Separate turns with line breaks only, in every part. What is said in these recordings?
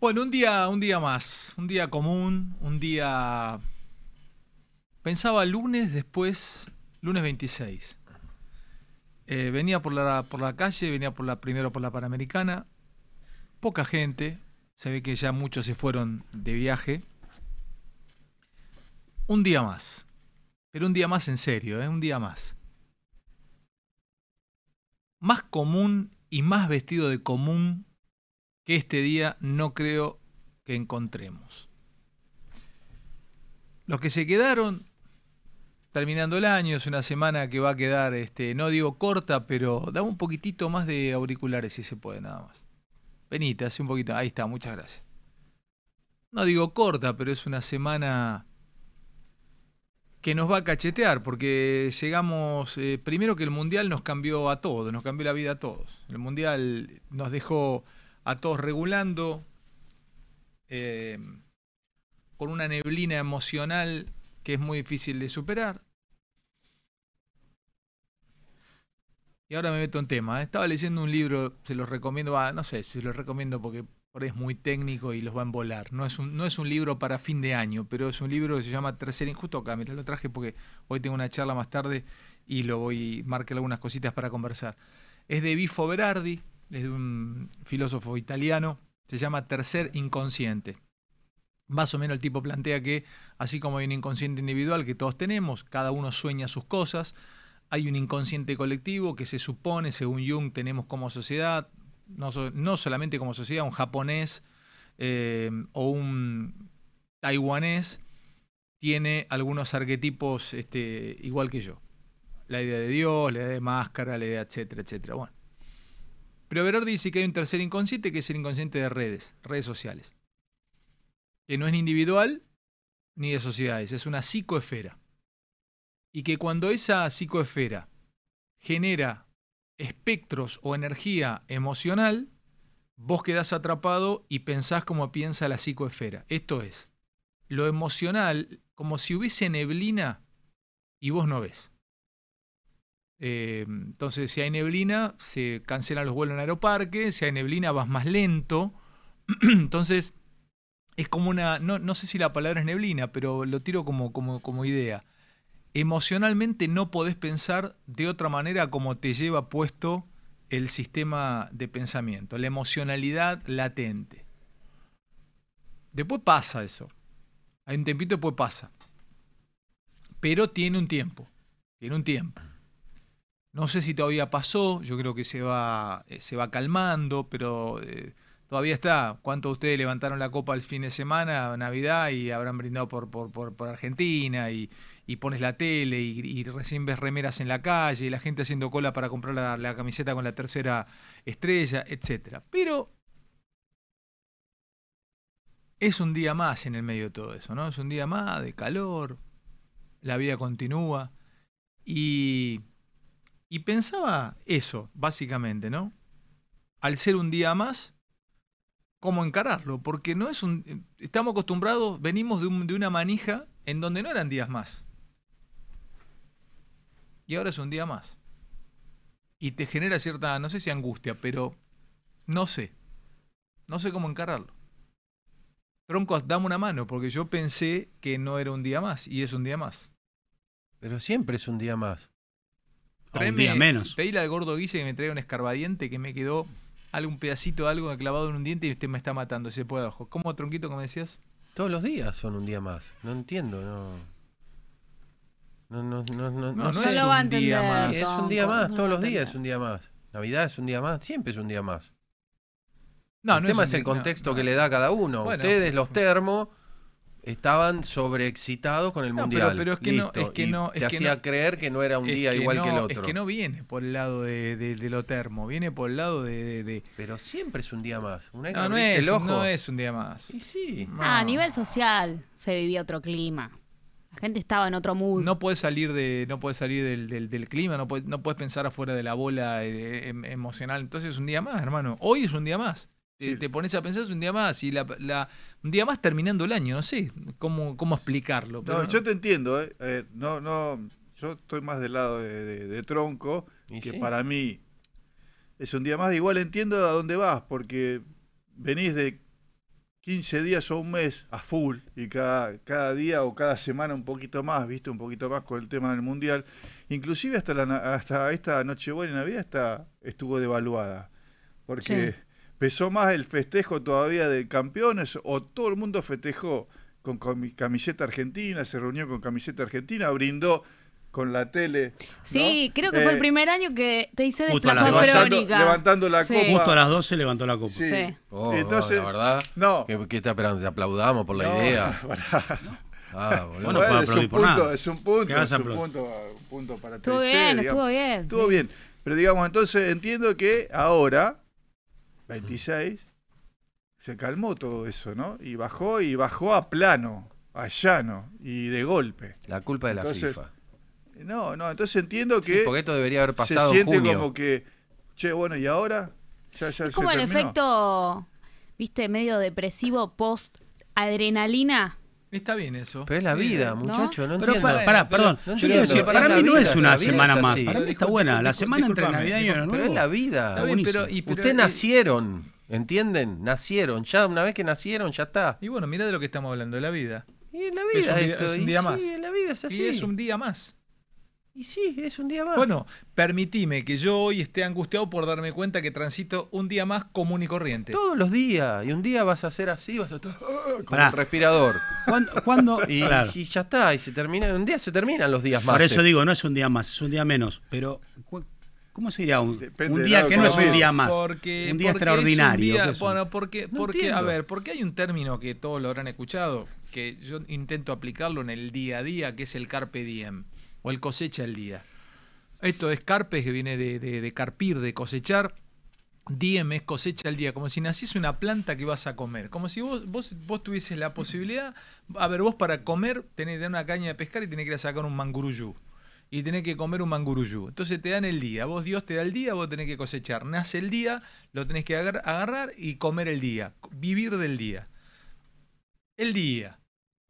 Bueno, un día, un día más, un día común, un día... Pensaba lunes después, lunes 26. Eh, venía por la, por la calle, venía por la, primero por la Panamericana, poca gente, se ve que ya muchos se fueron de viaje. Un día más, pero un día más en serio, ¿eh? un día más. Más común y más vestido de común que este día no creo que encontremos. Los que se quedaron terminando el año, es una semana que va a quedar, este, no digo corta, pero dame un poquitito más de auriculares si se puede, nada más. Venite, hace un poquito. Ahí está, muchas gracias. No digo corta, pero es una semana que nos va a cachetear, porque llegamos, eh, primero que el Mundial nos cambió a todos, nos cambió la vida a todos. El Mundial nos dejó a todos regulando, eh, con una neblina emocional que es muy difícil de superar. Y ahora me meto en tema. ¿eh? Estaba leyendo un libro, se los recomiendo, ah, no sé si los recomiendo porque por ahí es muy técnico y los va a embolar. No es, un, no es un libro para fin de año, pero es un libro que se llama Tercer Injusto acá. Mirá, lo traje porque hoy tengo una charla más tarde y lo voy a marcar algunas cositas para conversar. Es de Bifo Berardi, es de un filósofo italiano, se llama Tercer Inconsciente. Más o menos el tipo plantea que, así como hay un inconsciente individual que todos tenemos, cada uno sueña sus cosas, hay un inconsciente colectivo que se supone, según Jung, tenemos como sociedad, no, so no solamente como sociedad, un japonés eh, o un taiwanés tiene algunos arquetipos este, igual que yo. La idea de Dios, la idea de máscara, la idea, etcétera, etcétera. Bueno. Pero Berardi dice que hay un tercer inconsciente que es el inconsciente de redes, redes sociales. Que no es ni individual ni de sociedades, es una psicoesfera. Y que cuando esa psicoesfera genera espectros o energía emocional, vos quedás atrapado y pensás como piensa la psicoesfera. Esto es, lo emocional, como si hubiese neblina y vos no ves Eh, entonces, si hay neblina, se cancelan los vuelos en aeroparque, si hay neblina vas más lento. entonces, es como una, no, no, sé si la palabra es neblina, pero lo tiro como, como, como idea. Emocionalmente no podés pensar de otra manera como te lleva puesto el sistema de pensamiento, la emocionalidad latente. Después pasa eso. Hay un tempito, después pasa. Pero tiene un tiempo. Tiene un tiempo. No sé si todavía pasó, yo creo que se va, eh, se va calmando, pero eh, todavía está. ¿Cuántos de ustedes levantaron la copa el fin de semana, Navidad, y habrán brindado por, por, por, por Argentina, y, y, pones la tele, y, y, recién ves remeras en la calle, y la gente haciendo cola para comprar la, la camiseta con la tercera estrella, etcétera? Pero es un día más en el medio de todo eso, ¿no? Es un día más de calor, la vida continúa, y... Y pensaba eso, básicamente, ¿no? Al ser un día más, ¿cómo encararlo? Porque no es un. Estamos acostumbrados, venimos de, un, de, una manija en donde no eran días más. Y ahora es un día más. Y te genera cierta, no sé si angustia, pero no sé. No sé cómo encararlo. troncos, dame una mano, porque yo pensé que no era un día más, y es un día más.
Pero siempre es un día más.
O un día menos.
Pedíle al gordo Guille que me traiga un escarbadiente que me quedó algún pedacito de algo clavado en un diente y este me está matando, se puede abajo. ¿Cómo tronquito, como decías?
Todos los días son un día más. No entiendo, no. No, no, no, no, no
no
sé.
es lo va a entender.
Sí, Es un día
Tonto,
más,
no
todos
lo
los días es
entendés.
un día más. Navidad es un día más, siempre es un día más.
No,
el
no
tema
un
es, el
día- no,
contexto
no.
que le da a cada uno.
Bueno.
Ustedes, los termo, estaban sobreexcitados con el
No, pero-
mundial.
pero es que no,
Listo.
es que
Y
no, es
te
que
hacía
no.
creer que no era un
Es
día
que
igual que el
no-
otro.
Es que no viene por el lado de, de- de lo termo, viene por el lado de... de- de-
Pero siempre es un día más. Una vez que
No, no
abriste
es,
el ojo.
no es un día más.
Y sí.
No.
Ah, a nivel social se vivía otro clima. La gente estaba en otro mood.
No puedes salir de, no puedes salir del, del- del clima, no puedes, no puedes pensar afuera de la bola eh, em- emocional. Entonces es un día más, hermano. Hoy es un día más. Te- Te pones a pensar, es un día más. Y la, la- un día más terminando el año, no sé cómo, cómo explicarlo.
No,
Pero
yo te entiendo, ¿eh? Eh, no, no, yo estoy más del lado de, de- de Tronco,
Y
que
sí.
para mí es un día más. Igual entiendo a dónde vas, porque venís de 15 días o un mes a full, y cada, cada día o cada semana un poquito más, viste, un poquito más con el tema del Mundial. Inclusive hasta, la, na- hasta esta Nochebuena y Navidad está, estuvo devaluada, porque...
Sí.
¿Pesó más el festejo todavía de campeones o todo el mundo festejó con comi- camiseta argentina, se reunió con camiseta argentina, brindó con la tele.
sí,
¿no?
creo que fue el
Eh,
primer año que te hice
Justo a las
desplazar
dos.
levantando,
crónica.
levantando la
Sí.
copa.
Justo a las 12 levantó la copa.
Sí.
Sí.
Oh,
Entonces-
la verdad.
No.
Que, que te, apla- te aplaudamos por la
No,
idea.
pará.
Ah, boludo.
Bueno, puede
es,
aplaudir
un
por
punto,
nada.
es un
¿Qué
punto,
vas
es
a
un
aplaudir?
punto, un punto para
Estuvo
TC,
bien,
digamos.
estuvo bien.
Estuvo
sí.
bien. Pero digamos, entonces entiendo que ahora, 26, se calmó todo eso, ¿no? Y bajó y bajó a plano, a llano y de golpe.
La culpa de la
Entonces,
FIFA.
No, no, entonces entiendo
Sí,
que
porque esto debería haber
se
pasado en
siente
junio.
como que, che, bueno, ¿y ahora? Ya, ya
Es
se
como el
terminó.
efecto, viste, medio depresivo post adrenalina.
Está bien eso.
Pero es la
Bien.
vida, muchacho, no,
Pero
entiendo.
pará, pará,
pero-
perdón.
no
Yo quiero
entiendo.
decir,
Es
para
la
mí no
vida,
es una
la vida
semana
es
más.
así.
Para mí está
Disculpe,
buena. La
disculpe,
semana entre
disculpame,
Navidad y Año
disculpe.
Pero es la
Nuevo.
vida.
Está bien, pero,
buenísimo.
y, pero- eh,
Ustedes
y-
nacieron, ¿entienden? Nacieron, ya una vez que nacieron, ya está.
Y, bueno, mirá de lo que estamos hablando, de la vida.
Y es la
Es
vida
un día-
esto,
es un
y
día
sí,
más.
en la vida es así.
Y es un día más.
Y sí, es un día más.
Bueno, permitime que yo hoy esté angustiado por darme cuenta que transito un día más común y corriente.
todos los días. Y un día vas a hacer así, vas a estar ah, con
Pará.
el respirador.
¿Cuándo? cuándo-
Y,
claro.
y ya está, y se termina. Un día se terminan los días más.
Por eso digo, no es un día más, es un día menos. Pero, cu- ¿cómo sería un,
Depende
un
del
día
lado
que no es un
económico.
día más?
Porque,
un día
porque es
extraordinario.
día-
¿qué es un-
bueno, porque,
No
porque a
entiendo.
ver, porque hay un término que todos lo habrán escuchado, que yo intento aplicarlo en el día a día, que es el carpe diem, o el cosecha el día. Esto es carpe, que viene de, de- de carpir, de cosechar. Diem es cosecha el día, como si naciese una planta que vas a comer. Como si vos, vos, vos tuvieses la posibilidad. A ver, vos para comer tenés que tener una caña de pescar y tenés que ir a sacar un manguruyú. Y tenés que comer un manguruyú. Entonces te dan el día. Vos, Dios te da el día, vos tenés que cosechar. Nace el día, lo tenés que agar- agarrar y comer el día. co- Vivir del día. El día.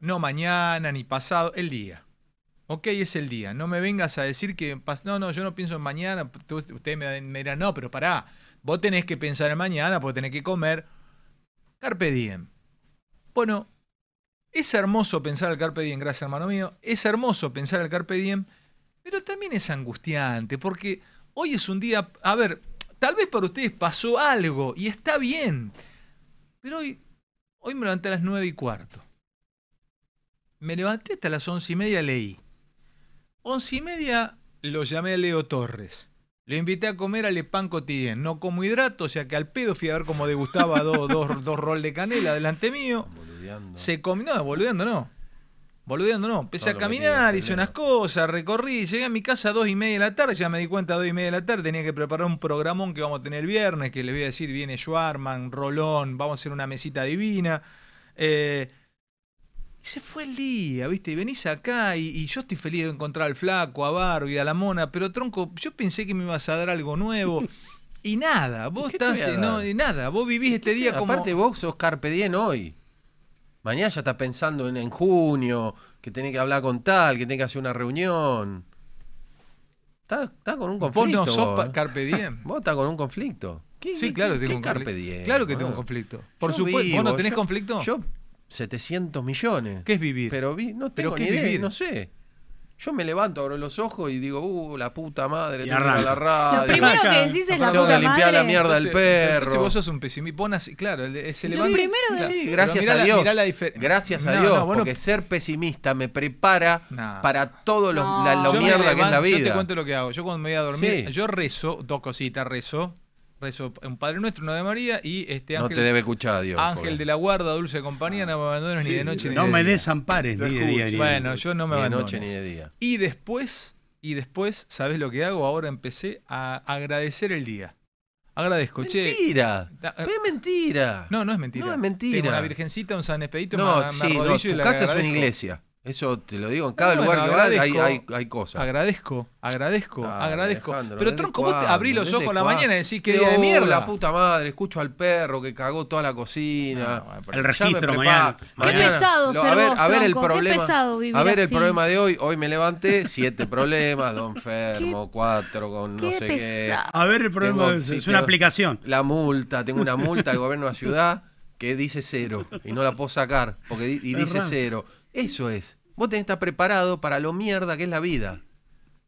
No mañana ni pasado, el día. Ok, es el día. No me vengas a decir que. pas- No, no, yo no pienso en mañana. Tú- Ustedes me, me dirán, no, pero pará. Vos tenés que pensar en mañana porque tenés que comer. Carpe diem. Bueno, es hermoso pensar al carpe diem, gracias hermano mío. Es hermoso pensar al carpe diem, pero también es angustiante porque hoy es un día. A ver, tal vez para ustedes pasó algo y está bien. Pero hoy, hoy me levanté a las 9 y cuarto. Me levanté hasta las once y media, leí. Once y media lo llamé a Leo Torres. Lo invité a comer al pan cotidiano. No como hidrato, o sea que al pedo fui a ver cómo degustaba dos, dos, dos rol de canela delante mío.
Boludeando.
Se comió, no, boludeando no. Boludeando no. Empecé
No,
a
lo
caminar,
metí,
hice
boludeando.
unas cosas, recorrí, llegué a mi casa a dos y media de la tarde, ya me di cuenta a dos y media de la tarde, tenía que preparar un programón que vamos a tener el viernes, que les voy a decir, viene Schwarman, Rolón, vamos a hacer una mesita divina. Eh, y se fue el día, ¿viste? Y venís acá y, y yo estoy feliz de encontrar al flaco, a Barbie, a la mona, pero tronco, yo pensé que me ibas a dar algo nuevo. Y nada, vos
¿Qué te
estás,
voy a
no,
dar?
y nada, vos vivís este día como...
Aparte vos sos carpe diem hoy. Mañana ya estás pensando en, en junio, que tenés que hablar con tal, que tenés que hacer una reunión. Estás estás con un
Vos
conflicto.
no
Vos,
sos pa-
eh.
carpe diem.
Vos estás con un conflicto. ¿Qué-
Sí,
qué-
claro,
qué
tengo un
carpe
conflicto.
diem, Ah.
Claro que
boludo?
tengo un conflicto. Por
Yo
supuesto. ¿Vos
vivo,
no tenés
yo-
conflicto?
Yo 700 millones.
¿Qué es vivir?
Pero vi, no
¿Pero
tengo
qué
ni idea,
vivir?
no sé. Yo me levanto, abro los ojos y digo, uh, la puta madre,
Y
tengo que ir a la
arranca.
radio.
Lo primero que
acá.
decís es la
Tengo que
puta
limpiar la
madre.
mierda del
Entonces-
perro.
entonces vos sos un pesimista. Vos nací- claro, el- se
Lo
levanta.
primero que-
Sí,
Pero
gracias
mirá
a
la-
Dios.
mirá la difer-
gracias a
No,
Dios,
no, vos no-
porque ser pesimista me prepara
No.
para todo lo,
No.
la, la
Yo me
mierda que es la
levanto-
vida.
Yo te cuento lo que hago. Yo cuando me voy a dormir,
Sí.
yo rezo, dos cositas, rezo. Rezo un Padre Nuestro, una de María y este
no
ángel,
te debe escuchar Dios. Ah.
ángel
pobre.
de la guarda, dulce compañía, no me abandones ni de noche ni
No
de
me
día.
desampares
Lo
ni de día ni de
Bueno,
noche.
yo no me
ni de
abandones.
noche ni de día.
Y después, y después, ¿sabes lo que hago? Ahora empecé a agradecer el día. Agradezco, che.
Mentira.
da-
Es mentira.
eh. No, no es mentira.
No es mentira.
Tengo una virgencita, un San Expedito,
No,
me- me
sí, no,
arrodillo y
tu
la
casa es una
agradezco.
iglesia. Eso te lo digo, en cada
No,
lugar
bueno,
que vas hay,
agradezco.
hay, hay cosas.
Agradezco, agradezco,
Ah,
agradezco.
Alejandro,
Pero
¿desde
tronco, vos te
cuándo?
abrís los
¿Desde
ojos a la
cuándo?
mañana y decís que
Digo,
día de
"Oh,
mierda.
La puta madre, escucho al perro que cagó toda la cocina.
Ah, bueno,
El
Ya me
registro
preparo.
mañana.
Qué
Mañana.
pesado
Lo-
ser
a ver,
vos,
a ver el
tronco, qué
problema.
pesado vivir
a ver el
así.
problema de hoy. Hoy me levanté, siete problemas, dos enfermos, cuatro con no
Qué
sé
pesado.
A ver el problema
Tengo-
es,
sí,
es una
tengo-
aplicación.
qué. La multa, tengo una multa del gobierno de la ciudad que dice cero y no la puedo sacar porque di- y
Es
dice
raro.
cero. Eso es. Vos tenés que estar preparado para lo mierda que es la vida.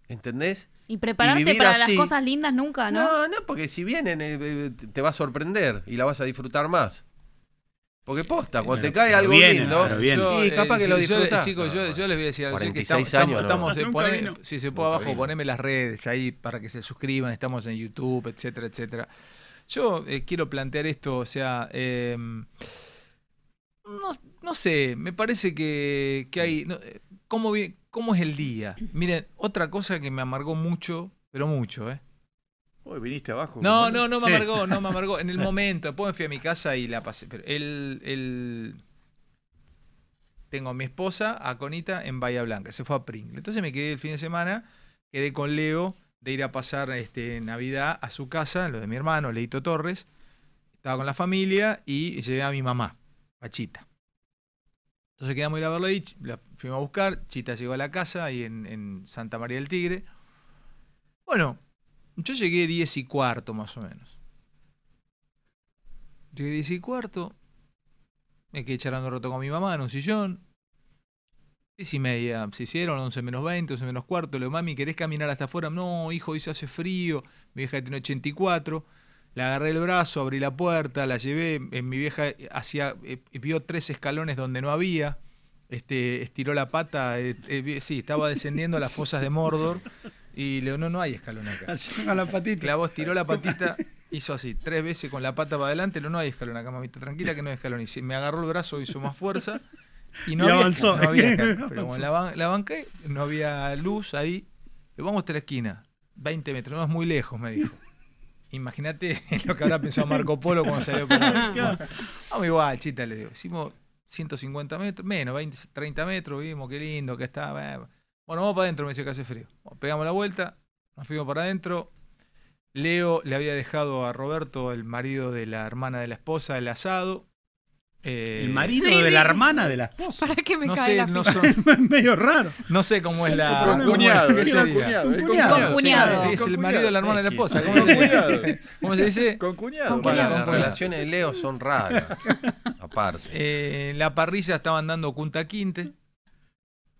¿Entendés?
Y prepararte
Y vivir
para
así.
las cosas lindas nunca, Ah, ¿no?
No, no, porque si vienen eh, eh, te va a sorprender y la vas a disfrutar más. Porque posta, cuando te
Pero-
cae
pero
algo
viene,
lindo,
pero viene.
y capaz
eh,
que lo
yo- yo-
disfrutás.
Chicos, yo, yo les voy a decir, así que
46
estamos, estamos,
años, no.
estamos, eh,
Nunca
poné-
vino.
si se puede
Nunca
abajo,
vino.
poneme las redes ahí para que se suscriban, estamos en YouTube, etcétera, etcétera. Yo eh, quiero plantear esto, o sea, eh, no, no sé, me parece que, que hay... no, eh, ¿cómo, vi- ¿Cómo es el día? Miren, otra cosa que me amargó mucho, pero mucho, ¿eh?
Uy, viniste abajo.
No,
como-
no, no me
Sí.
amargó, no me amargó. En el momento, después me fui a mi casa y la pasé. Pero el, el... Tengo a mi esposa, a Conita, en Bahía Blanca. Se fue a Pringle. Entonces me quedé el fin de semana, quedé con Leo de ir a pasar este, Navidad a su casa, lo de mi hermano, Leito Torres. Estaba con la familia y llevé a mi mamá, a Chita. Entonces quedamos a ir a verla ahí, Ch- la fuimos a buscar. Chita llegó a la casa ahí en, en Santa María del Tigre. Bueno, yo llegué 10 y cuarto más o menos. Llegué 10 y cuarto. Me quedé charlando un rato con mi mamá en un sillón. 10 y media se hicieron, 11 menos 20, 11 menos cuarto. Le digo, mami, ¿querés caminar hasta afuera? No, hijo, hoy se hace frío. Mi vieja tiene 84. Le agarré el brazo, abrí la puerta, la llevé. Eh, Mi vieja hacía, eh, vio tres escalones donde no había. Este, estiró la pata. eh, eh, vi- sí, estaba descendiendo a las fosas de Mordor. Y le digo, no, no hay escalón acá.
Con la patita.
Clavó, estiró la patita, hizo así, tres veces con la pata para adelante, no, no hay escalón acá, mamita, tranquila que no hay escalón. Y se- me agarró el brazo, hizo más fuerza y no
Y
había
avanzó.
escalón, no había escalón.
Avanzó.
Pero como la, ban- la banqué, no había luz ahí. Le vamos a la esquina, 20 metros, no es muy lejos, me dijo. Imagínate lo que habrá pensado Marco Polo cuando salió por ahí. Vamos igual, chita, le digo. Hicimos 150 metros, menos 20, 30 metros, vimos qué lindo que está. bah, bah. Bueno, vamos para adentro, me decía que hace frío. Bueno, Pegamos la vuelta, nos fuimos para adentro. Leo le había dejado a Roberto, el marido de la hermana de la esposa, el asado. Eh,
El marido
Sí,
de la
sí.
hermana de la esposa.
¿Para qué me
no
cae
sé,
la
no,
ficha?
son-
Es medio raro.
no sé cómo es la.
Con
cómo es-
cuñado,
qué
Ah, era
sería.
cuñado, era
Con
con
cuñado.
cuñado.
Con cuñado.
Es el marido de la hermana de la esposa. ¿Cómo,
Con
se-
cuñado.
cómo se dice?
Con cuñado.
Con
Bueno,
cuñado.
las relaciones de Leo son raras. Aparte.
Eh, en la parrilla estaban dando Kunta Quinte.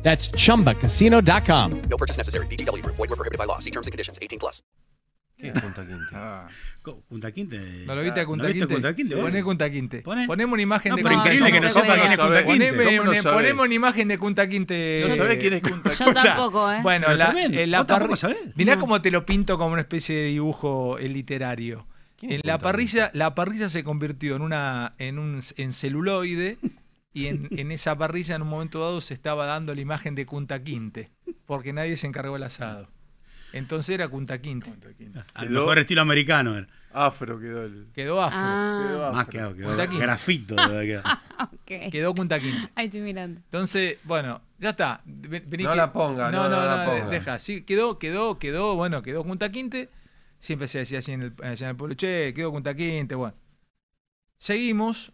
That's chumbacasino.com.
No purchase necessary. VGW Group. Void were prohibited by law. See terms and conditions. 18 plus.
¿Qué es Punta Quinte?
Ah,
Co- Kunta Kinte.
¿No lo viste a Kunta
¿No viste
Quinte?
Kunta Kinte?
Poné Kunta Quinte.
Poné.
Ponemos una imagen
No,
de
pero
No,
Kunta
increíble que
somos
no
Quinte.
todos
sepa quién es
iguales.
Kunta Kinte.
Poneme
Poneme ¿Cómo no
una-
sabés?
ponemos una imagen de Kunta Quinte. Eh,
No sabés quién es Kunta
Yo
Kinte.
tampoco, ¿eh?
Bueno,
Pero
la,
tremendo.
eh, la
¿Vos tampoco
parri-
sabés?
Mirá cómo te lo pinto como una especie de dibujo eh, literario.
¿Quién
En
es
la
Kunta
parrilla, la parrilla se convirtió en una, en un en celuloide, y en, en esa parrilla en un momento dado se estaba dando la imagen de Kunta Quinte, porque nadie se encargó del asado. Entonces era Kunta Quinte.
Al
Quedó
mejor estilo americano era.
afro quedó el.
Quedó afro.
quedó
Ah,
afro.
Más que algo,
Punta Quinte.
grafito. de verdad que era.
ok.
Quedó Kunta Quinte.
Ahí estoy mirando.
Entonces, bueno, ya está. Ve- vení
No
que-
la ponga, no, no la ponga.
Deja, sí, quedó, quedó, quedó, bueno, quedó Junta Quinte. Siempre se decía así en el, allá en el pueblo, che, quedó Junta Quinte, bueno. Seguimos,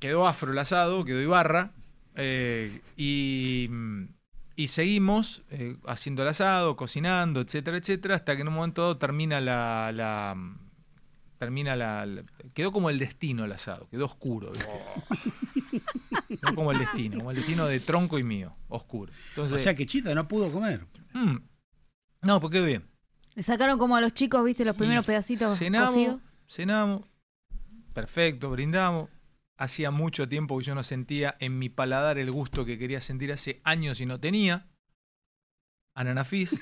quedó Afro el asado, quedó Ibarra, eh, y, mm, y seguimos eh, haciendo el asado, cocinando, etcétera, etcétera, hasta que en un momento dado termina la... la- termina la, la- Quedó como el destino el asado, quedó oscuro, ¿viste? Quedó como el destino, como el destino de tronco y mío, oscuro. Entonces,
O sea que Chita no pudo comer.
Mm. No, porque bien.
Le sacaron como a los chicos, viste, los primeros
Y
pedacitos
Cenamos,
cocidos.
cenamos. Perfecto, brindamos. Hacía mucho tiempo que yo no sentía en mi paladar el gusto que quería sentir hace años y no tenía. Ananafis.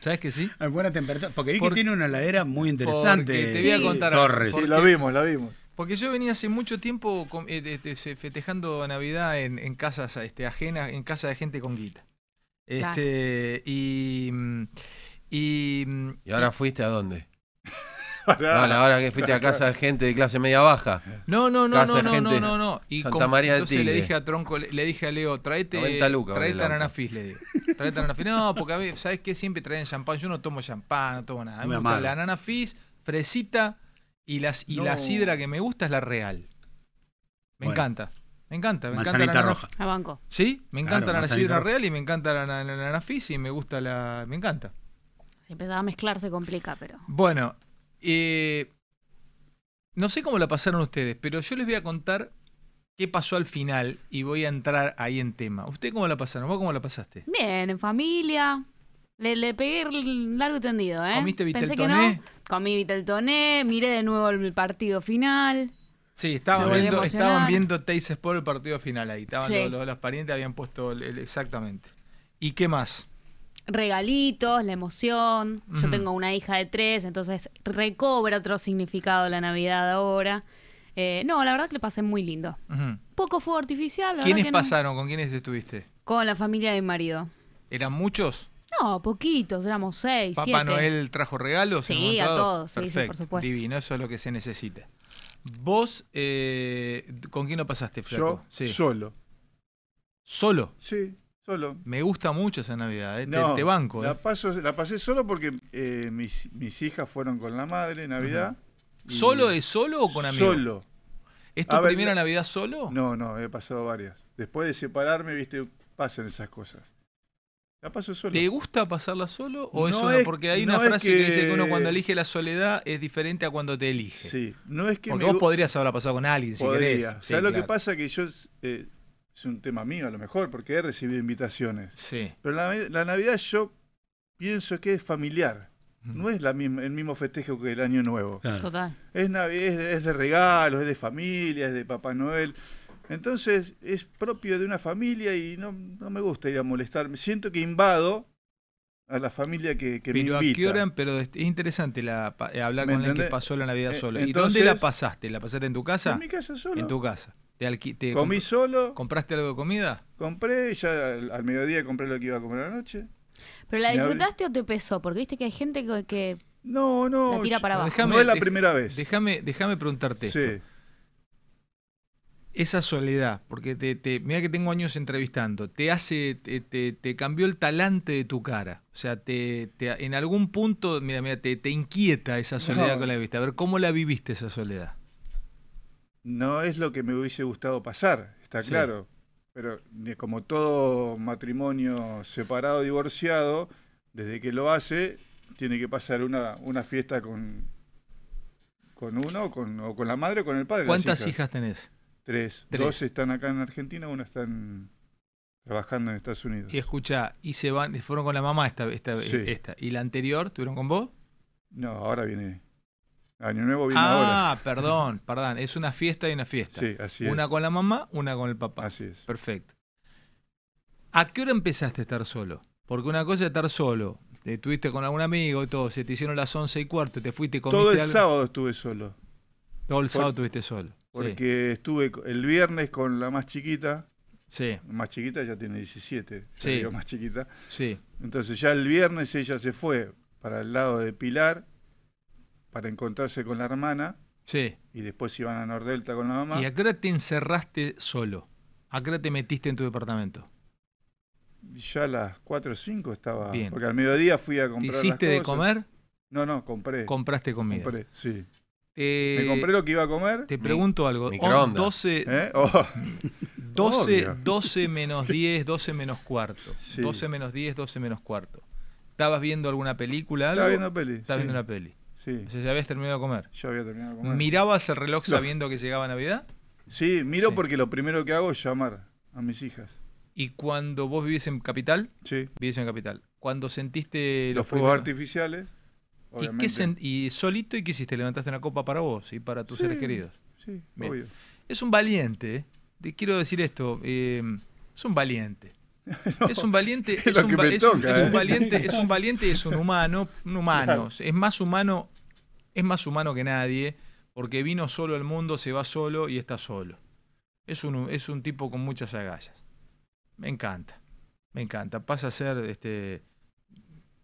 ¿Sabes que sí?
A buena temperatura. Porque vi
Porque-
que tiene una heladera muy interesante.
Porque te voy a
Sí.
contar algo.
Torres.
Sí,
Porque,
la vimos, la vimos.
porque yo venía hace mucho tiempo com- eh, de- de- se- festejando Navidad en, en casas este, ajenas, en casa de gente con guita.
Claro.
Este, y, mm, y, mm,
¿Y ahora fuiste a dónde?
Pará.
No, la hora que fuiste a casa de gente de clase media baja.
No, no, no, no,
Casa de
no, no,
gente.
no, no. Y
Santa
como-
María de
entonces le
Tigre.
dije a Tronco, le, le dije a Leo, tráete,
90 lucas vale
tráete
el auto.
ananafis, le digo. Tráete ananafis. No, porque a ver, ¿sabes qué? Siempre traen champán. Yo no tomo champán, no tomo nada. A mí
Muy
me gusta
amargo.
la ananafis, fresita y, las, y la
No.
sidra que me gusta es la real. Me
Bueno.
encanta. Me encanta, me encanta la
Manzanita
ananaf-
roja.
A banco.
Sí, me
Claro,
encanta la
manzanita
sidra
roja.
real y me encanta la, la, la ananafis y me gusta la... Me encanta.
Si empezaba a mezclar se complica, pero.
Bueno, eh, no sé cómo la pasaron ustedes, pero yo les voy a contar qué pasó al final y voy a entrar ahí en tema. ¿Usted cómo la pasaron? ¿Vos cómo la pasaste?
Bien, en familia. Le, le pegué el largo y tendido, ¿eh?
¿Comiste
Pensé que
Viteltoné?
no. Comí Viteltoné, miré de nuevo el partido final.
Sí,
Me
estaban
volví a
viendo,
emocionar.
estaban viendo Teis Sport el partido final ahí. Estaban
Sí.
los, los- los parientes, habían puesto el- el- exactamente. ¿Y qué más?
Regalitos, la emoción.
Ujú.
Yo tengo una hija de tres, entonces recobra otro significado la Navidad ahora. Eh, no, la verdad que le pasé muy lindo.
Ujú.
Poco fuego artificial, la
¿Quiénes
verdad que no.
pasaron? ¿Con quiénes estuviste?
Con la familia de mi marido.
¿Eran muchos?
No, poquitos, éramos seis,
¿Papá
siete.
Noel trajo regalos? en un
Sí,
momento
a
dado?
todos, sí, sí, por
Perfecto,
supuesto.
Divino, eso es lo que se necesita. ¿Vos eh, con quién lo pasaste, Flaco?
Yo solo.
¿Solo?
Sí, solo.
Me gusta mucho esa Navidad, ¿eh? Te-
No,
te, banco.
La,
¿eh?
paso- la pasé solo porque eh, mis, mis hijas fueron con la madre en Navidad. y-
¿Solo es solo o con amigos?
Solo.
¿Es tu
A ver,
primera
yo-
Navidad solo?
No, no, he pasado varias. Después de separarme, viste, pasan esas cosas. La paso solo.
¿Te gusta pasarla solo o es
No
solo?
es-
Porque hay
no
una
es
frase que... dice que uno
que-
cuando elige la soledad es diferente a cuando te elige.
Sí, no es que
Porque
me
vos
gu-
podrías haberla pasado con alguien si
podría.
querés.
¿Sabés
Sí,
lo
claro.
que pasa? Que yo, eh, es un tema mío a lo mejor, porque he recibido invitaciones.
Sí.
Pero la, la Navidad yo pienso que es familiar. No es la misma, el mismo festejo que el Año Nuevo.
Claro.
Total.
Es, Navi- es, de, es de regalos, es de familia, es de Papá Noel. Entonces es propio de una familia y no, no me gusta ir a molestarme. Siento que invado a la familia que, que
Pero
me
a
invita.
qué hora, pero es es interesante la, pa- eh, hablar
¿Me
con alguien que
entendés?
pasó la Navidad
Eh,
solo. ¿Y dónde
entonces-
la pasaste? ¿La pasaste en tu casa?
En mi casa solo.
En tu casa. ¿Te alqui- te
Comí
comp-
solo,
¿Compraste algo de comida?
compré, ya al, al mediodía compré lo que iba a comer a la noche.
¿Pero la
Me abrí-
disfrutaste o te pesó? Porque viste que hay gente que, que
No, no.
La tira
yo-
para abajo.
Déjame-
no es la
dej-
primera vez.
Déjame déjame preguntarte esto.
Sí.
esa soledad, porque te, te mira que tengo años entrevistando, te hace, te, te- te cambió el talante de tu cara. O sea, te, te- en algún punto, mira, mira, te, te inquieta esa soledad
No.
con la vista. A ver, ¿cómo la viviste esa soledad?
No es lo que me hubiese gustado pasar, está
Sí.
claro. Pero ni- como todo matrimonio separado, divorciado, desde que lo hace, tiene que pasar una, una fiesta con, con uno, o con, o con la madre o con el padre. las
¿Cuántas hijas tenés?
Tres.
Tres.
Dos están acá en Argentina, una está en- trabajando en Estados Unidos.
Y escucha, y se van, fueron con la mamá esta, esta,
Sí.
esta. ¿Y la anterior estuvieron con vos?
No, ahora viene. Año Nuevo viene ahora.
ah, perdón, perdón. Es una fiesta y una fiesta.
Sí, así
una con la mamá, una con el
es.
papá.
Así es.
Perfecto. ¿A qué hora empezaste a estar solo? Porque una cosa es estar solo. Te estuviste con algún amigo y todo, se te hicieron las once y cuarto, te fuiste y comiste
Todo el
algo.
sábado estuve solo.
Todo el
Por-
sábado estuviste solo. Sí.
Porque estuve co- el viernes con la más chiquita,
Sí,
Más chiquita ya tiene 17. ya
Sí.
digo más chiquita.
sí.
Entonces ya el viernes ella se fue para el lado de Pilar para encontrarse con la hermana
Sí.
y después iban a Nordelta con la mamá.
¿Y a qué hora te encerraste solo? ¿A qué hora te metiste en tu departamento?
Y ya a las 4 o 5 estaba.
Bien.
Porque al mediodía fui a
¿Te
comprar. las
hiciste de
cosas.
comer?
No, no, compré.
Compraste comida.
compré, sí.
Te-
Me compré lo que iba a comer.
Te pregunto algo. On-
microondas.
12,
¿eh? Oh,
12,
Obvio.
12 menos 10, 12 menos cuarto.
Sí.
12 menos 10, 12 menos cuarto. ¿Estabas viendo alguna película? Algo?
estaba viendo peli.
Estabas
sí,
viendo una peli.
Sí,
O sea, ya habías terminado de comer.
yo había terminado de comer.
¿Mirabas el reloj
No.
sabiendo que llegaba Navidad?
Sí, miro
Sí.
porque lo primero que hago es llamar a mis hijas.
Y cuando vos vivís en Capital,
Sí.
vivís en Capital. Cuando sentiste
Los,
los,
fuegos
primeros-
artificiales.
¿Y,
Obviamente.
qué sen- ¿Y solito y qué hiciste? Levantaste una copa para vos y para tus
Sí.
seres queridos.
Sí,
Bien.
obvio.
Es un valiente. eh. Te quiero decir esto. eh, es un valiente. Es un valiente,
es
es
lo
un,
que
va-
me
es un-
toca,
es un
eh.
valiente, es un valiente y es un humano, un humano. Es más humano, es más humano que nadie, porque vino solo al mundo, se va solo y está solo. Es un, es un tipo con muchas agallas. Me encanta, me encanta. Pasa a ser, este,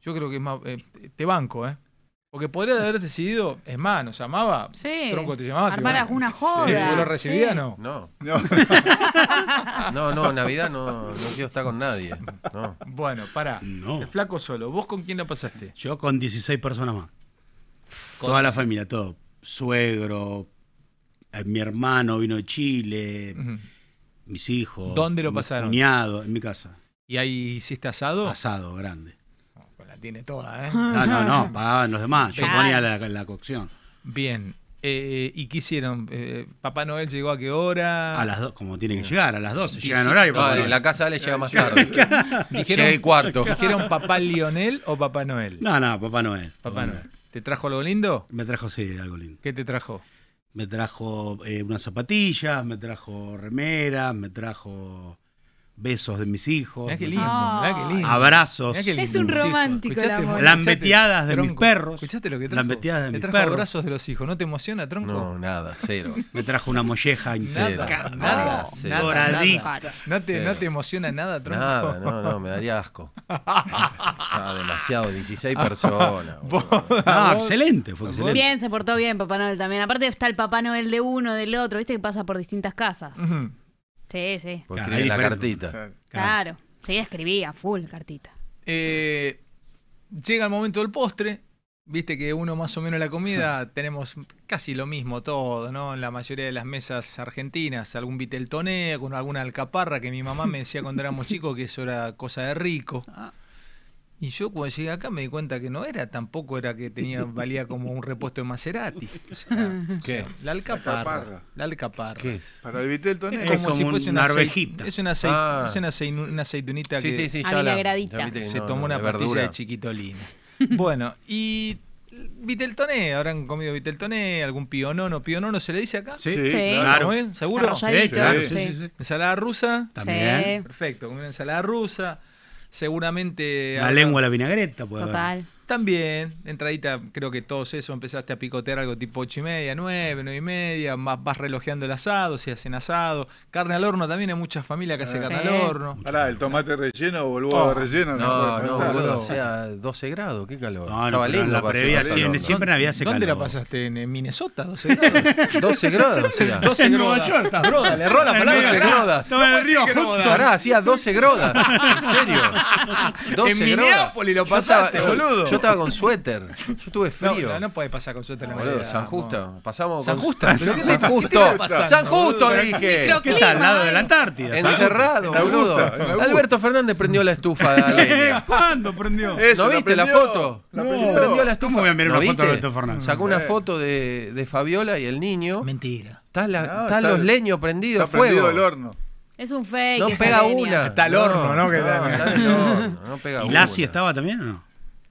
yo creo que es más, eh, te banco, ¿eh? Porque podría haber decidido, es más, nos amaba,
Sí.
tronco te llamaba, te
Armar
banco.
una
¿Y
joda.
vos lo recibías
sí.
no?
No,
No,
no, no, Navidad no, no quiero estar con nadie. No.
Bueno, pará.
No.
El flaco solo. ¿Vos con quién la pasaste?
Yo con 16 personas más. Toda la familia, todo. Suegro, eh, mi hermano vino de Chile,
Ujú.
mis hijos.
¿Dónde lo
mi
pasaron?
Cuñado, en mi casa.
¿Y ahí hiciste asado?
Asado, grande.
Pues la tiene toda, ¿eh?
No, no, no, pagaban los demás. Yo
Ah, Claro.
ponía la, la cocción.
Bien. Eh, ¿Y qué hicieron? Eh, ¿Papá Noel llegó a qué hora?
A las dos, como tiene que llegar, a las 12.
Y
Llegan
sí,
horario.
No,
papá.
en la casa de Ale llega más tarde. Llega y cuarto.
¿Dijeron papá Lionel o papá Noel?
no, no, Papá Noel.
Papá Noel. ¿Te trajo algo lindo?
Me trajo, sí, algo lindo.
¿Qué te trajo?
Me trajo eh, unas zapatillas, me trajo remeras, me trajo besos de mis hijos.
Mirá qué
me
lindo,
Ah.
mirá qué lindo.
Abrazos.
Mirá qué
Es
lindo.
un
Sí, hijo.
romántico el
Escuchaste,
amor.
Las meteadas de
Tronco,
mis perros.
¿Escuchaste lo que trajo?
Las meteadas de
Te
mis
trajo
perros.
abrazos de los hijos. ¿No te emociona, tronco?
No, nada, cero.
Me trajo una molleja
Cero.
inseca.
Nada, nada,
Sí.
nada,
Doradita.
nada. ¿No te, no te emociona nada, tronco?
Nada, no, no, me daría asco. Ah, demasiado, 16 personas. boludo.
No, Ah, excelente, fue excelente.
Bien, se portó bien Papá Noel también. Aparte está el Papá Noel de uno, del otro, viste que pasa por distintas casas.
Ujú.
Sí, sí.
Claro,
Porque escribí
ahí
la
diferente.
cartita.
claro.
Claro. Sí, escribía full cartita.
Eh, llega el momento del postre. Viste que uno más o menos la comida tenemos casi lo mismo todo, ¿no? En la mayoría de las mesas argentinas, algún viteltoné, con alguna alcaparra que mi mamá me decía cuando éramos chicos que eso era cosa de rico.
Ah.
Y yo cuando llegué acá me di cuenta que no era, tampoco era que tenía valía como un repuesto de Maserati. O sea, o sea, la alcaparra.
Alcaparra.
La alcaparra.
¿Qué es?
Para el Vitel Toné.
Eh,
Es como un- una
acei-
arvejita.
Es una, acei-
Ah.
es una acei- una aceitunita
Sí,
que
sí, sí,
A
ya la,
vinagradita.
ya viste que
se
no,
tomó
no,
una
de
pastilla
verdura.
de chiquitolina. bueno, y Viteltoné, habrán comido Viteltoné, algún pionono, pionono se le dice acá.
Sí,
Sí,
claro.
¿Cómo es? ¿Seguro?
Arrolladito,
claro,
sí.
sí,
sí, sí.
Ensalada rusa.
También.
Perfecto, comí una ensalada rusa. Seguramente.
La
habrá-
lengua a la vinagreta, pues. puede haber.
Total.
También, entradita, creo que todos eso, empezaste a picotear algo tipo ocho y media, nueve, nueve y media, más vas relojeando el asado, si hacen asado, carne al horno también, hay muchas familias que hacen
Sí.
carne al horno.
Pará, el tomate relleno o el huevo relleno.
Oh. No,
bueno,
no,
está.
boludo, hacía 12 grados, qué calor.
No, no,
Estaba
pero en
lindo
la
para hacer
previa
calor,
siempre,
¿no?
siempre Navidad se
¿Dónde la
calor.
pasaste? ¿En en Minnesota? 12 grados.
12 grados, hacía.
12
En Nueva
grodas.
York, también.
Groda, le erró la palabra.
medio de la- grodas.
No, en el río
Pará, hacía 12 grodas. En serio. 12
En
grodas.
Minneapolis lo
Yo
pasaste,
estaba-
boludo.
Yo estaba con suéter. Yo tuve
No,
frío.
no, no puede pasar con suerte en la
Boludo,
Navidad,
San
no.
Justo. Pasamos
San
con-
Justo,
San
¿pero qué te- qué te
Justo.
está pasando,
San Justo,
boludo?
dije.
Micro-
¿Qué está al lado
Clima,
de la
eh.
Antártida?
Encerrado,
En Augusta,
boludo.
en Augusta.
Alberto Fernández prendió la estufa de
¿sabes?
leña.
¿Cuándo prendió?
Eso,
¿No viste la
prendió,
foto?
la
No.
prendió.
Prendió la estufa.
¿Cómo voy a mirar
¿No
una foto
viste?
de Alberto Fernández?
Sacó una
Sí.
foto de, de Fabiola y el niño.
Mentira.
Están la-
No,
están
está-
los leños prendidos,
Está
fuego.
prendido el horno.
Es un fake.
No
esa
pega
leña.
una.
Está el horno, ¿no? Que está-
está el horno, no pega
¿Y
una.
Lassi estaba también o no?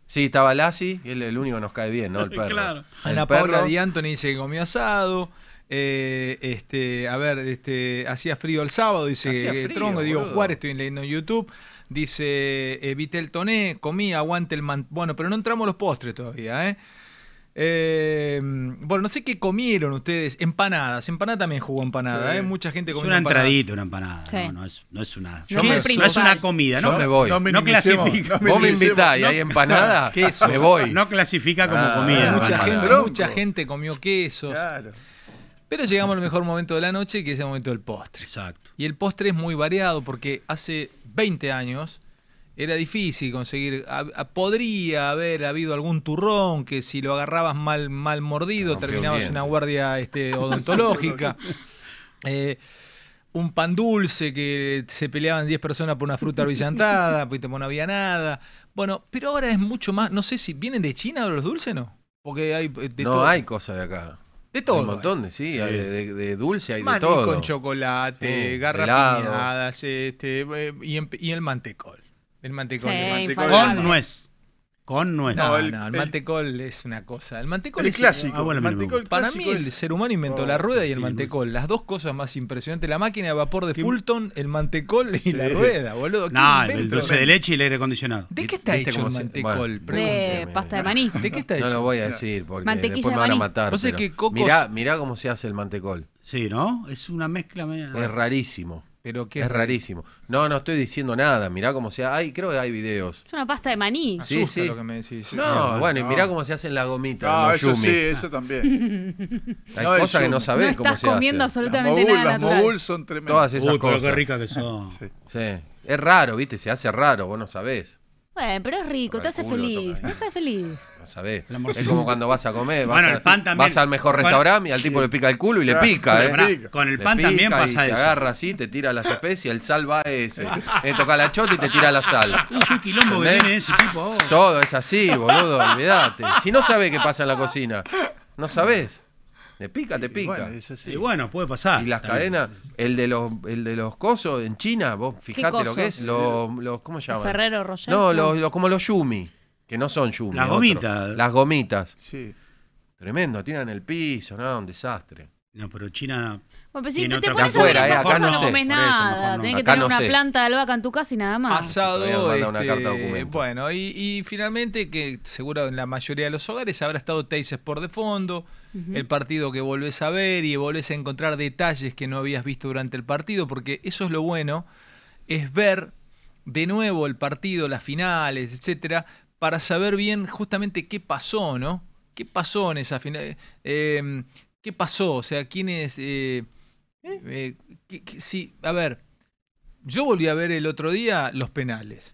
Sí, estaba Lassi, que es el único que nos cae bien, ¿no? El perro.
Claro.
El
Ana Paula
perro.
Di Anthony dice que comió asado. eh, este, a ver, este, hacía frío el sábado, dice
Hacía
eh,
frío,
Tronco, digo
boludo.
Juárez, estoy leyendo en YouTube. Dice eh, Vitel Toné, comí, aguante el man. Bueno, pero no entramos a los postres todavía, ¿eh? Eh, bueno, no sé qué comieron ustedes. Empanadas. Empanada también jugó empanada.
Sí.
¿eh? Mucha gente
Es
comió
una
empanadas.
entradita, una empanada.
Sí.
No, no es, no es una.
Yo
¿Qué
me-
es?
principal.
no es una comida,
Yo
¿no?
me voy.
No,
minimicemos,
clasifica.
no
Vos me
minimicemos.
invitás y
No,
hay empanada, me voy.
No clasifica como
Ah,
comida.
no,
la
Mucha
empanada.
gente,
Bronco.
mucha gente comió quesos.
Claro.
Pero llegamos al mejor momento de la noche, que es el momento del postre.
Exacto.
Y el postre es muy variado porque hace 20 años era difícil conseguir. a- a- podría haber habido algún turrón que si lo agarrabas mal, mal mordido
Rompió un
terminabas en
diente.
una guardia este, odontológica. Eh, un pan dulce que se peleaban 10 personas por una fruta arvillantada, porque no había nada. Bueno, pero ahora es mucho más. No sé si vienen de China los dulces, ¿no? Porque hay eh, de
no
todo.
hay cosas de acá.
de
Hay
todo.
un montón de, sí, hay de, de- de dulce, hay de
Maní
todo. Mm,
con chocolate,
Sí,
garrapiñadas, este, eh, y, en- y el mantecol. El mantecol.
Sí,
el mante-
mantecón.
infaltable.
Con nuez. Con nuez.
No,
No,
no, el,
el- el-
mantecol es una cosa. El mantecol
El
es
clásico.
Ah, bueno,
el
mínimo.
mantecol
Para
clásico
mí el
es-
ser humano inventó
Oh,
la rueda y el
sí,
mantecol. Las dos cosas más impresionantes. La máquina de vapor de Fulton, el mantecol y la
Sí.
rueda, boludo. ¿Qué
No, el,
invento?
el dulce de leche y el aire acondicionado.
¿De qué está
¿Viste
hecho
cómo
el
se-
mantecol?
bueno,
Pregunta.
De
Pregúnteme.
pasta de maní.
¿De qué está hecho?
No lo voy a decir porque
Mantequilla
después
de
me van a
maní.
matar.
Vos sabés
pero
que Cocos-
Mirá, mirá cómo se hace el mantecol.
Sí, ¿no? Es una mezcla. media-
Es rarísimo.
Pero Ah. qué
Es rarísimo. No, no estoy diciendo nada. Mirá cómo se hace. Ay, creo que hay videos.
Es una pasta de maní.
Sí,
Asusta
sí.
lo que me decís.
No,
no,
bueno, y
no.
mirá cómo se hacen las gomitas.
Ah,
los
eso sí,
yumi.
eso también.
Hay
No, el
cosas que
yumi.
no
No
sabés cómo
estás
se hacen.
comiendo
Las
absolutamente
mogul,
nada
las
natural.
mogul son tremendas.
Todas esas
Uy, pero
cosas.
qué rica que son.
Sí. Es raro, ¿viste? Se hace raro, vos no sabés.
Bueno, pero es rico,
Toca
te
el
hace
culo,
feliz,
toca-
te hace feliz.
No sabés.
La morcilla.
Es como cuando vas a comer, vas,
Bueno,
a-
el pan también.
vas al mejor
Bueno.
restaurante y al tipo le pica el culo y le
Claro.
pica,
Pero
¿eh?
pará,
rica.
con el
Le
pan
pica
también
y
pasa
te
eso.
agarra así, te tira las especies, el sal va ese. Le toca la chota y te tira la sal.
Uy, qué quilombo que
¿Entendés? Ah,
tiene ese tipo ahora.
Todo es así, boludo, olvídate. Si no sabés qué pasa en la cocina, no sabés. Te pica, te
Y
pica.
Bueno, es así.
Y bueno, puede pasar.
y las
también.
cadenas, el de los, el de los cosos en China, vos fijate lo
coso?
que es, los, los ¿cómo se llaman?
Ferrero Rocher.
No, los, los- como los yumi, que no son yumi.
Las
otro.
gomitas.
Las gomitas.
Sí.
Tremendo, tiran el piso, no, un desastre.
No, pero China.
Bueno, pero si
Tiene
te, te
otra
pones a
cosa.
ver esas
Afuera, eh, acá
cosas no,
no sé,
comes
por eso,
nada.
mejor no.
Tenés que
Acá
tener
no
una
sé.
planta de albahaca en tu casa y nada más.
Todavía no
Asado,
manda una
este,
carta de documento.
bueno, y, y finalmente, que seguro en la mayoría de los hogares habrá estado Teises por de fondo, el partido que volvés a ver y volvés a encontrar detalles que no habías visto durante el partido, porque eso es lo bueno, es ver de nuevo el partido, las finales, etcétera, para saber bien justamente qué pasó, ¿no? ¿Qué pasó en esa final? Eh, ¿Qué pasó? O sea, quiénes. eh, eh, qué- qué- sí, a ver. Yo volví a ver el otro día los penales.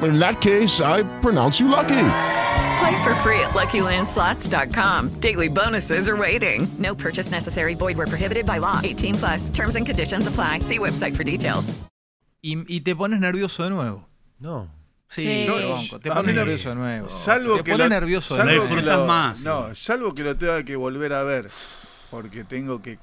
In that case, I pronounce you lucky.
Play for free at LuckyLandSlots.com. Daily bonuses are waiting. No purchase necessary. Void were prohibited by law. 18 plus. Terms and conditions apply. See website for details.
Y, y te pones nervioso de nuevo.
No.
Sí,
Sí.
te banco, te
A
pones
mí la-
nervioso de nuevo.
Salvo
te
que
pones
lo-
nervioso de
salvo
Lo
nuevo.
que
disfrutás
lo-
más,
No, salvo que lo tenga que volver a ver, porque tengo que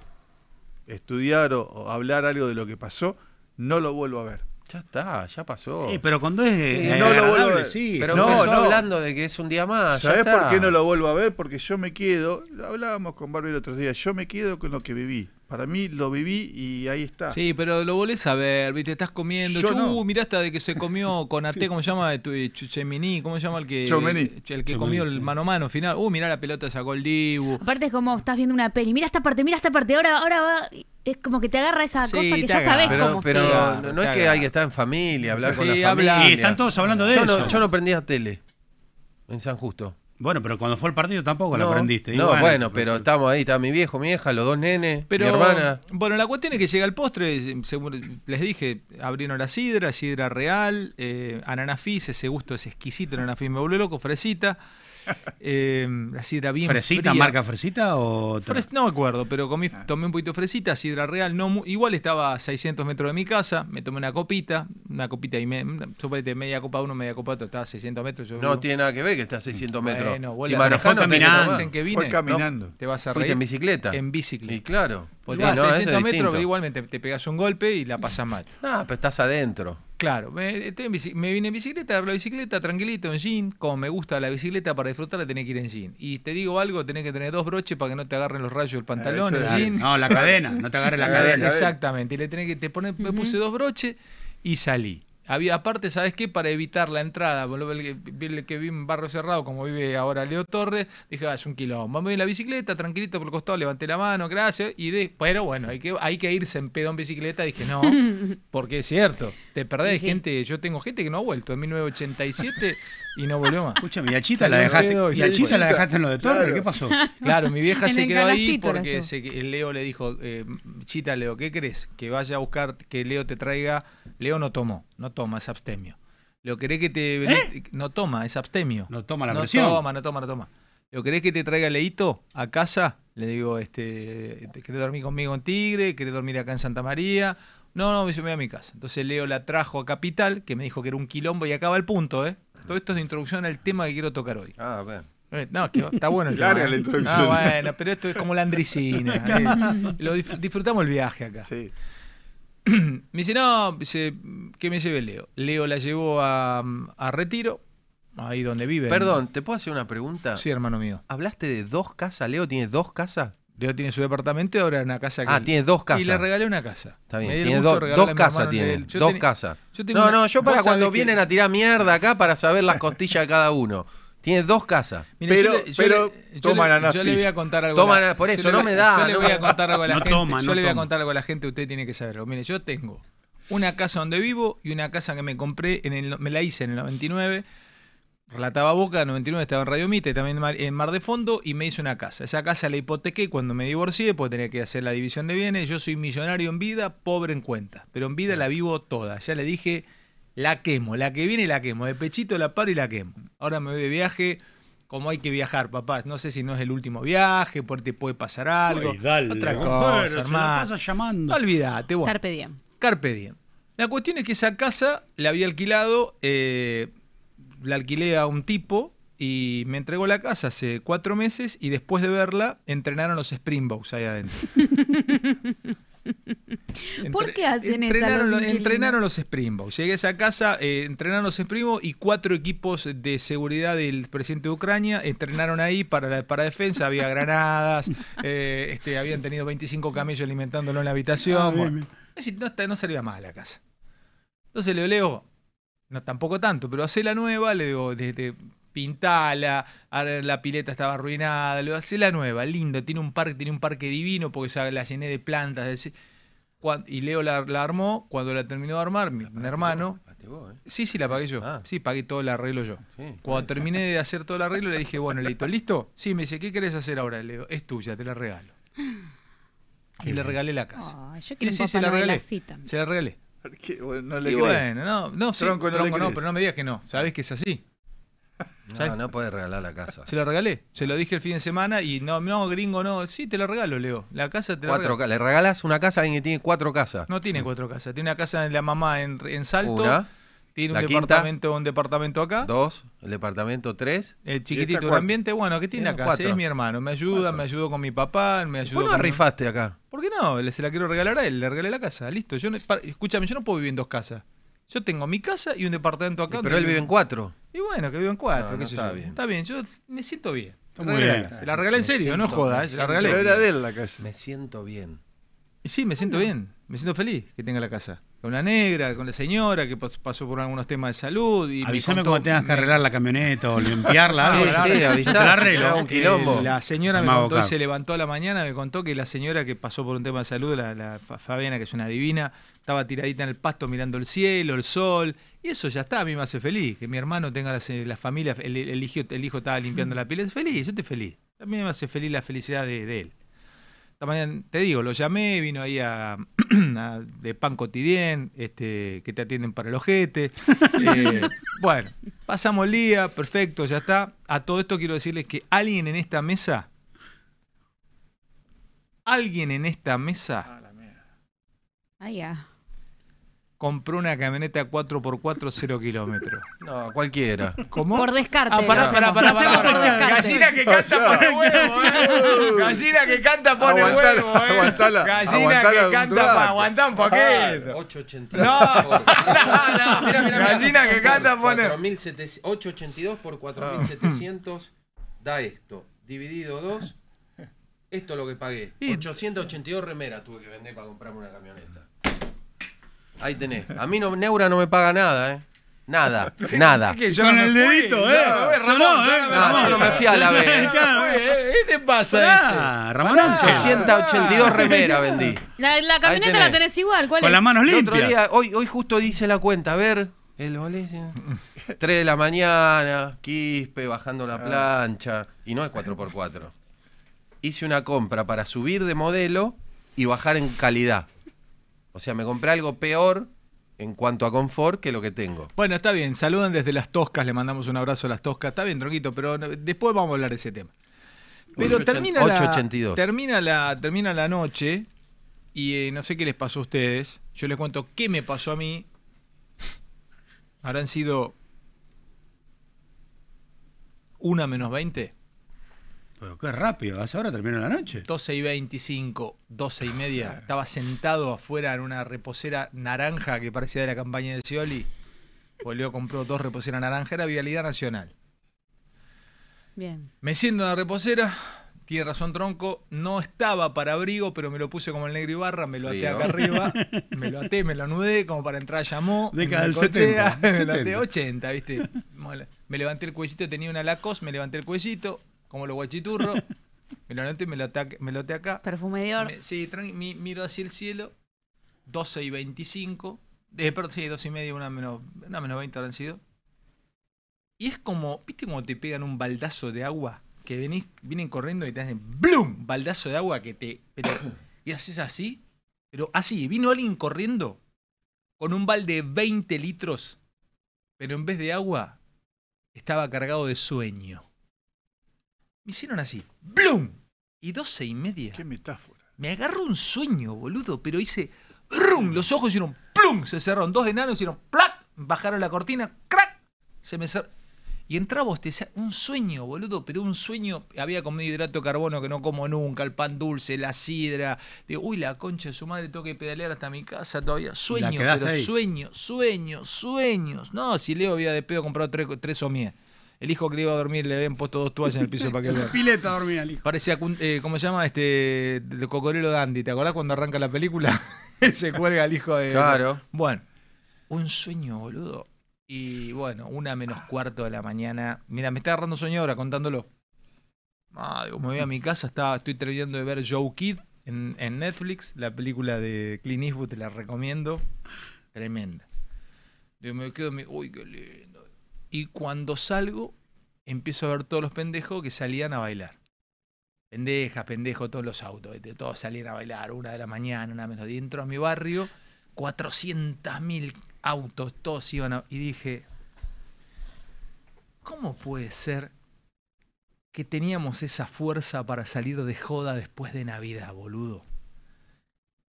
estudiar o, o hablar algo de lo que pasó, no lo vuelvo a ver.
Ya está, ya pasó.
Eh, pero cuando es. eh,
no lo vuelvo a
agradable,
ver.
sí.
Pero
No,
empezó
no.
hablando de que es un día más. Ah, ya
¿Sabés
está.
por qué no lo vuelvo a ver? Porque yo me quedo, lo hablábamos con Barbie el otro día, yo me quedo con lo que viví. Para mí lo viví y ahí está.
Sí, pero lo volvés a ver, ¿viste? Estás comiendo.
Yo
Chu, uh,
no.
mirá hasta de que se comió con AT, ¿cómo se llama? Tu- eh, Chuchemini, ¿cómo se llama el que.
Chomení.
El que comió el mano a mano final. Uh, mirá la pelota sacó el Dibu.
Aparte es como estás viendo una peli. Mira esta parte, mira esta parte. Ahora, ahora va. Es como que te agarra esa
Sí,
cosa que
te
ya
agarra.
sabes
Pero,
cómo
pero
se.
sea.
no, no es que hay que estar en familia, hablar con
Sí,
la
habla.
familia.
Y están todos hablando de
yo
eso.
No, yo no prendía tele en San Justo.
Bueno, pero cuando fue al partido tampoco la
No,
aprendiste. Y
No, bueno, pero estamos ahí, está mi viejo, mi hija, los dos nenes,
Pero,
mi hermana.
Bueno, la cuestión es que llega el postre, eh, según les dije, abrieron la sidra, sidra real, eh, ananafis, ese gusto es exquisito, ananafis me volvió loco, fresita, eh, la sidra bien
¿Fresita,
fría.
marca fresita o otra?
Fres- no me acuerdo, pero comí,
Ah.
tomé un poquito de fresita, sidra real. No, mu- igual estaba a 600 metros de mi casa, me tomé una copita, una copita y media, suponete media copa uno, media copa otro, estaba a 600 metros. Yo
No tiene nada que ver que está a 600 metros.
Bueno, vos
si
la-
manejás,
fue
no tenés
caminando.
nada.
¿En qué vine? Fue caminando.
No,
Te vas a
Fuiste
reír.
en bicicleta.
En bicicleta.
Y claro.
Porque
Sí, no,
a
eso es
600 metros,
distinto.
pero igualmente te pegas un golpe y la pasas mal.
Ah, pero estás adentro.
Claro, me, estoy en bici- me vine en bicicleta, agarro la bicicleta, tranquilito, en jean. Como me gusta la bicicleta, para disfrutarla tenés que ir en jean. Y te digo algo, tenés que tener dos broches para que no te agarren los rayos del pantalón,
Eso
el
es-
jean.
No, la cadena, no te agarre la cadena.
Exactamente, y le tenés que, te poner, me puse dos broches y salí. Había, aparte, ¿sabes qué? Para evitar la entrada, boludo, el que, vi- el que vi en barro cerrado, como vive ahora Leo Torres, dije, ah, es un quilombo. Me voy en la bicicleta, tranquilito por el costado, levanté la mano, gracias, y de, pero bueno, hay que, hay que irse en pedo en bicicleta, dije, no, porque es cierto, te perdés
Y sí.
gente, yo tengo gente que no ha vuelto en 1987 y no volvió más.
Escúchame, y a Chita la dejaste, y a Chita la dejaste en lo de Torre, ¿qué pasó?
Claro, mi vieja
En
se
el
quedó ahí
canastito la
porque
llevó.
se- el Leo le dijo, eh, Chita, Leo, ¿qué crees? Que vaya a buscar, que Leo te traiga... Leo no tomó, no toma, es abstemio. Leo, ¿querés que te... No toma, es abstemio.
¿Eh? No toma la
no
presión.
toma, no toma, no toma. Leo, ¿querés que te traiga Leito a casa? Le digo, este, ¿querés dormir conmigo en Tigre? ¿Querés dormir acá en Santa María? No, no, me dice, me voy a mi casa. Entonces Leo la trajo a Capital, que me dijo que era un quilombo y acaba el punto, ¿eh? Todo esto es de introducción al tema que quiero tocar hoy.
Ah, bueno.
Eh, No, es que está bueno el tema,
Larga
¿eh?
la introducción.
Ah, bueno, pero esto es como la andricina. eh. Lo disfr- disfrutamos el viaje acá.
Sí.
Me dice, no, dice, que me lleve Leo. Leo la llevó a, a Retiro, ahí donde vive.
Perdón, ¿te puedo hacer una pregunta?
Sí, hermano mío.
¿Hablaste de dos casas? ¿Leo tiene dos casas?
Leo tiene su departamento y ahora una casa que.
Ah, tiene dos casas.
Y le regalé una casa.
Está
Me
bien,
dio el
tiene
gusto de
dos,
regalarle
dos
a mi
casas.
hermano
Tiene,
Leo. Yo
dos
teni-
casas.
yo tengo
No,
una-
no, yo para
vos
cuando
sabés que-
vienen a tirar mierda acá para saber las costillas de cada uno. Tiene dos casas.
Mire,
Pero-
yo le- yo
pero
le- yo le-
toman
yo, le
anafis.
voy a contar algo.
Toman
a la-
a- por
yo
eso,
le
no
voy-
me da,
Yo le
no.
voy a contar algo a la
No
gente.
toma,
yo
no
le voy a
toma.
contar algo a la gente, usted tiene que saberlo. Mire, yo tengo una casa donde vivo y una casa que me compré, en el, me la hice en el 99. Relataba Boca, en el 99 estaba en Radio Mite, también en Mar- en Mar de Fondo, y me hice una casa. Esa casa la hipotequé cuando me divorcié, porque tenía que hacer la división de bienes. Yo soy millonario en vida, pobre en cuenta. Pero en vida la vivo toda. Ya le dije, la quemo, la que viene la quemo, de pechito la paro y la quemo. Ahora me voy de viaje, como hay que viajar, papá. No sé si no es el último viaje, porque te puede pasar algo.
Uy, dale,
Otra
bueno,
cosa,
se la
hermano.
pasa llamando.
No olvidate, bueno.
Carpe diem.
Carpe diem. La cuestión es que esa casa la había alquilado, eh, la alquilé a un tipo y me entregó la casa hace cuatro meses y después de verla entrenaron los Springboks ahí adentro.
¿Por
Entre-
qué hacen eso a los
entrenaron, los,
inquilinos?
entrenaron los Springboks. Llegué a esa casa, eh, entrenaron los Springboks y cuatro equipos de seguridad del presidente de Ucrania entrenaron ahí para, la- para defensa. Había granadas, eh, este, habían tenido 25 camellos alimentándolo en la habitación.
Ah, bien,
Bueno,
bien.
es decir, no, está- no servía más la casa. Entonces le leo, no tampoco tanto, pero hacé la nueva, le digo, desde pintala, ahora la pileta estaba arruinada, le digo, hacé la nueva, lindo, tiene un parque, tiene un parque divino porque ya la llené de plantas. es decir, cuan- y Leo la, la armó, cuando la terminó de armar, mi, mi hermano,
Pagaste vos, ¿eh?
sí, sí, la pagué yo,
Ah.
sí, pagué todo el arreglo yo.
Sí.
Cuando terminé de hacer todo el arreglo, le dije, bueno, Leito, ¿listo? Sí, me dice, ¿qué querés hacer ahora? Le digo, es tuya, te la regalo. Y le regalé la casa.
Ay, yo
Sí,
quiero
sí,
un
se
papá
la
Noel
regalé.
así también.
Se la regalé.
Porque, bueno, no le
Y
crees.
bueno, no, no, sí,
Tronco,
tronco,
no le
no,
crees.
pero no me digas que no. Sabés que es así. ¿Sabes?
No, no puedes regalar la casa.
Se lo regalé. Se lo dije el fin de semana y no, no, gringo, no. Sí, te lo regalo, Leo. La casa te la
Cuatro
regalo.
ca- Le regalás una casa a alguien que tiene cuatro casas.
No tiene cuatro casas. Tiene una casa de la mamá en, en Salto.
Una,
tiene
la
un
quinta.
departamento, un departamento acá.
dos, el departamento tres.
El
Y esta
chiquitito, el
cuatro.
ambiente, bueno, ¿qué tiene
Tiene
acá?
cuatro.
Sí, es mi hermano. Me ayuda, me ayudó con mi papá, me ayudó
¿Vos no
con...
rifaste acá?
¿Por qué no? Le- Se la quiero regalar a él, le regalé la casa, listo. Yo no- para- escúchame, yo no puedo vivir en dos casas. Yo tengo mi casa y un departamento acá.
Pero
donde
él vive en cuatro.
Y bueno, que viven cuatro,
No,
qué
no
sé
está
yo.
bien.
Está bien, yo me siento bien.
Está muy
Regalé la
bien.
casa. La regalé en serio, no jodas, Ah, la
Pero
regalé.
era de él la casa.
Me siento bien.
Y sí, me siento bien, me siento feliz que tenga la casa. con la negra, con la señora que pas- pasó por algunos temas de salud. Y me
Avísame
contó-
cuando tengas que
me-
arreglar la camioneta o limpiarla.
Sí,
algo,
sí,
te la
avisá, si
arreglo.
queda un quilombo. La señora me
Mago
contó y
Carp.
se levantó a la mañana, me contó que la señora que pasó por un tema de salud, la, la Fa- Fabiana, que es una divina, estaba tiradita en el pasto mirando el cielo, el sol. Y eso ya está, a mí me hace feliz. Que mi hermano tenga la, se- la familia, el, el hijo, el hijo estaba limpiando la piel, es feliz, yo estoy feliz. A mí me hace feliz la felicidad de, de él. Esta mañana, te digo, lo llamé, vino ahí a, a- de Pan Cotidien, este, que te atienden para el ojete. Eh, bueno, pasamos el día, perfecto, ya está. A todo esto quiero decirles que alguien en esta mesa, alguien en esta mesa
Ah, ya.
compró una camioneta 4x4 0 kilómetros.
No, cualquiera.
¿Cómo?
Por descarte.
Ah, pará,
Lo
pará, pará,
hacemos. Lo hacemos
pará,
por
pará.
descarte.
Gallina que canta pone huevo, eh. Gallina que canta pone
Aguantala,
huevo, eh.
aguantala,
Gallina
aguantala
que
un
canta,
rato.
pa, aguantá un poquito.
882.
No, no, no. Gallina que canta pone
882 por 4700 da esto. Dividido 2, esto es lo que pagué. 882 remeras tuve que vender para comprarme una camioneta. Ahí tenés. A mí no, Neura no me paga nada, ¿eh? Nada, nada.
Que yo no me fui, yo no me fui, Ramón, yo no me
No,
fui.
yo no me fui a la vez.
Yo no me fui, ¿eh? ¿Qué te pasa? este?
Ramón Ancho.
882 remeras vendí.
La, la camioneta
tenés.
la tenés igual. ¿Cuál es?
El otro día, hoy, hoy justo hice la cuenta, a ver. El Valencia. 3 de la mañana, Quispe bajando
Ah.
la plancha. Y no es 4x4. Hice una compra para subir de modelo y bajar en calidad. O sea, me compré algo peor en cuanto a confort que lo que tengo.
Bueno, está bien, saludan desde Las Toscas, le mandamos un abrazo a Las Toscas. Está bien, Tronquito, pero no- después vamos a hablar de ese tema. Pero
880-
termina, la-
882.
termina, la, termina la noche y eh, no sé qué les pasó a ustedes. Yo les cuento qué me pasó a mí. Habrán sido una menos 20,
Pero qué rápido, hace ahora terminó la noche. Ah.
12 y 25, 12 y media. Estaba sentado afuera en una reposera naranja que parecía de la campaña de Scioli. Volvió, compró dos reposeras naranjas, era Vialidad Nacional.
Bien.
Me siento en la reposera. Tiene razón Tronco, no estaba para abrigo, pero me lo puse como el negro Ibarra, me lo até
Frío.
acá arriba, me lo até, me lo anudé, como para entrar llamó.
Década
me
del 70,
cochea, Me lo até
70.
80, ¿viste? Mola. Me levanté el cuellito, tenía una Lacoste, me levanté el cuellito, como los guachiturros, me lo levanté, me lo até, me lo até acá.
Perfume de oro.
Me- sí, tranqui, mi- miro hacia el cielo, 12 y 25. Eh, perdón, sí, 12 y media, una menos, una menos 20 habrán sido. Y es como, ¿viste cómo te pegan un baldazo de agua? Que venís, vienen corriendo y te hacen ¡blum! Baldazo de agua que te. pero- y haces así. Pero así, vino alguien corriendo con un balde de 20 litros, pero en vez de agua, estaba cargado de sueño. Me hicieron así, ¡blum! Y 12 y media.
Qué metáfora.
Me agarró un sueño, boludo, pero hice. ¡brum! Los ojos hicieron plum, se cerraron. Dos enanos hicieron plac, bajaron la cortina, crack, se me cerró. Y entraba este, un sueño, boludo, pero un sueño. Había comido hidrato de carbono que no como nunca, el pan dulce, la sidra. Digo, uy, la concha de su madre, tengo que pedalear hasta mi casa todavía. Sueño,
quedaste
pero
ahí.
sueño, sueño, sueños. No, si Leo había de pedo comprado tres, tres omías. El hijo que le iba a dormir le habían puesto dos toallas en el piso para que duerma.
Pileta dormía el hijo.
Parecía, cun- eh, ¿cómo se llama? Este, de Cocorelo Dandy. ¿Te acordás cuando arranca la película? se cuelga el hijo de...
Claro.
Bueno, un sueño, boludo. Y bueno, una menos cuarto de la mañana. Mira, me está agarrando sueño ahora contándolo. Ah, digo, me voy a mi casa, estaba, estoy terminando de ver Joe Kid en, en Netflix, la película de Clint Eastwood, te la recomiendo. Tremenda. Digo, me quedo, me- uy, qué lindo. Y cuando salgo, empiezo a ver todos los pendejos que salían a bailar. Pendejas, pendejos, todos los autos, ¿viste? todos salían a bailar, una de la mañana, una menos. Y entro a mi barrio, 400.000 autos, todos iban a... Y dije, ¿cómo puede ser que teníamos esa fuerza para salir de joda después de Navidad, boludo?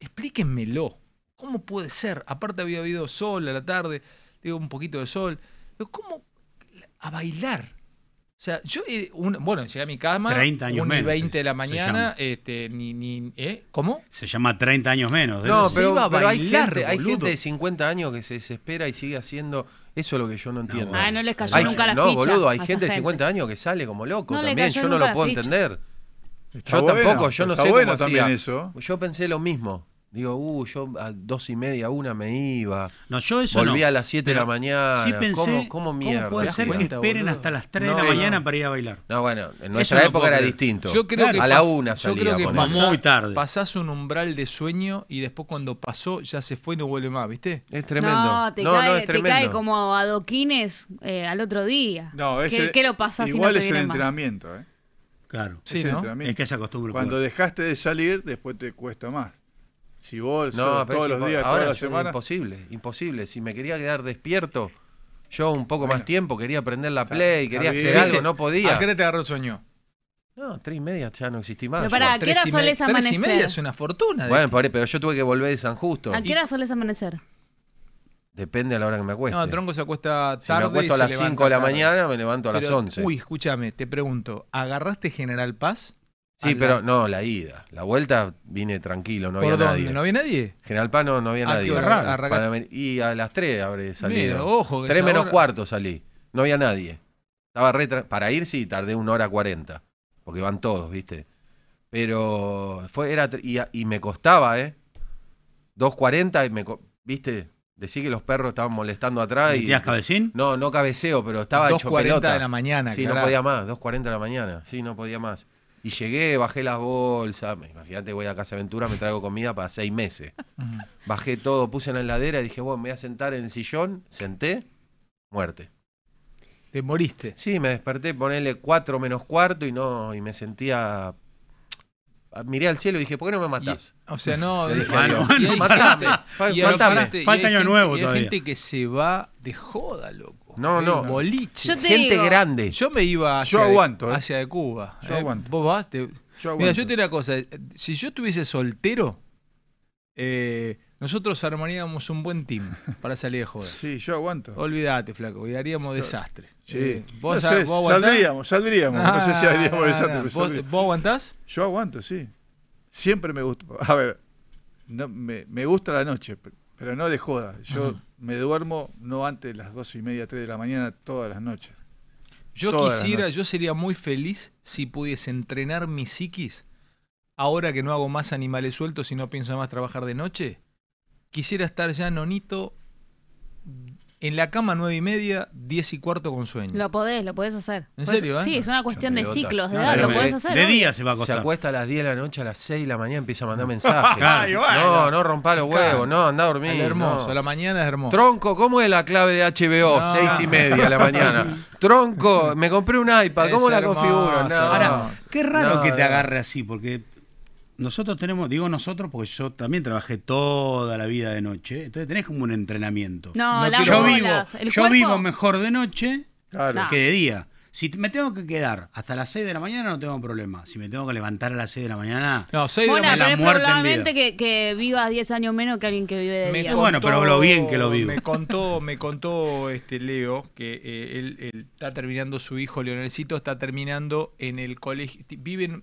Explíquenmelo. ¿Cómo puede ser? Aparte había habido sol a la tarde, digo, un poquito de sol. Digo, ¿Cómo? A bailar. O sea, yo, eh, un- bueno, llegué a mi cama,
30 años
1 y
menos,
20 de la
se- se
mañana, este, ni, ni, ¿eh? ¿Cómo?
Se llama 30 años menos. ¿eh?
No,
se
pero,
iba a
pero hay,
bailar,
gente, hay
boludo.
gente de 50 años que se desespera y sigue haciendo. Eso es lo que yo no entiendo.
Ah, no les cayó
Hay-
nunca la
No,
ficha
boludo, hay
a esa
gente de
gente.
50 años que sale como loco
No le
también. Yo
cayó
no
nunca
lo
la
puedo
ficha.
entender.
Está
yo
bueno,
tampoco, yo no
está
sé
bueno
cómo
también
hacía.
eso.
Yo pensé lo mismo. Digo, uh, yo a dos y media, una me iba.
No, yo eso
Volví
no.
a las 7 de la
Pero
mañana.
sí pensé,
¿Cómo,
¿cómo
cómo mierda?
puede
¿Te
ser
das
que
cuenta,
esperen
boludo?
hasta las 3 de
No,
la mañana para ir a bailar?
No, bueno, en
Eso
nuestra
no lo
época
puedo
era
creer.
distinto.
Yo creo que
a la
pas-
una
yo
salía.
creo que
ponele.
pasá- pasás un umbral de sueño y después cuando pasó ya se fue y no vuelve más, ¿viste?
Es
No, te, cae, te cae como adoquines eh, al otro día.
No,
¿Qué,
ese-
qué lo pasas si no
Igual
te
es el
vienen más?
entrenamiento, ¿eh?
Claro.
Es el entrenamiento.
Es que se acostumbra.
Cuando dejaste de salir, después te cuesta más. Si vos
No,
sos
pero
todos
es
los
impo-
días,
ahora
toda la
yo-
semana.
imposible, imposible. Si me quería quedar despierto, yo un poco más tiempo, quería prender la play, quería
bien.
hacer
¿Viste?
algo, no podía.
¿A qué hora te agarró el sueño?
No, tres y media ya no existí más. yo.
Pero pará, ¿a qué hora
Tres y me-
solés
tres y
amanecer?
media
es una fortuna. de-
Bueno, pobre, pero yo tuve que volver de San Justo.
¿A qué hora solés amanecer?
Depende a la hora que me acueste.
No, Tronco se acuesta
Si me
tarde.
acuesto a
y se
las
levanta
5 de la
tarde.
mañana, me levanto a las
Pero,
11.
Uy, escúchame, te pregunto, ¿agarraste General Paz?
sí,
Al-
pero no, la ida. La vuelta vine tranquilo, no
¿Por
había
dónde?
nadie.
¿No había nadie?
General Pano no
¿A
había
qué
nadie.
hora arrancaste?
Panamer- y a las 3 habré salido.
Mira, ojo que
3
esa
menos
hora-
cuarto salí. No había nadie. Estaba re tra- Para ir sí, tardé una hora 40. Porque van todos, ¿viste? Pero fue, era, tr- y, a- y me costaba, ¿eh? 2.40 y me... co- ¿Viste? Decí que los perros estaban molestando atrás y...
¿Metías cabecín?
No, no cabeceo, pero estaba hecho
2.40
pelota.
de la mañana,
Sí, no
carajo.
podía más, 2.40 de la mañana. Sí, no podía más. Y llegué, bajé las bolsas. me- Imagínate, voy a Casa Aventura, me traigo comida para seis meses.
Mm.
Bajé todo, puse en la heladera y dije, bueno, me voy a sentar en el sillón. Senté, muerte.
¿Te moriste?
Sí, me desperté, ponerle 4 menos cuarto y no, y me sentía... Miré al cielo y dije, ¿por qué no me matás?
O sea, no,
Le dije,
bueno,
"Dios,
y hay
matame,
gente-
fa-
y hay
matame".
gente- y hay
Falta año
gente-
nuevo
y Hay
todavía.
gente que se va de joda, loco.
No,
Hay
no.
Boliche.
Yo te Gente digo- grande.
Yo me iba hacia,
Yo aguanto,
de,
eh.
hacia de Cuba.
Yo
eh.
aguanto.
Vos vas, te- Mira,
aguanto.
yo te digo una cosa. eh, Si yo estuviese soltero, eh, nosotros armaríamos un buen team para salir de joda.
Sí, yo aguanto.
Olvídate, flaco, y haríamos desastre.
Sí.
Eh,
No
¿Vos,
sé,
vos aguantás?
saldríamos, saldríamos. No sé si
Ah,
haríamos
no,
desastre,
no.
pero
¿Vos,
saldríamos.
¿Vos aguantás?
Yo aguanto, sí. Siempre me gusta. A ver, no, me, me gusta la noche, pe- pero no de joda. Yo
Ajá.
me duermo no antes de las dos y media, tres de la mañana, todas las noches.
Yo
Todas las
quisiera,
noches.
yo sería muy feliz si pudiese entrenar mi psiquis. Ahora que no hago más animales sueltos y no pienso más trabajar de noche, quisiera estar ya nonito en la cama nueve y media, diez y cuarto con sueño.
Lo podés, lo podés hacer.
¿En
Por eso-
serio, eh?
Sí, es una cuestión de
Pelota.
ciclos, de
No,
edad,
pero
lo
me-
podés hacer. obvio.
Se acuesta a las 10 de la noche, a las 6 de la mañana empieza a mandar mensajes.
Claro.
No, no rompa los huevos, no, anda a dormir.
Al hermoso,
no.
a la mañana es hermoso.
Tronco, ¿cómo es la clave de HBO?
No.
Seis y media de la mañana. Tronco, me compré un iPad, ¿cómo
Es
la
hermoso.
configuro? No.
Ahora, qué raro
No,
que te
no.
agarre así, porque nosotros tenemos, digo nosotros, porque yo también trabajé toda la vida de noche, entonces tenés como un entrenamiento.
No, las
yo vivo,
bolas, el
yo
cuerpo-
vivo mejor de noche
No.
que de día. Si me tengo que quedar hasta las 6 de la mañana no tengo problema. Si me tengo que levantar a las 6 de la mañana,
no, 6
Bueno,
la
pero es
muerte en
probablemente
vida.
que, que vivas 10 años menos que alguien que vive de
Me
día.
contó-
Bueno, pero lo bien que lo vivo.
Me contó, me contó este Leo que eh, él, él está terminando su hijo Leonelcito, está terminando en el colegio. Viven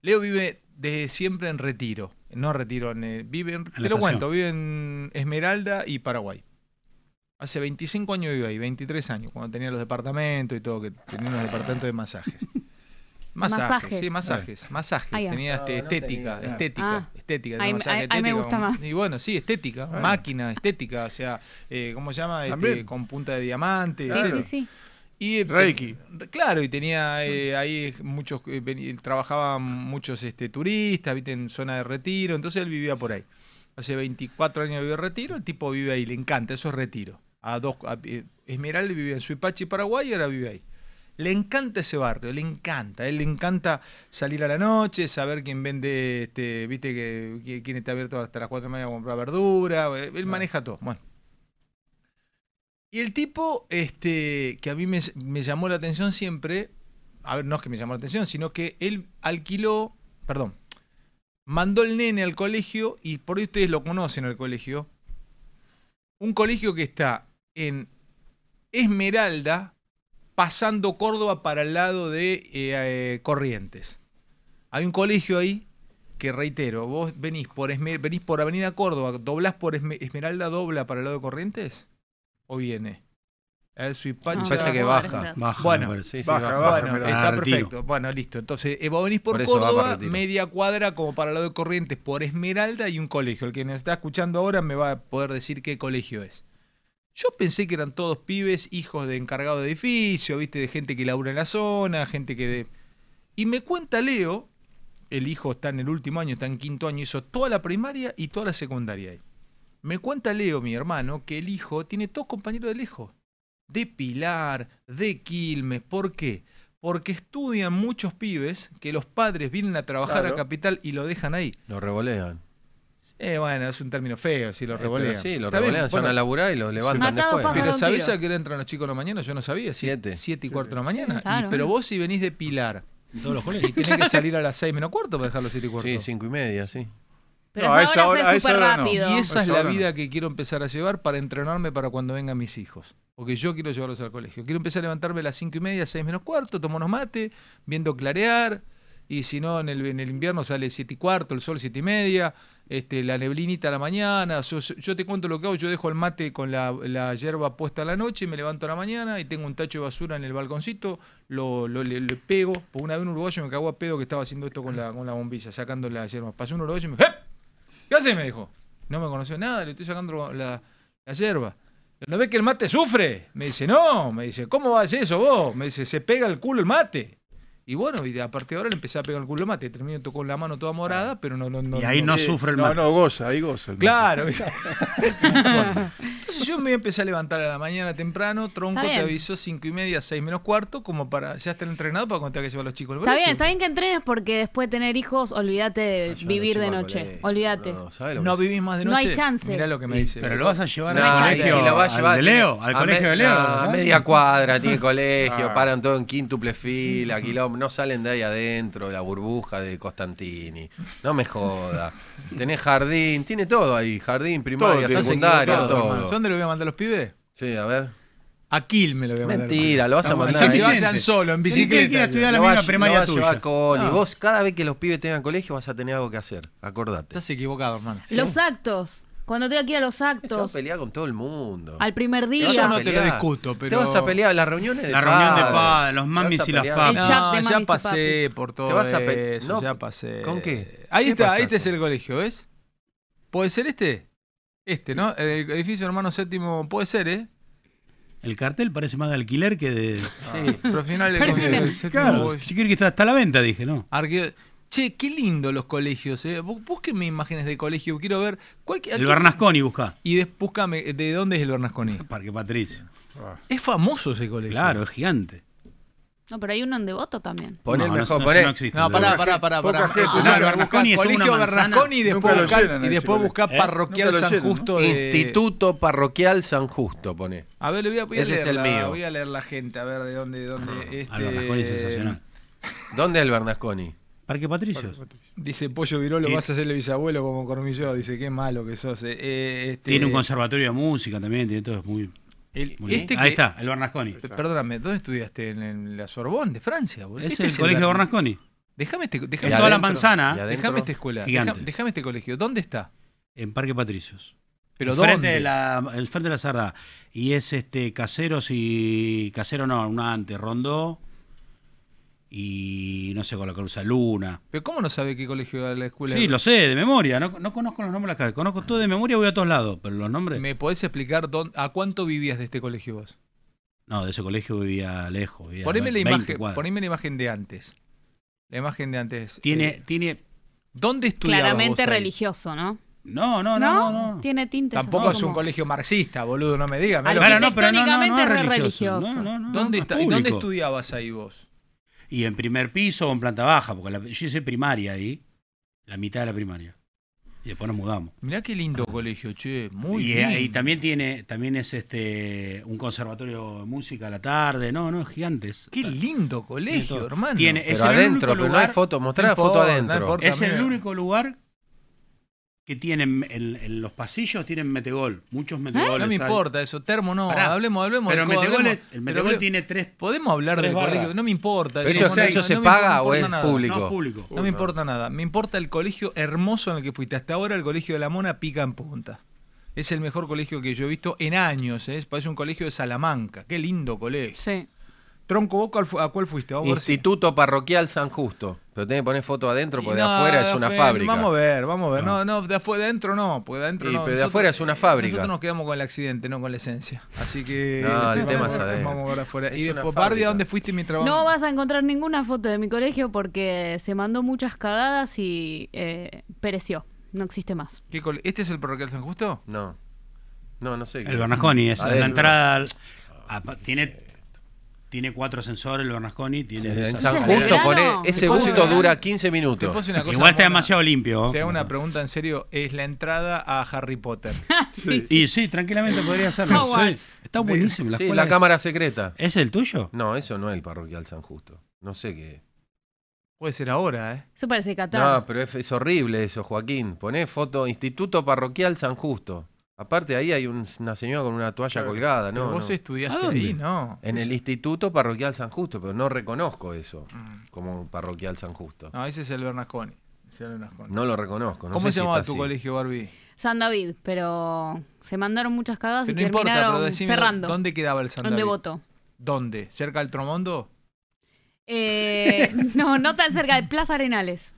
Leo vive desde siempre en retiro. No retiro, en, eh, vive en- te lo
estación.
cuento, vive en Esmeralda y Paraguay. Hace 25 años vive ahí, 23 años, cuando tenía los departamentos y todo, que tenía unos departamentos de masajes. Masajes,
Masajes.
sí, masajes, masajes.
Ah, ya.
tenía este,
No, no
estética,
tenía.
estética,
Ah.
estética,
Ahí-
tenía masaje
ahí- ahí me
estética
gusta
con-
más.
Y bueno, sí, estética,
Bueno.
máquina, estética, o sea, eh, ¿cómo se llama? Este,
También.
con punta de diamante.
Sí,
etcétera.
sí, sí.
Y,
Reiki.
pe- Claro, y tenía eh, ahí muchos, eh, veni- trabajaban muchos este, turistas, viste, en zona de retiro, entonces él vivía por ahí. Hace 24 años vive en retiro, el tipo vive ahí, le encanta, eso es retiro. A dos, a- eh, Esmeralda vivía en Suipachi, Paraguay, y ahora vive ahí. Le encanta ese barrio, le encanta. A él le encanta salir a la noche, saber quién vende, este, viste, que, que- quién está abierto hasta las 4 de la mañana a comprar verdura. eh, Él maneja todo. Bueno. Y el tipo este, que a mí me, me llamó la atención siempre, a ver, no es que me llamó la atención, sino que él alquiló, perdón, mandó el nene al colegio, y por ahí ustedes lo conocen al colegio, un colegio que está en Esmeralda, pasando Córdoba para el lado de eh, eh, Corrientes. Hay un colegio ahí que, reitero, vos venís por, Esme- venís por Avenida Córdoba, doblás por Esme- Esmeralda, dobla para el lado de Corrientes, o viene. A ver, Suipacha-
Me parece que baja. Baja,
bueno,
me parece. Sí, sí,
baja,
baja.
bueno,
Esmeralda.
está
Ah, Retiro.
perfecto. Bueno, listo. Entonces, eh, vos venís por,
Por eso va para
Córdoba,
Retiro.
media cuadra como para el lado de Corrientes, por Esmeralda y un colegio. El que nos está escuchando ahora me va a poder decir qué colegio es. Yo pensé que eran todos pibes, hijos de encargados de edificio, viste, de gente que labura en la zona, gente que de. Y me cuenta Leo, el hijo está en el último año, está en quinto año, hizo toda la primaria y toda la secundaria ahí. Me cuenta Leo, mi hermano, que el hijo tiene dos compañeros de lejos. De Pilar, de Quilmes. ¿Por qué? Porque estudian muchos pibes que los padres vienen a trabajar
Claro.
a Capital y lo dejan ahí.
Lo revolean.
Eh, bueno, es un término feo si lo
Eh, pero
revolean.
sí, lo
Está bien,
revolean, se van a laburar y los levantan Matado, después. pájaro,
Pero
un
¿sabés
tiro.
a qué hora entran los chicos a la mañana? Yo no sabía. si- Siete. y cuarto de la mañana. Y-
claro.
pero vos si venís de Pilar
todos los colegios.
y tenés que salir a las seis menos cuarto para dejar los siete y cuarto.
Sí, cinco y media, sí.
Pero a esa hora se súper rápido.
Y esa es la
hora no.
vida que quiero empezar a llevar para entrenarme para cuando vengan mis hijos. Porque yo quiero llevarlos al colegio. Quiero empezar a levantarme a las 5 y media, 6 menos cuarto, tomo unos mate, viendo clarear. Y si no, en el, en el invierno sale 7 y cuarto, el sol 7 y media, este, la neblinita a la mañana. Yo, yo te cuento lo que hago, yo dejo el mate con la, la hierba puesta a la noche, me levanto a la mañana y tengo un tacho de basura en el balconcito, lo, lo- le, le pego. Por una vez un uruguayo me cagó a pedo que estaba haciendo esto con la, con la bombilla, sacando la hierba. Pasó un uruguayo y me dijo, "¡Eh! ¿Qué haces? Me dijo. No me conoció nada, le estoy sacando la, la hierba. ¿No ves que el mate sufre? Me dice, no. Me dice, ¿cómo vas a hacer eso vos? Me dice, se pega el culo el mate. Y bueno, y a partir de ahora le empecé a pegar el culo el mate. Terminé con la mano toda morada, pero no... no, no
Ah. Y ahí no sufre el
No,
mate.
no, goza, ahí goza. el mate.
Claro. Bueno, entonces yo me empecé a levantar a la mañana temprano. Tronco
Está
te
bien.
avisó cinco y media, seis menos cuarto, como para ya estar entrenado para cuando tenga que llevar a los chicos al
Está bien,
colegio.
está bien que entrenes porque después de tener hijos, olvídate de vivir de noche. Olvídate.
No vivís más de
No
noche.
hay chance.
Mirá lo que me
Y-
dice.
pero lo vas a llevar
No,
al
y
colegio,
si lo va a
al
llevar,
de
tiene-
Leo, al
a
colegio
me-
de Leo,
no, a
¿no?
media cuadra tiene colegio,
Ah.
paran todo en quíntuple fila, quilombo, no salen de ahí adentro, la burbuja de Costantini. No me joda. Tenés jardín, tiene todo ahí, jardín, primaria,
tiene.
secundaria,
Todo,
todo.
hermano. ¿Dónde lo voy a mandar a los pibes?
Sí, a ver.
A Quilmes lo voy a mandar.
Mentira, lo vas a
Vamos,
mandar.
Que
ahí.
vayan solo, en
Si
bicicleta.
tiene que ir a estudiar
Lo
la
vas-
misma primaria
lo vas a
tuya.
llevar con-
Y
No.
vos cada vez que los pibes tengan colegio vas a tener algo que hacer, acordate.
Estás equivocado, hermano.
Los actos. Cuando tenga que ir a los
Se va a
actos.
pelear con todo el mundo.
Al primer día.
vas a
Eso no te
pelear.
lo discuto, pero-
Te vas a pelear las reuniones de
La reunión de
padres.
padres, los
Te
mamis
vas a
y las
pelear.
papas.
No,
No,
de
ya
mamis y
pasé por todo
Te vas a pe-
eso,
no,
ya pasé.
¿con qué?
Ahí
¿Qué
está,
pasaste?
este es el colegio, ¿ves? ¿Puede ser este? Este, ¿no? El edificio hermano séptimo puede ser, ¿eh?
El cartel parece más de alquiler que de.
Sí. Profesional de
Parece
colegio,
una-
el séptimo
Claro,
voy.
yo quiero que está, está a la venta, dije, ¿no?
Arque- Che, qué lindo los colegios, ¿eh? Bú- Búsquenme imágenes de colegio, quiero ver. cuál que- a
El
qué-
Bernasconi busca.
Y des- búscame, ¿de dónde es el Bernasconi?
Parque Patricio.
Es famoso ese colegio.
Claro, es gigante.
No, pero hay uno en Devoto también.
Pon el
No, no,
mejor,
no,
pon
eso
el-
no existe.
No, pará,
Poca
pará,
gente-
pará,
poca
pará.
gente.
Ah,
Escuchá, el
buscá
Bernasconi es toda una
Colegio
manzana.
Bernasconi y después
Nunca lo
buscar-
llenan
y
ese
después
colegio.
buscar
¿Eh?
Parroquial
Nunca lo
San
llenan, ¿no?
Justo de-
Instituto Parroquial San Justo, pone.
A ver, le voy a, voy a
Ese es el
leerla,
mío.
Voy a leer la gente, a ver de dónde, de dónde este.
Ah, Bernasconi
Eh,
es sensacional.
¿Dónde es el Bernasconi?
Parque Patricios.
Dice Pollo Virolo,
Tiene-
vas a ser el bisabuelo como Cormilló. Dice, qué malo que sos. eh. Eh, este,
Tiene un conservatorio de música también, tiene todo, es muy.
el-
muy bien.
este que-
Ahí está, el Bernasconi.
Pe- Perdóname, ¿dónde estudiaste? En, en la Sorbonne de Francia, boludo.
Es
Este
el colegio
Bern-
Bernasconi.
Déjame este
En
déjame
toda la
adentro.
manzana.
Déjame esta escuela.
Gigante.
Déjame, déjame este colegio. ¿Dónde está?
En Parque Patricios.
Pero
Enfrente
¿dónde?
De la, el frente de la Sarda. Y es este caseros y. Casero no, una antes, Rondó. Y no sé, con la Cruz Luna.
¿Pero cómo no sabe qué colegio era la escuela?
Sí, lo sé, de memoria. No, no conozco los nombres de acá. Conozco todo de memoria, voy a todos lados. Pero los nombres.
¿Me podés explicar dónde, a cuánto vivías de este colegio vos?
No, de ese colegio vivía lejos. vivía
Poneme la,
20
imagen,
cuadras.
poneme la imagen de antes. La imagen de antes.
Tiene-
eh,
tiene.
¿Dónde estudiabas
Claramente
vos ahí?
religioso, ¿no?
No, no,
no, no, Tiene tintes.
Tampoco es un colegio marxista, boludo, no me digas. me lo-
Arquitectónicamente re
religioso,
religioso.
¿Dónde,
no,
está-
es
¿y dónde
público.
estudiabas ahí vos?
Y en primer piso o en planta baja, porque la- yo hice primaria ahí, la mitad de la primaria. Y después nos mudamos.
Mirá qué lindo colegio, che, muy
y, eh,
bien.
y también tiene, también es este un conservatorio de música a la tarde, no, no, es gigantes.
Qué lindo colegio, hermano.
Tiene, es
Pero
el
adentro,
único
pero no
lugar-
hay foto, mostrá la foto adentro.
es el único lugar que tienen en, en los pasillos tienen metegol, muchos metegoles.
¿Eh? No me
hay.
importa eso, termo no,
Pará.
hablemos, hablemos.
Pero
de co-
Metegol es-
hablemos-
el
pero
Metegol
hablemos-
tiene tres-
Podemos hablar
tres
del
barras.
colegio, no me importa.
Pero eso-
no-
eso
no
se
me importa-
paga
no
o
importa
es
nada.
público.
No, es público.
No me
Uy, no.
importa nada, me importa el colegio hermoso en el que fuiste. Hasta ahora el colegio de la Mona pica en punta. Es el mejor colegio que yo he visto en años, ¿eh? parece un colegio de Salamanca. Qué lindo colegio.
Sí.
Tronco, ¿vos cuál fu- a cuál fuiste? Vamos a ver si-
Instituto Parroquial San Justo. Pero tenés que poner foto adentro porque de
No,
afuera es
de
una
afuera,
fábrica.
Vamos a ver, vamos a ver. No, no, de, afuera, de adentro no, porque de adentro
Y,
no.
pero
nosotros-
de
eh,
afuera es una fábrica.
Nosotros nos quedamos con el accidente, no con la esencia. Así que.
No, el
vamos
tema
a
es
ver-
adentro.
Vamos a ver afuera. Y
Es una
después, Bardi,
fábrica.
¿a dónde fuiste mientras
No vas a encontrar ninguna foto de mi colegio porque se mandó muchas cagadas y eh, pereció. No existe más.
¿Qué cole- ¿Este es el Parroquial San Justo?
No. No, no sé.
El Bernasconi es
Adentro.
la entrada. al- a- tiene, tiene cuatro ascensores el Bernasconi. Tiene
En
de esas
San
escaleras.
Justo, poné- ese
Después
bulto
una-
dura 15
Te
minutos.
puedo decir una cosa,
Igual está
Mona.
demasiado limpio.
Te hago una pregunta en serio. Es la entrada a Harry Potter.
Y sí, tranquilamente podría hacerlo. sí.
Hogwarts.
Está buenísimo. La
Sí,
escuela
la
es-
cámara secreta.
¿Es el tuyo?
No, eso no es el Parroquial San Justo. No sé qué.
Puede ser ahora, ¿eh?
Eso parece Qatar.
No, pero es, es horrible eso, Joaquín. Poné foto Instituto Parroquial San Justo. Aparte ahí hay un- una señora con una toalla colgada,
Pero
Ah, ¿no?
vos
no.
estudiaste
¿A dónde?
ahí, ¿no?
En el Instituto Parroquial San Justo, pero no reconozco eso
Mm.
como Parroquial San Justo.
No, ese es el Bernasconi. Ese es el Bernasconi.
No lo reconozco. No
Ah, ¿Cómo se
sé si
llamaba
está
tu
así.
colegio, Barbie?
San David, pero se mandaron muchas cagadas
Pero
y
no importa,
terminaron
pero decime,
cerrando.
¿dónde quedaba el San
En
David?
Devoto.
¿Dónde? ¿Cerca del Tromondo?
Eh, no, no tan cerca de Plaza Arenales.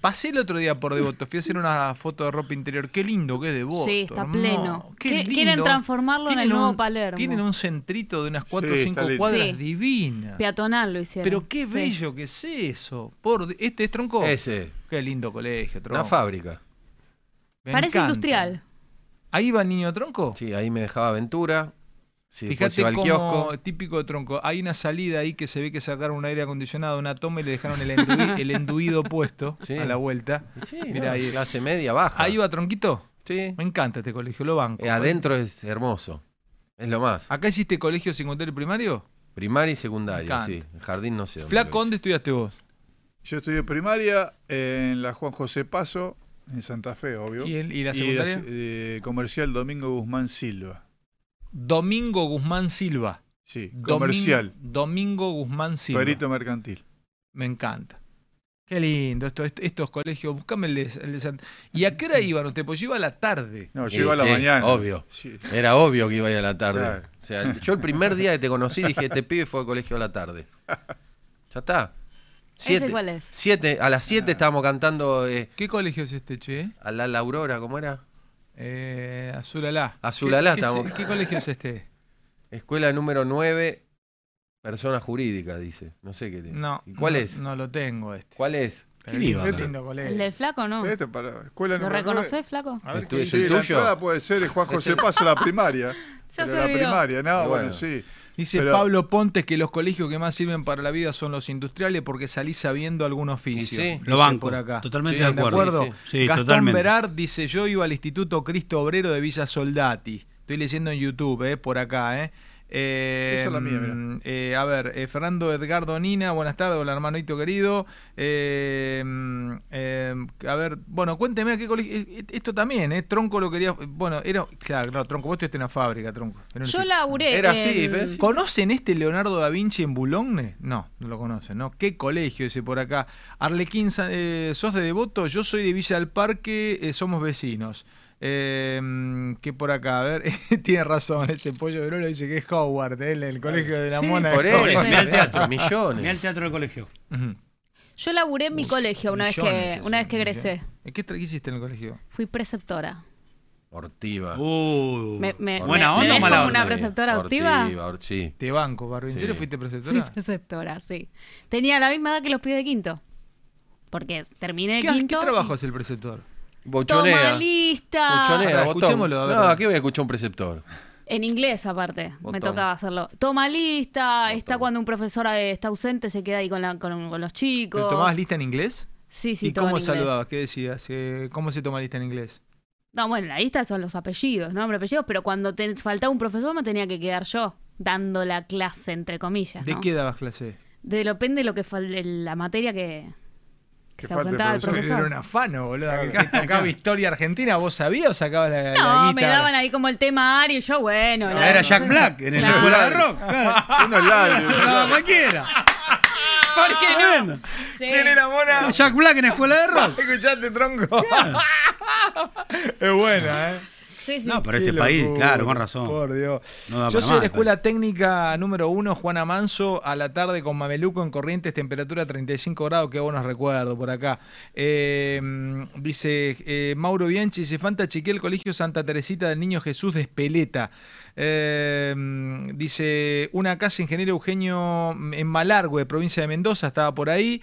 Pasé el otro día por Devoto, fui a hacer una foto de ropa interior. Qué lindo que es Devoto.
sí, está
hermano.
pleno.
Qué
Que-
lindo.
Quieren transformarlo en
Tienen
el nuevo
un-
Palermo.
Tienen un centrito de unas 4 o
Sí,
5
está lindo.
cuadras
Sí.
divina.
Peatonal lo hicieron.
Pero qué
Sí.
bello que es eso. Por, di- ¿Este es tronco?
Ese,
Qué lindo colegio, tronco.
una fábrica.
Me
Parece
encanta.
industrial.
¿Ahí va el niño tronco?
Sí, ahí me dejaba aventura. Sí, después
Fíjate
iba al kiosco.
cómo, típico de tronco, hay una salida ahí que se ve que sacaron un aire acondicionado, una toma y le dejaron el, endui- el enduido puesto
Sí.
a la vuelta.
Sí,
Mirá,
no,
ahí es.
clase media, baja.
Ahí va Tronquito.
Sí.
Me encanta este colegio, lo banco.
Eh, adentro es hermoso. Es lo más.
¿Acá hiciste colegio secundario y primario?
Primaria y
Me
secundaria,
encanta.
sí. El jardín no sé dónde
Flaco,
lo hice.
¿dónde estudiaste vos?
Yo estudié primaria en la Juan José Paso, en Santa Fe, obvio.
¿Y el- y la secundaria?
eh, comercial Domingo Guzmán Silva.
Domingo Guzmán Silva.
Sí,
Domin-
comercial.
Domingo Guzmán Silva.
Perito mercantil.
Me encanta. Qué lindo, esto- est- estos colegios. Buscame el de, el de San- ¿Y a qué hora iban ustedes? Pues yo iba a la tarde.
No,
Sí,
yo iba a la
sí,
mañana.
Obvio.
Sí.
Era obvio que iba a ir a la tarde.
Claro.
O sea, yo el primer día que te conocí dije, este pibe fue al colegio a la tarde. Ya está. Siete,
cuál es?
Siete, a las
Ah.
7 estábamos cantando eh,
¿Qué colegio es este, che?
a la, la Aurora, ¿cómo era?
Eh, Azulalá.
Azulalá
¿Qué- qué
estábamos.
se- ¿Qué colegio es este?
Escuela número 9, persona jurídica, dice. No sé qué tiene.
No.
¿Y cuál
no-
es?
No lo tengo este.
¿Cuál es?
Pero
¿Quién iba
qué
acá?
lindo colegio.
¿El del flaco no?
Esto para escuela
¿Lo
número
reconoces, flaco?
Ah,
nueve. A ver
¿Es
qué
tu- es
dice.
el
Sí,
tuyo?
la
pues,
entrada puede ser de Juan
Es el-
José Paso, la primaria.
Ya
Pero
se
la
olvidó.
primaria, no,
Y
bueno,
bueno.
sí.
Dice
Pero-
Pablo Pontes que los colegios que más sirven para la vida son los industriales porque salís sabiendo algún oficio.
Y sí.
Dice
Lo banco.
por acá.
Totalmente
Sí,
de
¿De
acuerdo.
acuerdo?
Sí,
sí. Sí,
Gastón
totalmente.
Berard dice, yo iba al Instituto Cristo Obrero de Villa Soldati. Estoy leyendo en YouTube, eh, por acá. Eh. Eh,
Esa es la mía, mirá.
mm, eh, a ver, eh, Fernando Edgardo Nina, buenas tardes, hola hermanito querido. Eh, mm, eh, a ver, bueno, cuénteme a qué colegio. eh, eh, Esto también, ¿eh? Tronco lo quería. Bueno, era. Claro, no, Tronco, vos estuviste en la fábrica, Tronco. Era un
Yo
instituto.
laburé.
Era
en-
así, ¿ves?
¿Conocen este Leonardo da Vinci en Boulogne? No, no lo conocen, ¿no? ¿Qué colegio dice por acá? Arlequín, Sa- eh, ¿sos de Devoto? Yo soy de Villa del Parque, eh, somos vecinos. Eh, ¿Qué por acá? A ver, tiene razón, ese pollo de Lolo dice que es Howard, eh, el, el colegio de la
Sí,
mona. de
por
Howard.
eso,
Mirá el
mirá,
teatro.
millones.
Mirá el teatro del colegio.
Ujú.
Yo laburé en mi colegio una vez
Millones,
que,
eso,
una vez que
millones.
egresé.
¿Qué, tra- qué hiciste en el colegio?
Fui preceptora.
Ortiva.
Uh,
Me- me- ¿Buena me- onda me o ves mala como onda? una preceptora ortiva?
or- sí.
Te banco, Barbie. ¿En serio
Sí.
fuiste
Fui
preceptora?
preceptora, sí. Tenía la misma edad que los pibes de quinto. Porque terminé de
¿Qué,
quinto.
¿Qué trabajo hace el preceptor?
Toma
Bochonea.
lista.
Bochonea,
Pará,
botón.
escuchémoslo, a ver.
No, ¿qué voy a escuchar un preceptor?
En inglés, aparte, me
Botón.
tocaba hacerlo. Toma lista, está cuando un profesor eh, está ausente, se queda ahí con, la- con, con los chicos.
¿Pero tomabas lista en inglés?
Sí, sí,
¿Y
todo
cómo
en inglés.
saludabas? ¿Qué decías? Eh, ¿Cómo se toma lista en inglés?
No, bueno, la lista son los apellidos, nombre, apellidos, pero cuando te faltaba un profesor me tenía que quedar yo dando la clase, entre comillas.
¿De
¿no?
qué dabas clase?
De- depende de lo que fal- de la materia que, que se
falte el
ausentaba el profesor.
Era un afano, boludo. Que te tocaba historia argentina, ¿vos sabías o sacabas la, la
No, me
guita?
daban ahí como el tema Ari y yo, bueno. la-
Era Jack Black en la
Claro.
escuela de rock. Unos
labios.
cualquiera.
¿Por qué
no?
Sí.
¿Quién era mona?
Jack Black en la escuela de rock.
Escuchaste, tronco. es buena, ¿eh?
Sí, sí.
No, para
Qué
este país,
locura,
claro, con razón.
Por Dios.
No da
Yo
para
soy de la
más,
escuela técnica número uno, Juana Manso, a la tarde con Mameluco en Corrientes, temperatura 35 grados, qué buenos recuerdos por acá. Eh, mm, dice eh, Mauro Bianchi, dice Fanta Chiqué, el Colegio Santa Teresita del Niño Jesús de Espeleta. Eh, mm, dice una casa ingeniero Eugenio en Malargüe, provincia de Mendoza, estaba por ahí.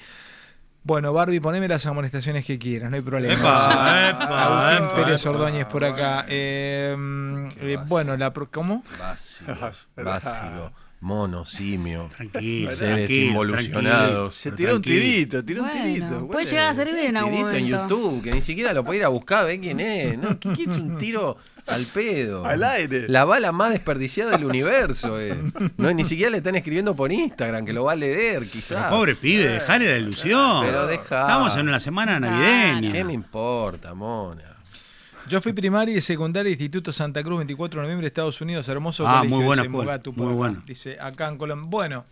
Bueno, Barbie, poneme las amonestaciones que quieras, no hay problema.
Epa,
Sí.
epa,
Agustín
epa,
Pérez
epa.
Ordóñez por acá. Eh, mm, eh, bueno, la pro- ¿cómo?
Básico. Básico. Mono, simio. Tranquilo. Seres
tranquilo,
involucionados.
Se tiró un tirito, tiró un tirito.
Bueno,
bueno.
puede llegar a servir en algún
Tirito en
momento.
YouTube, que ni siquiera lo podía ir a buscar, ver quién es. ¿no? ¿Qué, qué es un tiro al pedo?
Al aire.
La bala más desperdiciada del universo. eh. No, ni siquiera le están escribiendo por Instagram, que lo va a leer, quizás.
Pero Ah. pobre pibe, dejale la ilusión.
Pero dejá.
Estamos en una semana navideña.
¿Qué me importa, mona?
Yo fui primaria y secundaria, Instituto Santa Cruz, 24 de noviembre, Estados Unidos, hermoso
Ah,
colegio,
muy buena
dice
escuela,
Mogatu por
muy
acá.
buena.
Dice, acá en Colombia. Bueno,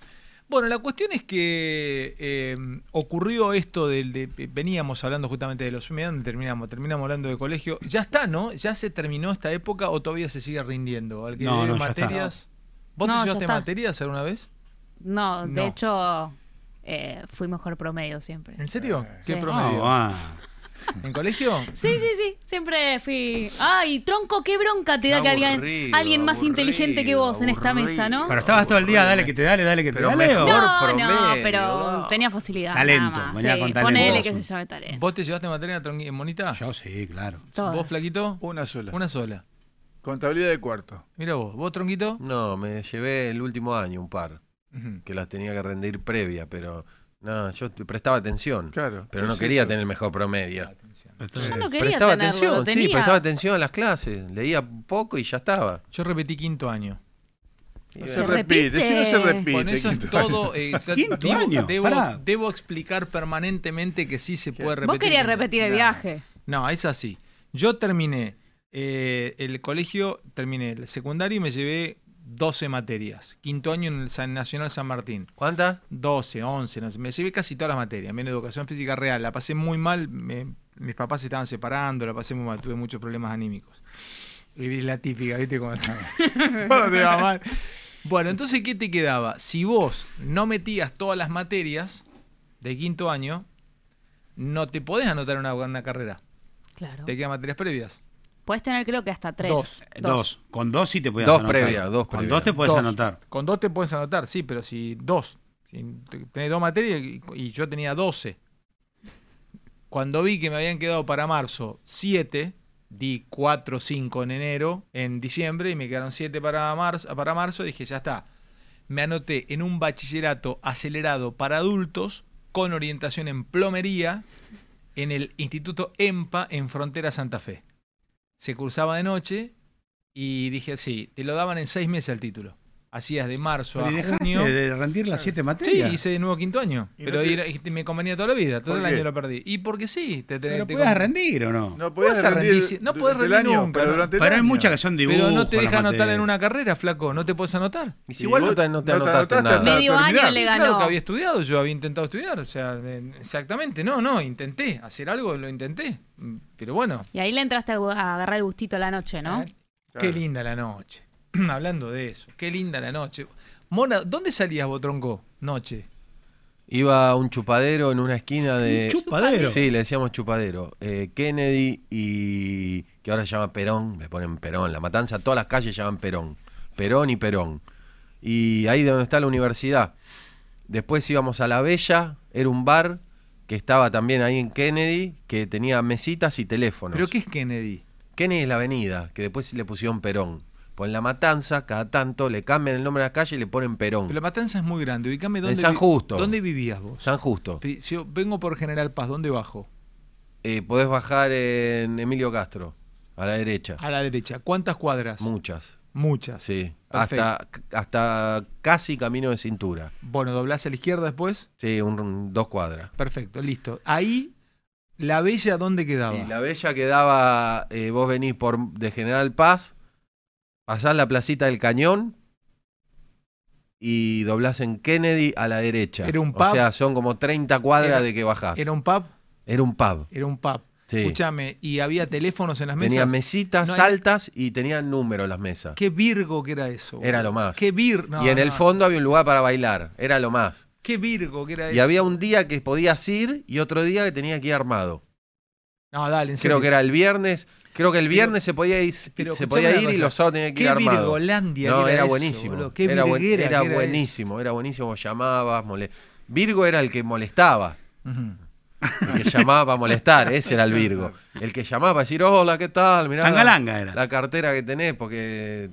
bueno, la cuestión es que eh, ocurrió esto del de, eh, veníamos hablando justamente de los medios, ¿dónde terminamos? Terminamos hablando de colegio. Ya está, ¿no? ¿Ya se terminó esta época o todavía se sigue rindiendo? Al que
No,
debe
no, ya está.
materias. ¿Vos
No,
te
ya
llevaste
está.
materias alguna vez?
No, de
No.
hecho, eh, fui mejor promedio siempre.
¿En serio? ¿Qué
Sí.
promedio?
Ah,
¿En colegio?
Sí, sí, sí, siempre fui... Ay, tronco, qué bronca te da que alguien,
Aburrido,
alguien más
aburrido,
inteligente que vos en esta mesa, ¿no?
Pero estabas todo el día, dale que te dale, dale que te
Pero
dale. ¿o?
mejor
no, no,
promedio,
pero
no.
tenía facilidad.
Talento,
nada más.
venía
Sí,
con talento.
Ponele que se llame talento.
¿Vos te llevaste materia en monita?
Yo sí, claro.
Todas.
¿Vos, flaquito?
Una sola.
Una sola.
Contabilidad de cuarto.
Mira vos, vos tronquito.
No, me llevé el último año un par,
Ujú.
que las tenía que rendir previa, pero no, yo te prestaba atención,
Claro.
pero
es
no quería
eso.
tener el mejor promedio.
Yo
Prestaba
no quería tenerlo, lo
atención, sí,
tenía.
prestaba atención a las clases, leía poco y ya estaba.
Yo repetí quinto año.
Y
No
bueno,
se repite, si no se
repite.
repite.
Bueno, eso es
quinto
todo. eh, o sea,
Quinto
debo,
año,
debo-
pará.
debo explicar permanentemente que sí se puede repetir.
Vos querías
quinto.
repetir el
No.
viaje.
No, es así. Yo terminé eh, el colegio, terminé el secundario y me llevé 12 materias. Quinto año en el San- Nacional San Martín.
¿Cuántas?
12, 11, no sé, me llevé casi todas las materias, menos educación física real, la pasé muy mal, me- mis papás se estaban separando, la pasé muy mal, tuve muchos problemas anímicos. Vivir la típica, ¿viste cómo está? Cuando te va mal. Bueno, entonces, ¿qué te quedaba? Si vos no metías todas las materias de quinto año, no te podés anotar en una, una carrera.
Claro.
Te quedan materias previas.
Puedes tener creo que hasta tres.
Dos.
Dos. Con dos sí te podías
Dos
anotar.
previas, dos
Con
previas.
dos te puedes
Dos.
anotar.
Con dos te puedes anotar, sí, pero si dos, si te- tenés dos materias y, y yo tenía 12. Cuando vi que me habían quedado para marzo 7, di 4 o 5 en enero, en diciembre, y me quedaron 7 para marzo, para marzo, dije, ya está. Me anoté en un bachillerato acelerado para adultos con orientación en plomería en el Instituto EMPA en Frontera Santa Fe. Se cursaba de noche y dije, sí, te lo daban en seis meses el título. Hacías de marzo
Pero
a
¿Y
junio.
dejaste
Eh,
de rendir las siete
Sí,
materias?
hice de nuevo quinto año.
Y no
pero
te-
era- y me convenía toda la vida. Todo
¿Por
el
qué?
año lo perdí. Y porque sí, te tenés
¿Pero
te
podías
con-
rendir o no?
Vas
No podías
a
rendir,
rendir- no podés
durante el
rendir
año,
nunca,
Pero,
¿no?
durante el
Pero hay
año.
muchas que son dibujos.
Pero no te deja
las
anotar en
materias.
una carrera, flaco. No te puedes anotar.
Y si
Y
igual
vos
no te, no te
no te
anotaste
anotaste
nada.
hasta
Medio
terminar.
año le
Sí,
ganó.
Claro que había estudiado, yo había intentado estudiar. O sea, de- exactamente. No, no, intenté. Hacer algo lo intenté. Pero bueno,
Y ahí le entraste a a agarrar el gustito a la noche, ¿no?
Ah, Qué linda la noche. Hablando de eso, qué linda la noche. Mona, ¿dónde salías vos, tronco? Noche.
Iba un chupadero en una esquina de.
¿Un chupadero?
Sí, le decíamos chupadero. Eh, Kennedy y. que ahora se llama Perón, le ponen Perón. La matanza, todas las calles llaman Perón. Perón y Perón. Y ahí de donde está la universidad. Después íbamos a La Bella, era un bar que estaba también ahí en Kennedy, que tenía mesitas y teléfonos.
¿Pero qué es Kennedy?
Kennedy es la avenida, que después le pusieron Perón. Pues en La Matanza, cada tanto le cambian el nombre de la calle y le ponen Perón.
Pero la matanza es muy grande. Ubicame dónde.
en San
vi-
Justo.
¿Dónde vivías vos?
San Justo.
Pi- Si yo vengo por General Paz, ¿dónde bajo?
Eh, podés bajar en Emilio Castro, a la derecha.
A la derecha. ¿Cuántas cuadras?
Muchas.
Muchas.
Sí.
Perfecto.
Hasta, hasta casi camino de cintura.
Bueno, doblás a la izquierda después.
Sí, un- un- dos cuadras.
Perfecto, listo. Ahí, la bella, ¿dónde quedaba?
Y la bella quedaba, eh, vos venís por de General Paz, pasás la placita del cañón y doblás en Kennedy a la derecha.
Era un
O
pub.
sea, son como 30 cuadras
Era-
de que bajás.
¿Era un pub?
Era un pub.
Era un pub.
Sí.
Escúchame, ¿y había teléfonos en las mesas?
Tenía mesitas
No, era-
altas y tenían número las mesas.
Qué virgo que era eso. boludo.
Era lo más.
Qué vir... no,
y en el
no.
fondo había un lugar para bailar. Era lo más.
Qué virgo que era
Y
eso.
había un día que podías ir y otro día que tenía que ir armado.
No, dale, en serio.
Creo que era el viernes. Creo que el
Pero-
viernes se podía ir,
pero
se
escuchame
podía
una
ir y
cosa.
los sábados tenía que
Qué
ir armado.
virgolandia
no,
que era eso,
buenísimo.
boludo. Qué
era buen-
virguera
era
que era
buenísimo, era buenísimo. Vos llamabas, mole- Virgo era el que molestaba.
Ujú.
El que llamaba para molestar, ese era el Virgo. El que llamaba para decir, hola, ¿qué tal? Mirá la-
Tangalanga
la,
era.
cartera que tenés, porque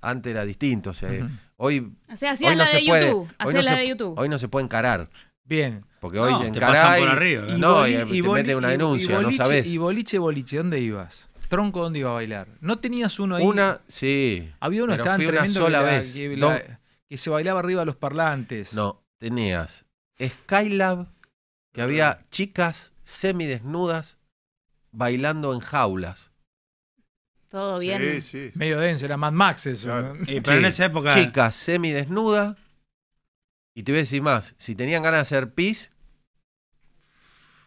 antes era distinto. O sea,
Ujú.
hoy,
O sea, hacías
hoy no
la
se
de
puede.
YouTube,
Hoy
hacías
no,
la
se,
de YouTube.
hoy no se puede encarar.
Bien.
Porque hoy
No,
en
te
encará
pasan por
y-
arriba,
y no, y,
boli-
te
boli-
meten una
y- y
denuncia,
boliche-
no sabes.
Y boliche, boliche, ¿dónde ibas? Tronco, ¿dónde iba a bailar? ¿No tenías uno ahí?
Una, sí.
Había uno
pero
tan
fui una
tremendo
sola
que, la-
vez.
que,
Dos-
la- que se bailaba arriba de los parlantes.
No, tenías Skylab, que había chicas semidesnudas bailando en jaulas.
Todo bien.
Sí, sí.
Medio denso, era Mad Max eso. ¿no?
pero en esa época-
Chicas semidesnudas. Y te voy a decir más. Si tenían ganas de hacer pis.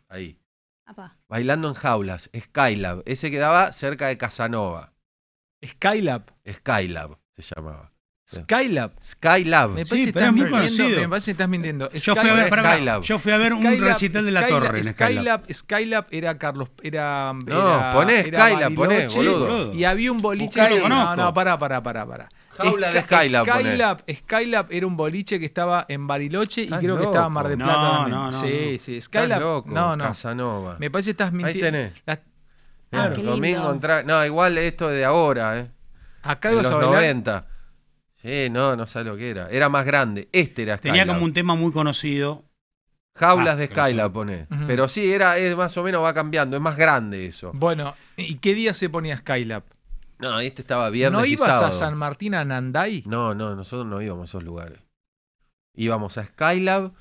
Ahí.
Apa.
Bailando en jaulas. Skylab. Ese quedaba cerca de Casanova.
Skylab.
Skylab se llamaba.
Skylab.
Skylab.
Me
Sí,
parece, que
pero
estás
es muy
mintiendo,
conocido.
me parece que estás mintiendo.
Yo fui a ver, pará, pará.
Skylab.
Yo fui a ver un
Skylab-
recital de la
Skylab-
torre en Skylab.
Skylab, Skylab era Carlos. Era,
No,
era-
poné
era
Skylab, poné,
Bariloche,
boludo.
Y había un boliche.
Buscalo,
que- no,
conozco.
no, pará, pará, pará. pará.
Jaula de
Sky-
Skylab, poné.
Skylab, Skylab era un boliche que estaba en Bariloche y
Estás
creo que estaba en
loco.
Mar de
No,
Plata. también.
no, no,
sí,
no.
sí.
Estás
Skylab.
loco,
no, no.
Casanova.
Me parece que estás mintiendo.
tenés.
La-
Ah, qué
Domingo
lindo.
entra- No, igual esto de ahora, ¿eh?
acá
De
ibas
los
a bailar.
90. Sí, no, no sabe lo que era. Era más grande. Este era Skylab.
Tenía como un tema muy conocido.
Jaulas
Ah,
de
pero
Skylab,
sí.
pone.
Ujú.
Pero sí, era, es más o menos va cambiando. Es más grande eso.
Bueno, ¿y qué día se ponía Skylab?
No, este estaba viernes
¿No
y
ibas
sábado.
a San Martín a Nandai?
No, no, nosotros no íbamos a esos lugares. Íbamos a Skylab,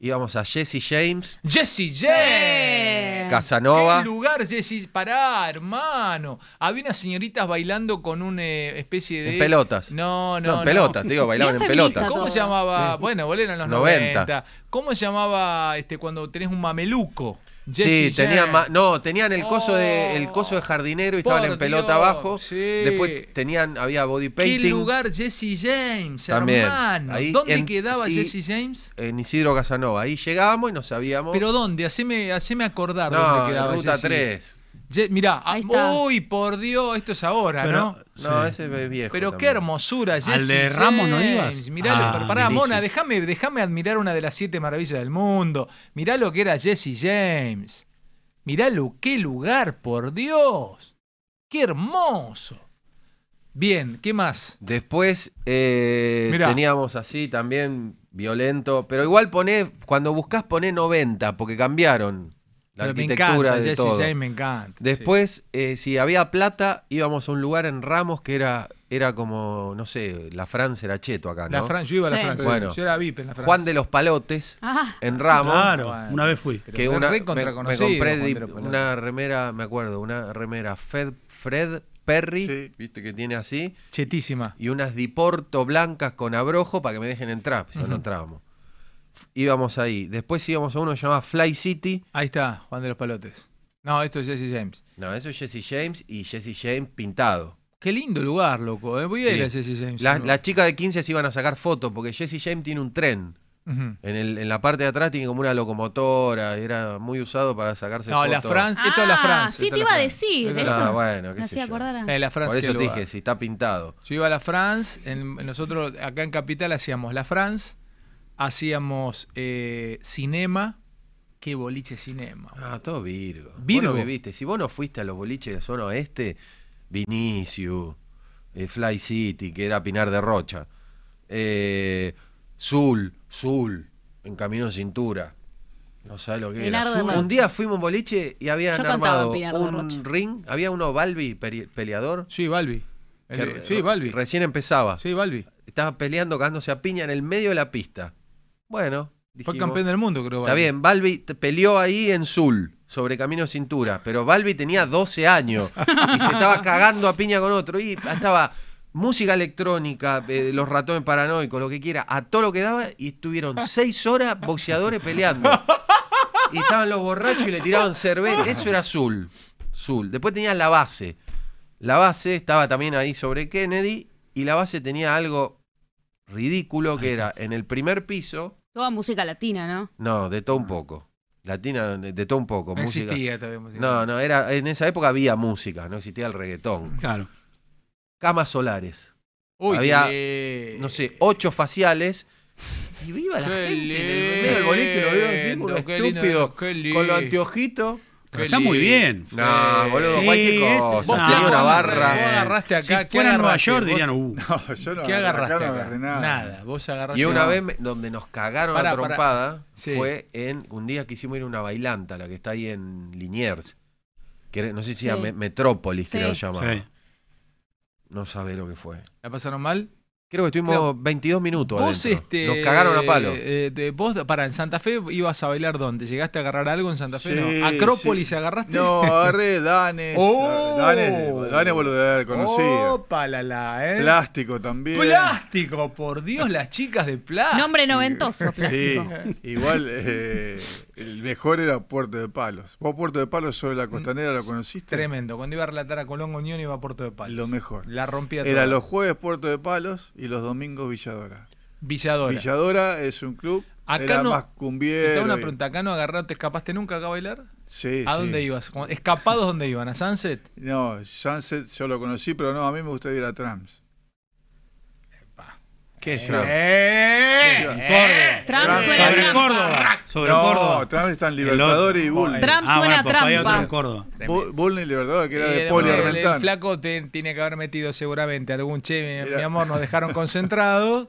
íbamos a Jesse James,
Jesse
Ah.
James.
Casanova.
¿Qué lugar, Jesse? Pará, hermano. Había unas señoritas bailando con una eh, especie de.
En pelotas.
No, no.
No, en pelota, te digo, bailaban
Bien
en
feminista
pelota.
todo.
¿Cómo se llamaba? Bueno, boludo, eran los 90.
90.
¿Cómo se llamaba este, cuando tenés un mameluco?
Sí,
Jesse
tenían
James.
ma- no, tenían el coso de el
Oh,
coso de jardinero y
por
estaban en pelota
Dios,
abajo.
sí.
Después tenían había body
¿Qué
painting.
lugar Jesse James,
También.
hermano?
Ahí
¿Dónde
en-
quedaba
y-
Jesse James?
En Isidro Casanova. Ahí llegábamos y no sabíamos.
¿Pero dónde? Haceme, haceme acordar
no,
dónde
en
quedaba
ruta
Jesse.
3.
Je- mirá, ah,
Ahí está.
uy, por Dios, esto es ahora, ¿no?
No,
Sí.
ese es viejo.
Pero qué
también.
hermosura, Jesse.
de Ramos no
James.
ibas?
Mirá,
Ah,
lo- pará,
buenísimo.
Mona, déjame déjame admirar una de las siete maravillas del mundo. Mirá lo que era Jesse James. Mirá lo, qué lugar, por Dios. Qué hermoso. Bien, ¿qué más?
Después eh,
Mirá.
teníamos así también violento. Pero igual poné, cuando buscás poné 90, porque cambiaron la
Pero me
arquitectura
encanta,
de
Jesse
todo.
James me encanta.
Después, eh, si había plata, íbamos a un lugar en Ramos que era, era como, no sé, la Francia era cheto acá,
Sí.
¿no?
La Fran, yo iba a la
Sí.
Fran,
Bueno.
yo era VIP en la Fran.
Juan de los Palotes,
Ah,
en Ramos.
Claro,
Bueno.
una vez fui.
Pero
Que
era
una,
re
me- me,
contraconocido,
compré
Juan
di-
de los Palotes.
una remera, me acuerdo, una remera Fred, Fred Perry,
Sí.
viste que tiene así,
Chetísima.
y unas Diporto blancas con abrojo para que me dejen entrar, pues ya
Ujú.
no entrábamos. F- Íbamos ahí. Después íbamos a uno llamado Fly City.
Ahí está, Juan de los Palotes. No, esto es Jesse James.
No, eso es Jesse James y Jesse James pintado.
Qué lindo lugar, loco. eh. Voy a ir
Sí.
a Jesse James.
La-
¿no?
Las chicas de 15 se iban a sacar fotos porque Jesse James tiene un tren.
Ujú.
En, el- en la parte de atrás tiene como una locomotora, era muy usado para sacarse
No, la
fotos.
France, esto es la France.
Ah, sí,
esto es
te iba
la
a
France.
decir.
Esto
de
es
eso.
la
Ah, bueno, qué
Me
sé
hacía
yo.
acordar a-
La de la France
Por eso
que
te
lo
dije,
haga.
si está pintado.
Yo iba a la France, en- nosotros acá en Capital hacíamos la France, hacíamos eh, cinema. Qué boliche cinema.
Ah, todo Virgo.
Virgo.
Vos no viviste. Si vos no fuiste a los boliches de zona oeste, Vinicius, eh, Fly City, que era Pinar de Rocha, eh, Zul, Zul, en Camino Cintura. No sabés lo que
Pinar
era.
de
Zul.
Rocha.
Un día fuimos a un boliche y habían
Yo cantaba
armado
en Pinar de
un
Rocha.
ring. Había uno Balbi peri- peleador.
Sí, Balbi. El-
Que-
sí, Balbi.
Recién empezaba.
Sí, Balbi.
Estaba peleando, cagándose a piña en el medio de la pista. Bueno.
Fue
dijimos,
campeón del mundo, creo.
Está
Balbi.
bien, Balbi te- peleó ahí en Zul, sobre Camino Cintura, pero Balbi tenía 12 años y se estaba cagando a piña con otro y estaba música electrónica, eh, los ratones paranoicos, lo que quiera, a todo lo que daba y estuvieron 6 horas boxeadores peleando. Y estaban los borrachos y le tiraban cerveza, eso era Zul, Zul. Después tenía la base. La base estaba también ahí sobre Kennedy y la base tenía algo ridículo que era en el primer piso
Toda música latina, ¿no?
no, de todo un poco. Latina, de todo un poco.
Ah. No
música.
existía todavía música.
No, no, era, en esa época había música, no existía el reggaetón.
Claro.
Camas solares.
Uy,
había,
qué
no sé, ocho faciales. Y viva la
Eh, Qué
gente. en el medio del boliche lo veo
lindo, qué lindo,
estúpido.
qué lindo.
con los anteojitos.
Pero está muy bien.
No, boludo, cualquier cosa.
Vos
Tenía
flaco,
una
no,
barra.
Vos agarraste acá.
Si
¿qué
fuera Nueva
agarraste?
York
Vos-
dirían, uh,
No, yo no,
¿Qué
acá no
agarraste acá?
agarré nada.
Vos agarraste.
Y una
nada.
vez me- donde nos cagaron
Pará,
la
pará.
trompada
Sí.
fue en un día que hicimos ir a una bailanta, la que está ahí en Liniers. Que era- no sé si era
Sí.
Me- Metrópolis, creo que
Sí.
llamaba.
Sí.
No sabe lo que fue.
¿La pasaron mal?
Creo que estuvimos
Claro.
22 minutos.
Vos,
adentro.
este.
Nos cagaron a palo.
eh, de- vos, para, en Santa Fe ibas a bailar dónde? ¿Llegaste a agarrar algo en Santa Fe?
Sí,
no. ¿Acrópolis
sí.
agarraste?
No, agarré Danes.
¡Oh!
Danes, Danes volver, conocido.
Opa, la, la, ¿eh?
Plástico también.
Plástico, por Dios, las chicas de plástico.
Nombre noventoso,
Sí,
plástico.
igual eh, el mejor era Puerto de Palos. ¿Vos Puerto de Palos sobre la costanera lo conociste?
Mm, Tremendo. Cuando iba a relatar a Colón Unión iba a Puerto de Palos.
Lo mejor.
La rompía
Era
toda.
los jueves Puerto de Palos y los domingos Villadora.
Villadora.
Villadora es un club.
Acá
era
no-
más
Te
cumbiero.
hago una
y-
pregunta, acá no agarraron, ¿te escapaste nunca acá a bailar?
Sí,
¿A
sí.
dónde ibas? ¿Cómo- ¿Escapados dónde iban? ¿A Sunset?
No, Sunset yo lo conocí, pero no, a mí me gusta ir a Trams.
¿Qué es Trump?
¡Eh!
Trump suena
Trump sobre
trampa.
Córdoba. Sobre
no,
Córdoba.
Trams está en
El
Libertadores
otro.
y Bulnes.
Trump
Ah, bueno,
suena
pues hay otro en
trampa.
Córdoba.
Bu- Bulnes y Libertadores, que era
Y
de
el-
Poli
Eh, el- el,
Armentán.
flaco te- tiene que haber metido seguramente algún che, mi,
Era-
mi amor, nos dejaron concentrados.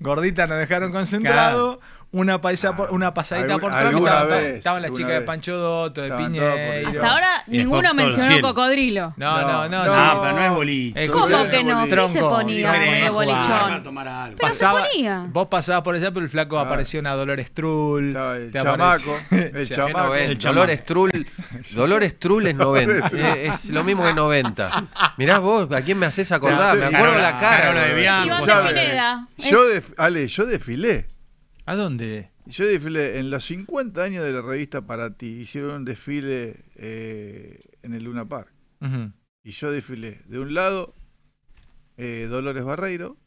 Gordita nos dejaron concentrados. Una, paisa por- una pasadita por
Algún-
Trump.
alguna
Estaban,
vez,
estaban las
alguna
chicas de
vez.
Pancho Dotto, de
Estaban todas por
Piñeiro.
ahí.
Hasta ahora
Y después
ninguno
todo el
mencionó
cielo.
cocodrilo.
No, no, no. sí.
Ah, pero no es bolito.
Escuchá,
¿Cómo
no
que no? Sí se
Tronco,
ponía
diferente,
de
no jugaba.
bolichón. Pero se ponía.
Vos pasabas por allá, pero el flaco apareció una Dolores Trull.
Estaba el
te apareció-
chamaco. El
Che,
¿Qué
chamaco.
noven-
El chamán.
Dolores Trull, Dolores Trull es 90. Eh, es, lo mismo que 90. Mirá vos, ¿a quién me haces acordar? Me acuerdo
Carola-
la cara.
Carola de
boludo.
Bianco.
Iván
Ya
de
ve.
Pineda. Es-
Yo def- Ale, yo desfilé.
¿A dónde?
Yo desfilé en los 50 años de la revista Para Ti. Hicieron un desfile eh, en el Luna Park.
Ujú.
Y yo desfilé. De un lado, eh, Dolores Barreiro.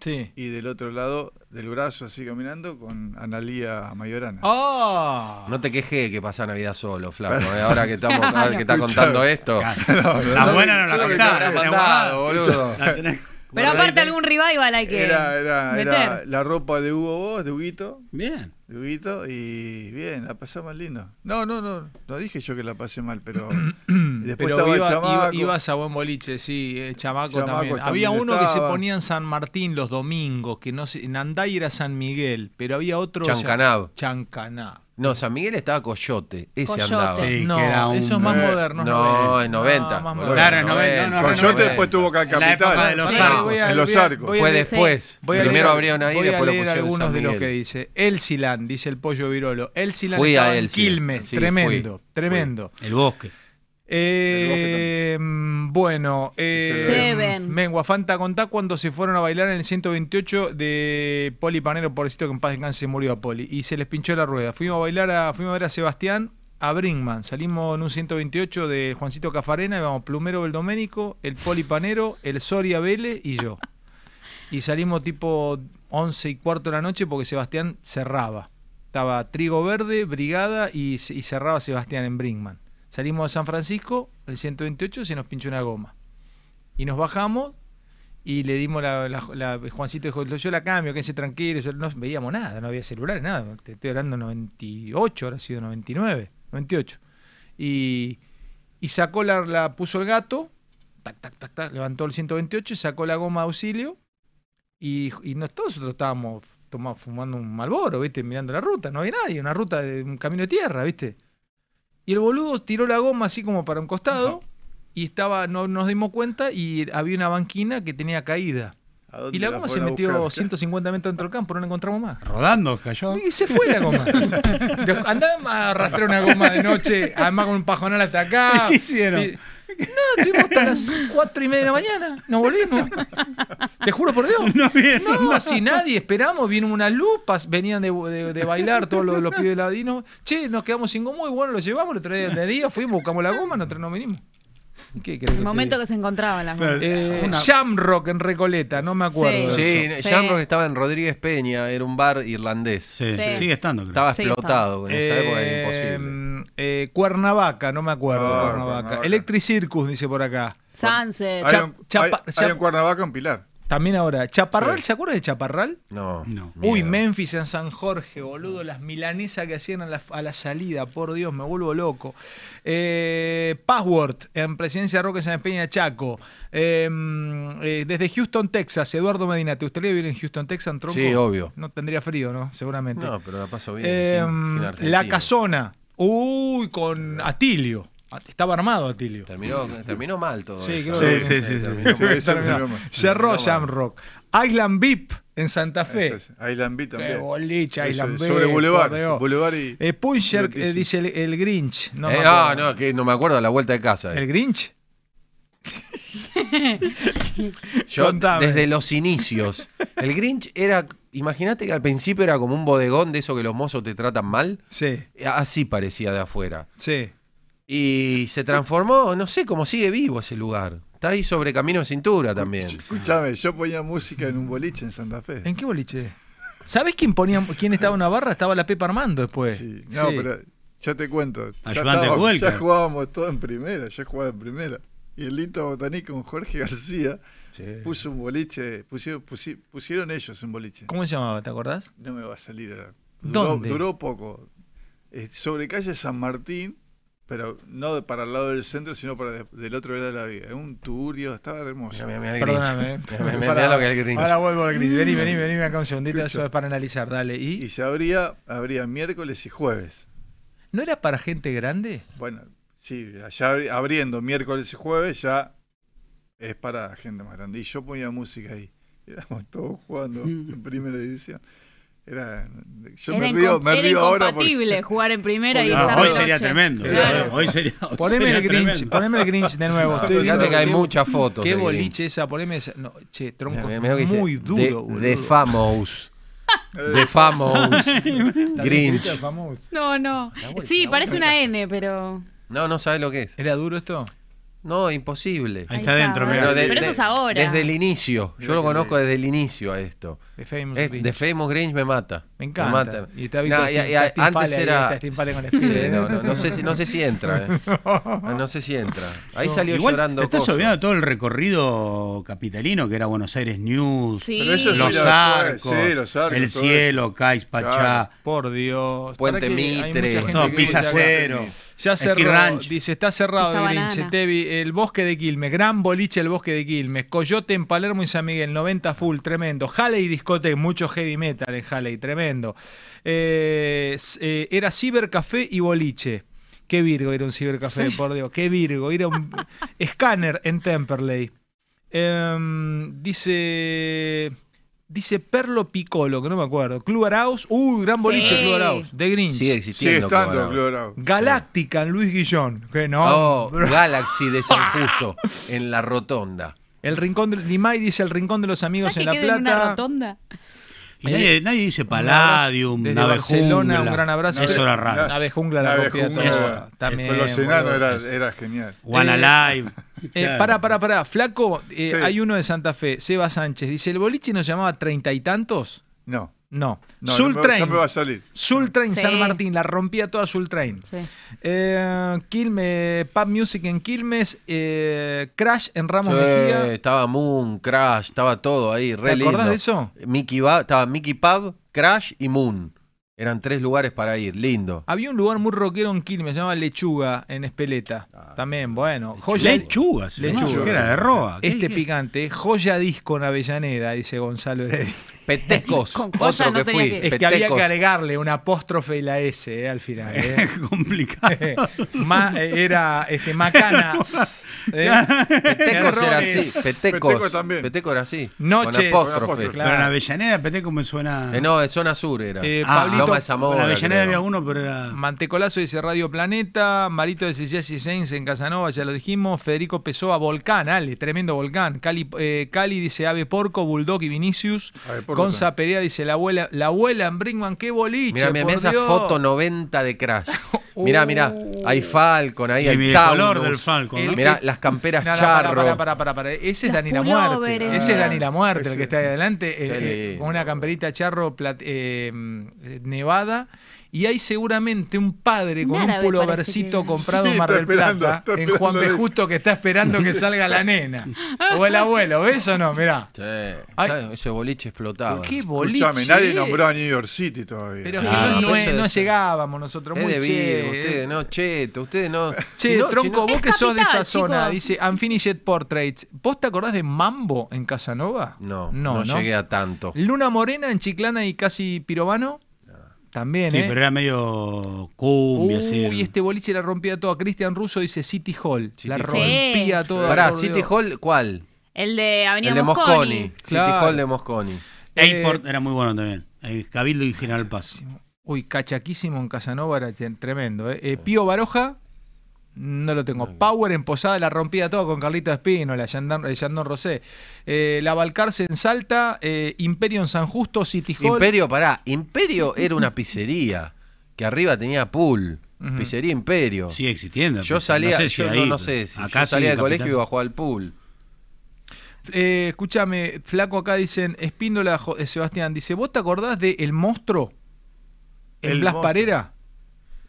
Sí.
Y del otro lado, del brazo así caminando, con Analía Mayorana.
¡Oh!
No te quejes que pasa Navidad solo, flaco. eh, Ahora que estamos, ahora que está contando esto.
La buena no la
Yo lo que te
contaste.
habrá
la
mandado,
guardás.
boludo.
La tenés
Pero aparte
guardadita.
algún revival hay que
Era, era, era
meter.
la ropa de Hugo Boss, de Huguito.
Bien.
de Huguito, y bien, la pasamos lindo. No, no, no, no dije yo que la pasé mal, pero después
Pero
estaba
iba-
el chamaco.
iba- ibas a buen boliche, sí, eh, chamaco,
Chamaco
también.
también
Había uno que se
estaba.
ponía en San Martín los domingos, que no sé, en Anday era San Miguel, pero había otro...
Chancanab.
Chancaná.
No, San Miguel estaba Coyote. Ese
Coyote.
andaba.
Sí, que
no,
era un-
eso es más
Eh,
moderno. es
No, en
noventa.
90.
más
boludo,
moderno.
Claro, en 90, no, no,
Coyote
bueno.
después tuvo acá en
En la
Capital.
época de los
Sí,
arcos.
voy a-
En los
voy a-
arcos.
voy a
Fue
leer-
después.
voy a
Primero
leer-
abrieron ahí,
voy a
después lo
leer
pusieron en
algunos
San
de los que
Miguel.
dice. El Silán, dice el pollo virolo. El Silán
Fui a
estaba en
El Silán,
Quilmes.
sí,
tremendo,
fui,
tremendo.
El bosque.
Eh, mm, bueno, eh,
Seven.
Mengua Fanta, contá cuando se fueron a bailar en el 128 de Poli Panero, pobrecito que en paz descanse se murió a Poli. Y se les pinchó la rueda. Fuimos a bailar, a, fuimos a ver a Sebastián, a Brinkman. Salimos en un 128 de Juancito Cafarena, íbamos Plumero Beldoménico, el Poli Panero, el Soria Vélez y yo. Y salimos tipo 11 y cuarto de la noche porque Sebastián cerraba. Estaba Trigo Verde, Brigada y, y cerraba Sebastián en Brinkman. Salimos de San Francisco, el 128 se nos pinchó una goma. Y nos bajamos y le dimos la, la- la- Juancito dijo, yo la cambio, quédense tranquilo, yo no veíamos nada, no había celulares, nada. Te estoy hablando 98, ahora ha sido 99, 98. Y, y sacó la, la- puso el gato, tac, tac, tac, tac, levantó el 128 y sacó la goma de auxilio. Y, y nos- todos nosotros estábamos toma- fumando un malboro, ¿viste? Mirando la ruta, no había nadie, una ruta de un camino de tierra, ¿viste? Y el boludo tiró la goma así como para un costado y estaba, no nos dimos cuenta y había una banquina que tenía caída. Y la
la
goma se
fueron a
metió
buscar?
150 metros dentro del campo, no la encontramos más.
Rodando, cayó.
Y se fue la goma. Te- Andá a arrastrar una goma de noche, además con un pajonal hasta acá.
¿Qué hicieron?
Y- No, estuvimos hasta las 4 y media de la mañana. Nos volvimos. Te juro por Dios. No, si nadie esperamos, vino unas lupas, venían de, de- de bailar todos los, los pibes de ladino. Che, nos quedamos sin goma y bueno, lo llevamos, lo traíamos de día, fuimos, buscamos la goma, nosotros no venimos. ¿Qué querés que
El
te
momento
diga?
que se encontraban las manos.
Eh,
Una-
Shamrock en Recoleta, no me acuerdo.
Sí,
de
eh,
eso.
Shamrock estaba en Rodríguez Peña, era un bar irlandés.
Sí. sí. Sigue
estando,
Estaba Em,
Sí,
explotado,
está.
Pues en esa época
Eh,
era imposible.
eh, Cuernavaca, no me acuerdo.
Ah,
Cuernavaca.
Cuernavaca.
Electric Circus, dice por acá.
Sunset.
Hay
Chap-
un, hay-
Eh, chapa-
hay
chap-
un Cuernavaca en Pilar.
También ahora. Chaparral, ¿se acuerdan de Chaparral?
No. no.
Uy, Memphis en San Jorge, boludo, las milanesas que hacían a la, a la salida, por Dios, me vuelvo loco. Eh, Password en Presidencia Roque San Peña Chaco. Eh, eh, desde Houston, Texas, Eduardo Medina, ¿te gustaría vivir en Houston, Texas, tronco?
Sí, obvio.
No tendría frío, ¿no? Seguramente.
No, pero la paso bien.
Eh,
sin- sin Argentina.
la Casona. Uy, con Atilio. At- Estaba armado Atilio.
Terminó, terminó mal todo.
Sí,
eso.
creo que-
terminó mal.
Terminó. Cerró Shamrock. Island Beep en Santa Fe.
Island B también.
Qué boliche,
Eso,
Island B,
Sobre Boulevard.
por Dios.
Boulevard y.
Eh, Puncher eh,
25.
dice el, el Grinch. No,
Eh,
me
ah,
acuerdo.
no, que no me acuerdo la vuelta de casa. eh.
¿El Grinch?
Yo,
Contame.
desde los inicios. El Grinch era. Imagínate que al principio era como un bodegón de eso que los mozos te tratan mal.
Sí.
Así parecía de afuera.
Sí.
Y se transformó, no sé cómo sigue vivo ese lugar. Está ahí sobre camino de cintura también.
Escuchame, yo ponía música en un boliche en Santa Fe.
¿En qué boliche? ¿Sabés quién ponía, quién estaba en una barra? Estaba la Pepa Armando después.
No,
Sí.
pero ya te cuento. Ya,
Ayudante de
estábamos-
Huelca.
ya jugábamos todo en primera, yo jugaba en primera. Y el Lito Botaní con Jorge García puso un boliche, pusieron, pusi- pusieron ellos un boliche.
¿Cómo se llamaba? ¿Te acordás?
No me va a salir ahora. Duró,
¿Dónde?
duró poco. Eh, sobre calle San Martín, pero no de- para el lado del centro, sino para de- del otro lado de la vía. Un tuburio, estaba hermoso.
Mirá, mirá, mirá el
Perdóname. eh.
Grinch. Mirá, mirá, mirá
Pará,
lo que es el Grinch.
Ahora vuelvo al Grinch. Vení, vení, vení acá un segundito.
Escucha.
Mm. Eso es para analizar. Dale. ¿Y?
Mm. Y se abría, abría miércoles y jueves.
¿No era para gente grande?
Bueno, sí, allá abri- abriendo miércoles y jueves ya es para gente más grande. Y yo ponía música ahí. Éramos todos jugando
Mm.
en primera división. Era, yo
era
me río,
incom-
me
era
río ahora porque
incompatible jugar en primera y
porque-
estar
No,
de
hoy sería
noche.
tremendo. ¿eh?
Claro.
Hoy sería-
hoy
Poneme el
sería
Grinch,
tremendo.
poneme el Grinch de nuevo.
No,
Estoy
fíjate
viendo
que hay
qué-
muchas fotos
Qué
del Grinch.
boliche esa, poneme esa. No, che, tronco.
Mirá, mirá lo que dice,
muy duro,
de,
boludo.
de Famous. De Famous. Grinch.
No, no. Sí, parece una N, pero.
No, no sabes lo que es.
¿Era duro esto?
No, imposible.
Ahí está ¿eh? Ahí está, dentro, mirá.
de-
Pero eso
de-
es ahora.
Desde el inicio. Yo
Mirá
lo
que
conozco desde el inicio a esto.
The Famous
Eh,
Grinch.
The Famous Grinch me mata.
Me encanta.
mata.
Y está Víctor
Nah, y-
Stim-
y a-
Stim
antes
Fale ahí,
era.
está Stim Fale con el
Sí,
pibe, ¿eh?
no, no, no sé si, no sé si entra. eh. Ah, No sé si entra. Ahí
No.
salió
Igual
llorando.
te Estás
Coso.
obviando todo el recorrido capitalino que era Buenos Aires News,
Sí. Pero eso es
los,
después,
arcos,
sí, los arcos,
El
todo
Cielo, Cais Pachá.
Claro. Por Dios.
Puente
Pará que hay
Mitre.
mucha gente
Todo,
que
Pisa
escucha acá.
Cero.
Ya
Esquí
cerró.
Ranch.
Dice, está cerrado
Esa
el Grinch.
banana.
Tevi, el bosque de Quilmes. Gran boliche el bosque de Quilmes. Coyote en Palermo y San Miguel. 90 full. Tremendo. Halley discoteca. Mucho heavy metal en Halley. Tremendo. Eh, s- eh, era cibercafé y boliche. Qué Virgo era un cibercafé, por Dios. Qué Virgo. Era un escáner en Temperley. Em, dice. Dice Perlo Piccolo, que no me acuerdo. Club Arauz. Uy, gran boliche
Sí.
Club Arauz. De Grinch.
Sigue
sigue
existiendo.
estando,
Colorado.
claro.
Galáctica en Luis Guillón. Que no.
Oh, Galaxy de San Justo. En la rotonda.
El rincón de Limay dice el rincón de los amigos
¿Sabes
en
que
La
queda en una
Plata.
rotonda?
Y nadie, nadie dice Palladium,
Desde
Nave
Barcelona,
Jungla.
un gran abrazo.
Eso era
La
raro.
Nave Jungla la
Nave
copia
Jungla,
toda.
es-
También,
con los enanos
boludo,
era,
eso.
era genial.
One
Eh,
Alive.
Eh,
Claro.
pará, pará, pará. Flaco, eh,
Sí.
hay uno de Santa Fe, Seba Sánchez. Dice, ¿el boliche nos llamaba treinta y tantos?
No.
No.
No,
Soul
no me-
Train.
ya me va a salir.
Soul Train
Sí.
San Martín, la rompía toda Soul Train. Eh, Quilmes, Pub Music en Quilmes, eh, Crash en Ramos
Sí,
Mejía.
estaba Moon, Crash, estaba todo ahí, re
¿Te acordás
lindo.
de eso?
Mickey Ba- estaba Mickey Pub, Crash y Moon. Eran tres lugares para ir, lindo.
Había un lugar muy rockero en Quilmes, se llamaba Lechuga, en Espeleta.
Ah,
También, bueno. Joya,
Lechuga, se llamaba, que era de Roa. ¿Qué-
Este
qué?
picante, joya disco en Avellaneda, dice Gonzalo Heredia.
Petecos, Con joya otro no que tenía fui, que-
Es que había que
petecos.
agregarle una apóstrofe y la S eh, al final. eh.
Complicado.
Ma- eh, era este, Macana. eh.
Petecos era
Errores.
así. Petecos. Peteco era así.
Noches.
Con apóstrofe.
Pero en Avellaneda, Peteco me suena.
Eh, no, de zona sur era. Ah,
Eh, Pablito-
Loma de Zamora.
en Avellaneda
creo.
había uno, pero era.
Mantecolazo dice Radio Planeta, Marito dice Jesse James en Casanova, ya lo dijimos, Federico Pessoa, Volcán, Ale, tremendo Volcán, Cali, eh, Cali dice Ave Porco, Bulldog y Vinicius,
Ave Porco
Gonza Perea dice la abuela, la abuela en Brinkman, qué boliche,
Mirá, mirá,
por
mirá esa
Dios. Uh.
foto 90 de Crash. Mirá, mirá. Hay Falcon, ahí
Y
hay
el Eh,
Taunus.
color del Falcon,
¿no?
Mirá,
El que-
las camperas
Nada, pará,
charro.
pará, pará, pará, pará. Ese es
Los
Dani la
pullovers,
Muerte. Ese es
todo.
Dani la Muerte, el
Ese.
que está ahí adelante. el-
Qué
el-
lindo.
con una camperita charro plat- eh, mm, nevada. Y hay seguramente un padre con un
Un árabe parece que
pulovercito
era.
comprado
Sí,
en
está
Mar del
esperando,
Plata,
está
en Juan B.
esperando.
Justo, que está esperando que salga la nena. O el abuelo, ¿ves o no? Mirá.
Sí,
Ay.
claro, ese boliche explotaba.
¿Qué boliche?
Escuchame, nadie nombró a New York City todavía.
Pero
Sí,
es que no,
no,
no
Ah, pero
es-
eso
no
es-
llegábamos nosotros.
Es
muy
de
che, eh.
Virgo, ustedes no, cheto, ustedes no.
Che,
Si no- si
tronco,
no-
vos que
Es
sos de esa
capital,
zona,
chicos.
dice Unfinished Portraits. ¿Vos te acordás de Mambo en Casanova?
No,
No,
no,
¿no?
llegué a tanto.
Luna Morena en Chiclana y casi Pirobano. También,
Sí,
¿eh?
pero era medio cumbia, así.
Uy, este boliche la rompía toda. Cristian Russo dice City Hall. la
Hall.
rompía
Sí.
toda.
Pará,
por
City
Dios.
Hall, ¿cuál?
El de Avenida
el de Mosconi.
Mosconi.
Claro.
City Hall de Mosconi.
Airport E era muy bueno también. Eh, Cabildo y General Paz.
Uy, cachaquísimo en Casanova era te- tremendo. ¿eh? Eh, Pío Baroja, no lo tengo. Power en Posada la rompía toda con Carlito Espino, la Yandán- el Yandón Rosé. Eh, la Balcarce en Salta, eh, Imperio en San Justo, City Hall.
Imperio, pará. Imperio era una pizzería que arriba tenía pool.
Ujú.
Pizzería Imperio.
Sigue existiendo.
yo
pero
salía,
No sé si
yo,
ahí,
no, no sé, si
acá
yo
sí,
salía del
Capitán.
colegio y iba a jugar al pool.
Eh, escúchame, flaco acá dicen, Espíndola, Jo- eh, Sebastián, dice, ¿vos te acordás de El Monstruo? En
El
Blas
Monstruo.
Parera.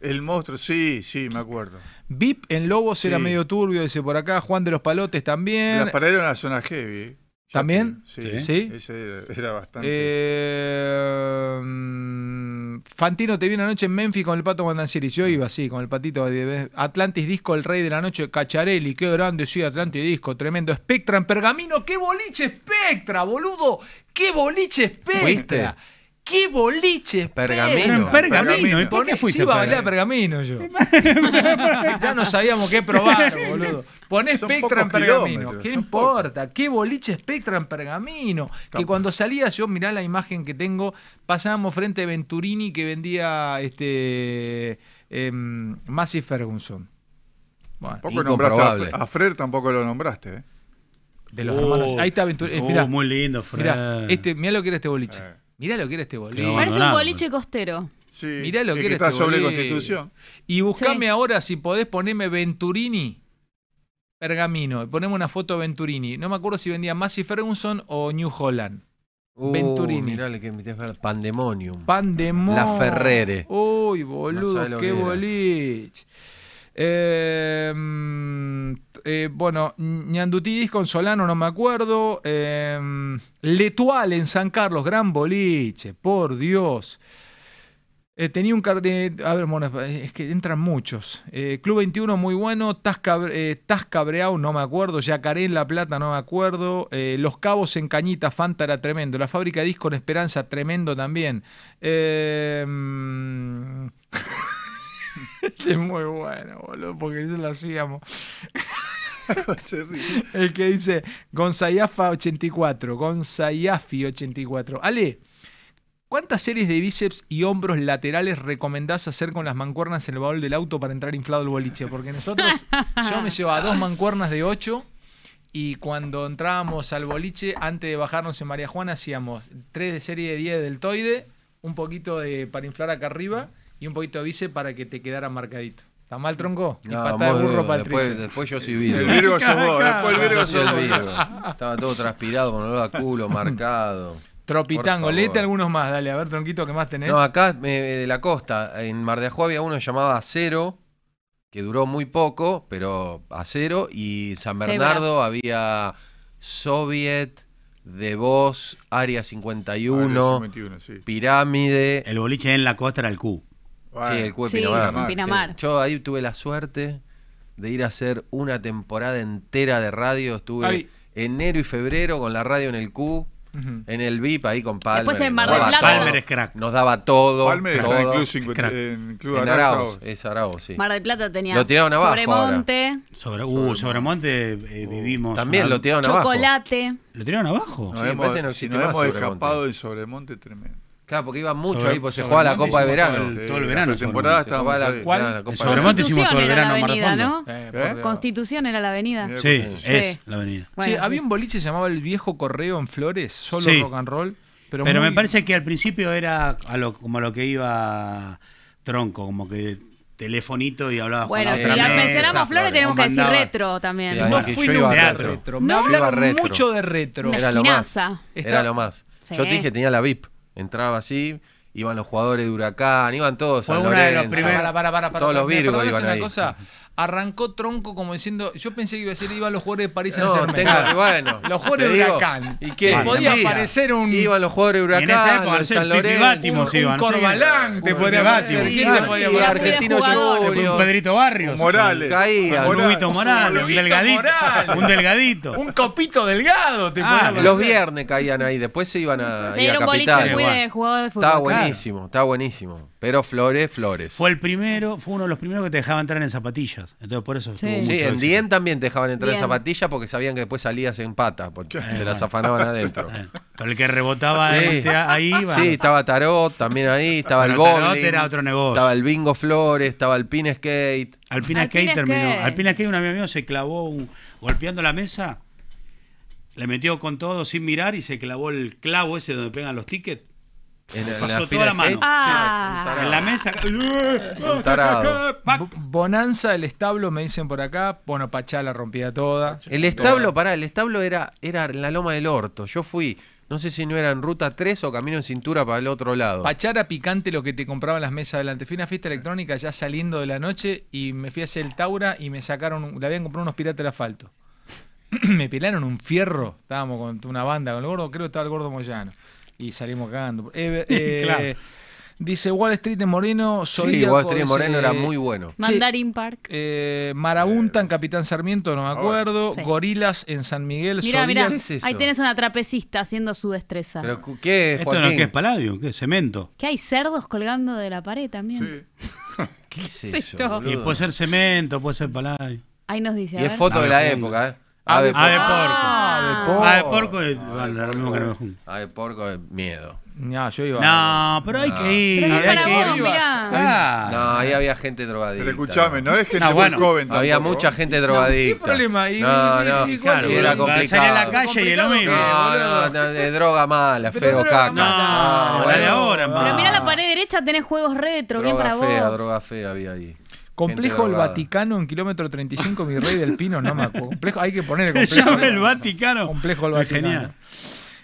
El monstruo, sí, sí, me acuerdo.
VIP en Lobos era
Sí.
medio turbio, dice por acá. Juan de los Palotes también.
La parada era una zona heavy. eh. Ya
¿También?
te digo, Sí.
Sí.
Ese era, era bastante.
Eh, mm, Fantino te vi una noche en Memphis con el Pato Guandancieri. Yo iba así, con el patito de Atlantis Disco, el rey de la noche, Cacharelli, qué grande, sí, Atlantis Disco, tremendo. Spectra en pergamino, qué boliche Spectra, boludo, qué boliche Spectra.
¿Fuiste?
¿Qué boliche Spectra?
Pergamino. Pero en
Pergamino, ¿y por qué
Poné-
fuiste
sí, iba
a
a bailar pergamino yo. ya no sabíamos qué probar, boludo. Poné
Son
Spectra en
pocos
pergamino.
kilómetros,
¿Qué
son
importa? ¿Qué boliche Spectra en pergamino? Que cuando salía yo, mirá la imagen que tengo, pasábamos frente a Venturini que vendía este em, Massey Ferguson. Bueno,
Tampoco nombraste a
Incomprobable.
Fre- a, Fred, tampoco lo nombraste. eh.
de los
Oh.
hermanos. Ahí está Venturini. Eh,
Oh,
mirá,
muy lindo, Fred.
mirá, este, mirá lo que era este boliche.
Eh.
Mirá lo que era este boliche.
Qué
Parece un
Abandonado.
boliche costero.
Sí,
Mirá lo
el
que
que
era
está
este
sobre
boliche.
Constitución.
Y buscame
Sí.
ahora si podés poneme Venturini. Pergamino, y ponemos una foto de Venturini. No me acuerdo si vendía Massey Ferguson o New Holland.
Uh,
Venturini.
mirá lo que me tenés que ver, Pandemonium.
Pandemonium.
La Ferrere.
Uy,
No
boludo,
sabe lo
qué
que era.
boliche. Eh, mm, eh, bueno, Ñandutidis con Solano, no me acuerdo. Eh, Letual en San Carlos, gran boliche, por Dios. Eh, tenía un car- de- A ver, bueno, es que entran muchos. Eh, Club 21, muy bueno. Tasca, eh, Tascabreau, no me acuerdo. Yacaré en La Plata, no me acuerdo. Eh, Los Cabos en Cañita, Fanta era tremendo. La fábrica de disco en Esperanza, tremendo también. Eh, mm, este es muy bueno, boludo, porque eso lo hacíamos.
Se ríe.
El que dice Gonzayafa 84, Gonzayafi 84. Ale, ¿cuántas series de bíceps y hombros laterales recomendás hacer con las mancuernas en el baúl del auto para entrar inflado el boliche? Porque nosotros, yo me llevaba dos mancuernas de 8 Y cuando entrábamos al boliche, antes de bajarnos en María Juana, hacíamos tres de serie de 10 deltoide, un poquito de para inflar acá arriba y un poquito de vice para que te quedara marcadito. ¿Está mal, tronco? Y
No,
patada de
vos,
burro para el
después,
tríceps.
después yo soy Virgo.
El Virgo sos vos, después el
Yo
Virgo
soy
sos vos.
Virgo. Estaba todo transpirado, con olor a culo, marcado.
Tropitango,
Por favor.
léete algunos más, dale, a ver, tronquito, ¿qué más tenés?
No, acá eh, de la costa, en Mar de Ajó había uno llamado Acero, que duró muy poco, pero Acero, y San
Zebra.
Bernardo había Soviet, De Voz, Área 51,
Área 51, sí.
Pirámide.
El boliche en la costa era el Q.
Sí, el Q de
Sí,
Pinamar.
en Pinamar.
Sí. Yo ahí tuve la suerte de ir a hacer una temporada entera de radio. Estuve
Ay.
enero y febrero con la radio en el Q.
Ujú.
En el VIP, ahí con Palmer.
Después en
nos
Mar del
daba
Plata.
todo.
Palmer es
crack.
Nos daba todo.
Palmer es
todo.
crack en Club cincu- Es crack. en Club
En
Araujo.
Araos, Es Araos, sí.
Mar del Plata tenía
Lo tiraron abajo ahora.
Sobremonte,
Sobre, uh, Sobremonte eh, vivimos.
También lo tiraron
Chocolate.
¿Lo tiraron abajo?
Nos
Sí,
hemos,
parece que no
si
existe
nos
más
hemos
Sobremonte.
escapado en Sobremonte tremendo.
Claro, porque iba mucho
Sobre-
ahí, porque se
sobre
jugaba la
Monte
Copa de
hicimos
verano.
todo el- todo el verano
la temporada
sobre
estábamos
Monte.
ahí.
Se jugaba la- la Copa de verano.
Sobremonte hicimos todo el
Constitución era la
verano en Mar del
avenida,
Fondo.
¿no?
Eh,
¿Eh?
Constitución era la avenida.
Sí,
Mirá
es
Sí.
la avenida.
Che,
Bueno,
había un boliche que se llamaba El Viejo Correo en Flores, solo
Sí.
rock and roll. Pero,
Pero,
muy-
me parece que al principio era a lo- como a lo que iba Tronco, como que telefonito y hablaba
Bueno,
con
si
la otra
la
mesa,
mencionamos Flores,
o
tenemos que decir
mandaba-
retro también.
Sí, ahí
No
es que
fui
yo iba
nunca
a
al
retro.
retro.
No.
Me
Yo iba
hablaron
retro.
mucho de retro.
Una
Era lo más.
esquinaza.
Era lo más.
Sí.
Yo te dije, tenía la VIP. Entraba así, iban los jugadores de Huracán, iban todos.
Fue
San
uno de los
Lorenzo,
primeros.
Para, para, para, para,
Todos los
¿me
Virgos
perdonás
iban
una
ahí.
cosa? Arrancó tronco como diciendo, yo pensé que iba a decir iban los jugadores de París
No,
Saint Germain.
tenga- bueno,
los jugadores
te
de
digo,
Huracán.
¿y qué?
Te podía
Mentira.
aparecer un,
Iban los jugadores de
Y en esa
Huracán,
época, no
los
sé, el
San
Pipi
Lorenzo.
Batimos iba,
un
no sé
Corbalán,
quién.
te
Un
podría
Batimos.
aparecer. ¿Quién te podía
Iba a
aparecer?
ser
Argentino
jugadores.
Fue un
Junior.
Pedrito Barrios.
Morales.
Caía.
Un
Morales.
Luguito
Ah,
Morales. Un
Luguito
delgadito.
Morales.
Un delgadito.
Un copito delgado te podía
Ah,
aparecer.
Los viernes caían ahí, después se iban a,
Sí,
ir a
era un boliche
Capital.
muy de
Igual.
jugador de fútbol.
Estaba
Claro.
buenísimo, estaba buenísimo. Pero Flores, Flores.
Fue el primero, fue uno de los primeros que te dejaba entrar en zapatillas. Entonces por eso
Sí.
estuvo mucho
Sí, en
éxito.
Dien también te dejaban entrar en
Dien.
zapatillas porque sabían que después salías en pata, porque te las afanaban adentro.
Eh, Pero el que rebotaba
Sí.
este, ahí iba.
Sí, estaba Tarot también ahí, estaba
Pero
el
Tarot
Bowling,
era otro negocio.
Estaba el Bingo Flores, estaba el Pin Skate.
Alpina
Alpina
Skate terminó.
Skate.
Alpina Skate, un amigo mío se clavó un- golpeando la mesa, le metió con todo sin mirar y se clavó el clavo ese donde pegan los tickets.
En, en
Pasó
las
toda
Pin
la mano.
Skate,
Ah.
sí, un tarado.
En la mesa.
Un tarado.
Pac.
Bo- Bonanza el establo, me dicen por acá. Bueno, Pachá la rompía toda. Eh,
El establo, pará, el establo era, era en la Loma del Orto. Yo fui, no sé si no era en ruta 3 o camino en cintura para el otro lado.
Pachá era picante lo que te compraban las mesas adelante. Fui a una fiesta electrónica ya saliendo de la noche y me fui a hacer el Taura y me sacaron, un- le habían comprado unos piratas de asfalto. me pelaron un fierro, estábamos con una banda, con el gordo, creo que estaba el gordo Moyano. Y salimos cagando. Eh, eh,
Claro.
Dice Wall Street en Moreno,
Sí,
soy
Wall Street Moreno era muy bueno.
Mandarin Park.
Eh, Marabunta en Capitán Sarmiento,
Oh.
no me acuerdo.
Sí.
Gorilas en San Miguel.
Mirá, mirá,
Zodiac.
es eso?
ahí tenés una trapecista haciendo su destreza.
Pero cu- ¿qué,
Esto
Joaquín?
no que es paladio, que es cemento.
Que hay cerdos colgando de la pared también.
¿Qué es
Sí,
eso,
todo.
boludo?
Y puede ser cemento, puede ser paladio.
Ahí nos dice, a
Y es
ver.
foto
No,
de la
me junto.
época, ¿eh?
A
Ave
Ah, de
porco.
Ah,
de
Ah, de
porco.
porco es
Ave
bueno, lo mismo que no me
porco.
junto.
Ave porco es miedo.
No, yo iba.
No, pero hay que ir.
Pero es
hay
para
que
vos,
ir.
mirá.
Ah,
Claro.
No, ahí había gente drogadita.
Pero escuchame, no es que
No,
sea
bueno.
muy joven
Había
tampoco,
mucha
¿eh?
gente drogadita.
¿qué problema? ¿Y-
no,
y-
no,
y- y cuál
Claro,
era
boludo, salí a
complicado.
la calle y es lo mismo.
No, no, no, de droga mala,
Pero
feo
droga
caca.
No,
mala.
Ah,
la de
bueno.
ahora,
Pero
pa.
mirá la pared derecha, tenés juegos retro, bien para
Droga
vos.
fea, droga fea había ahí.
Complejo
Gente
el
drogada.
Vaticano en kilómetro 35, mi rey del Pino, no me acuerdo. Complejo, hay que poner el
Se
complejo.
llama el Vaticano.
Complejo el
Es
Vaticano.
Genial.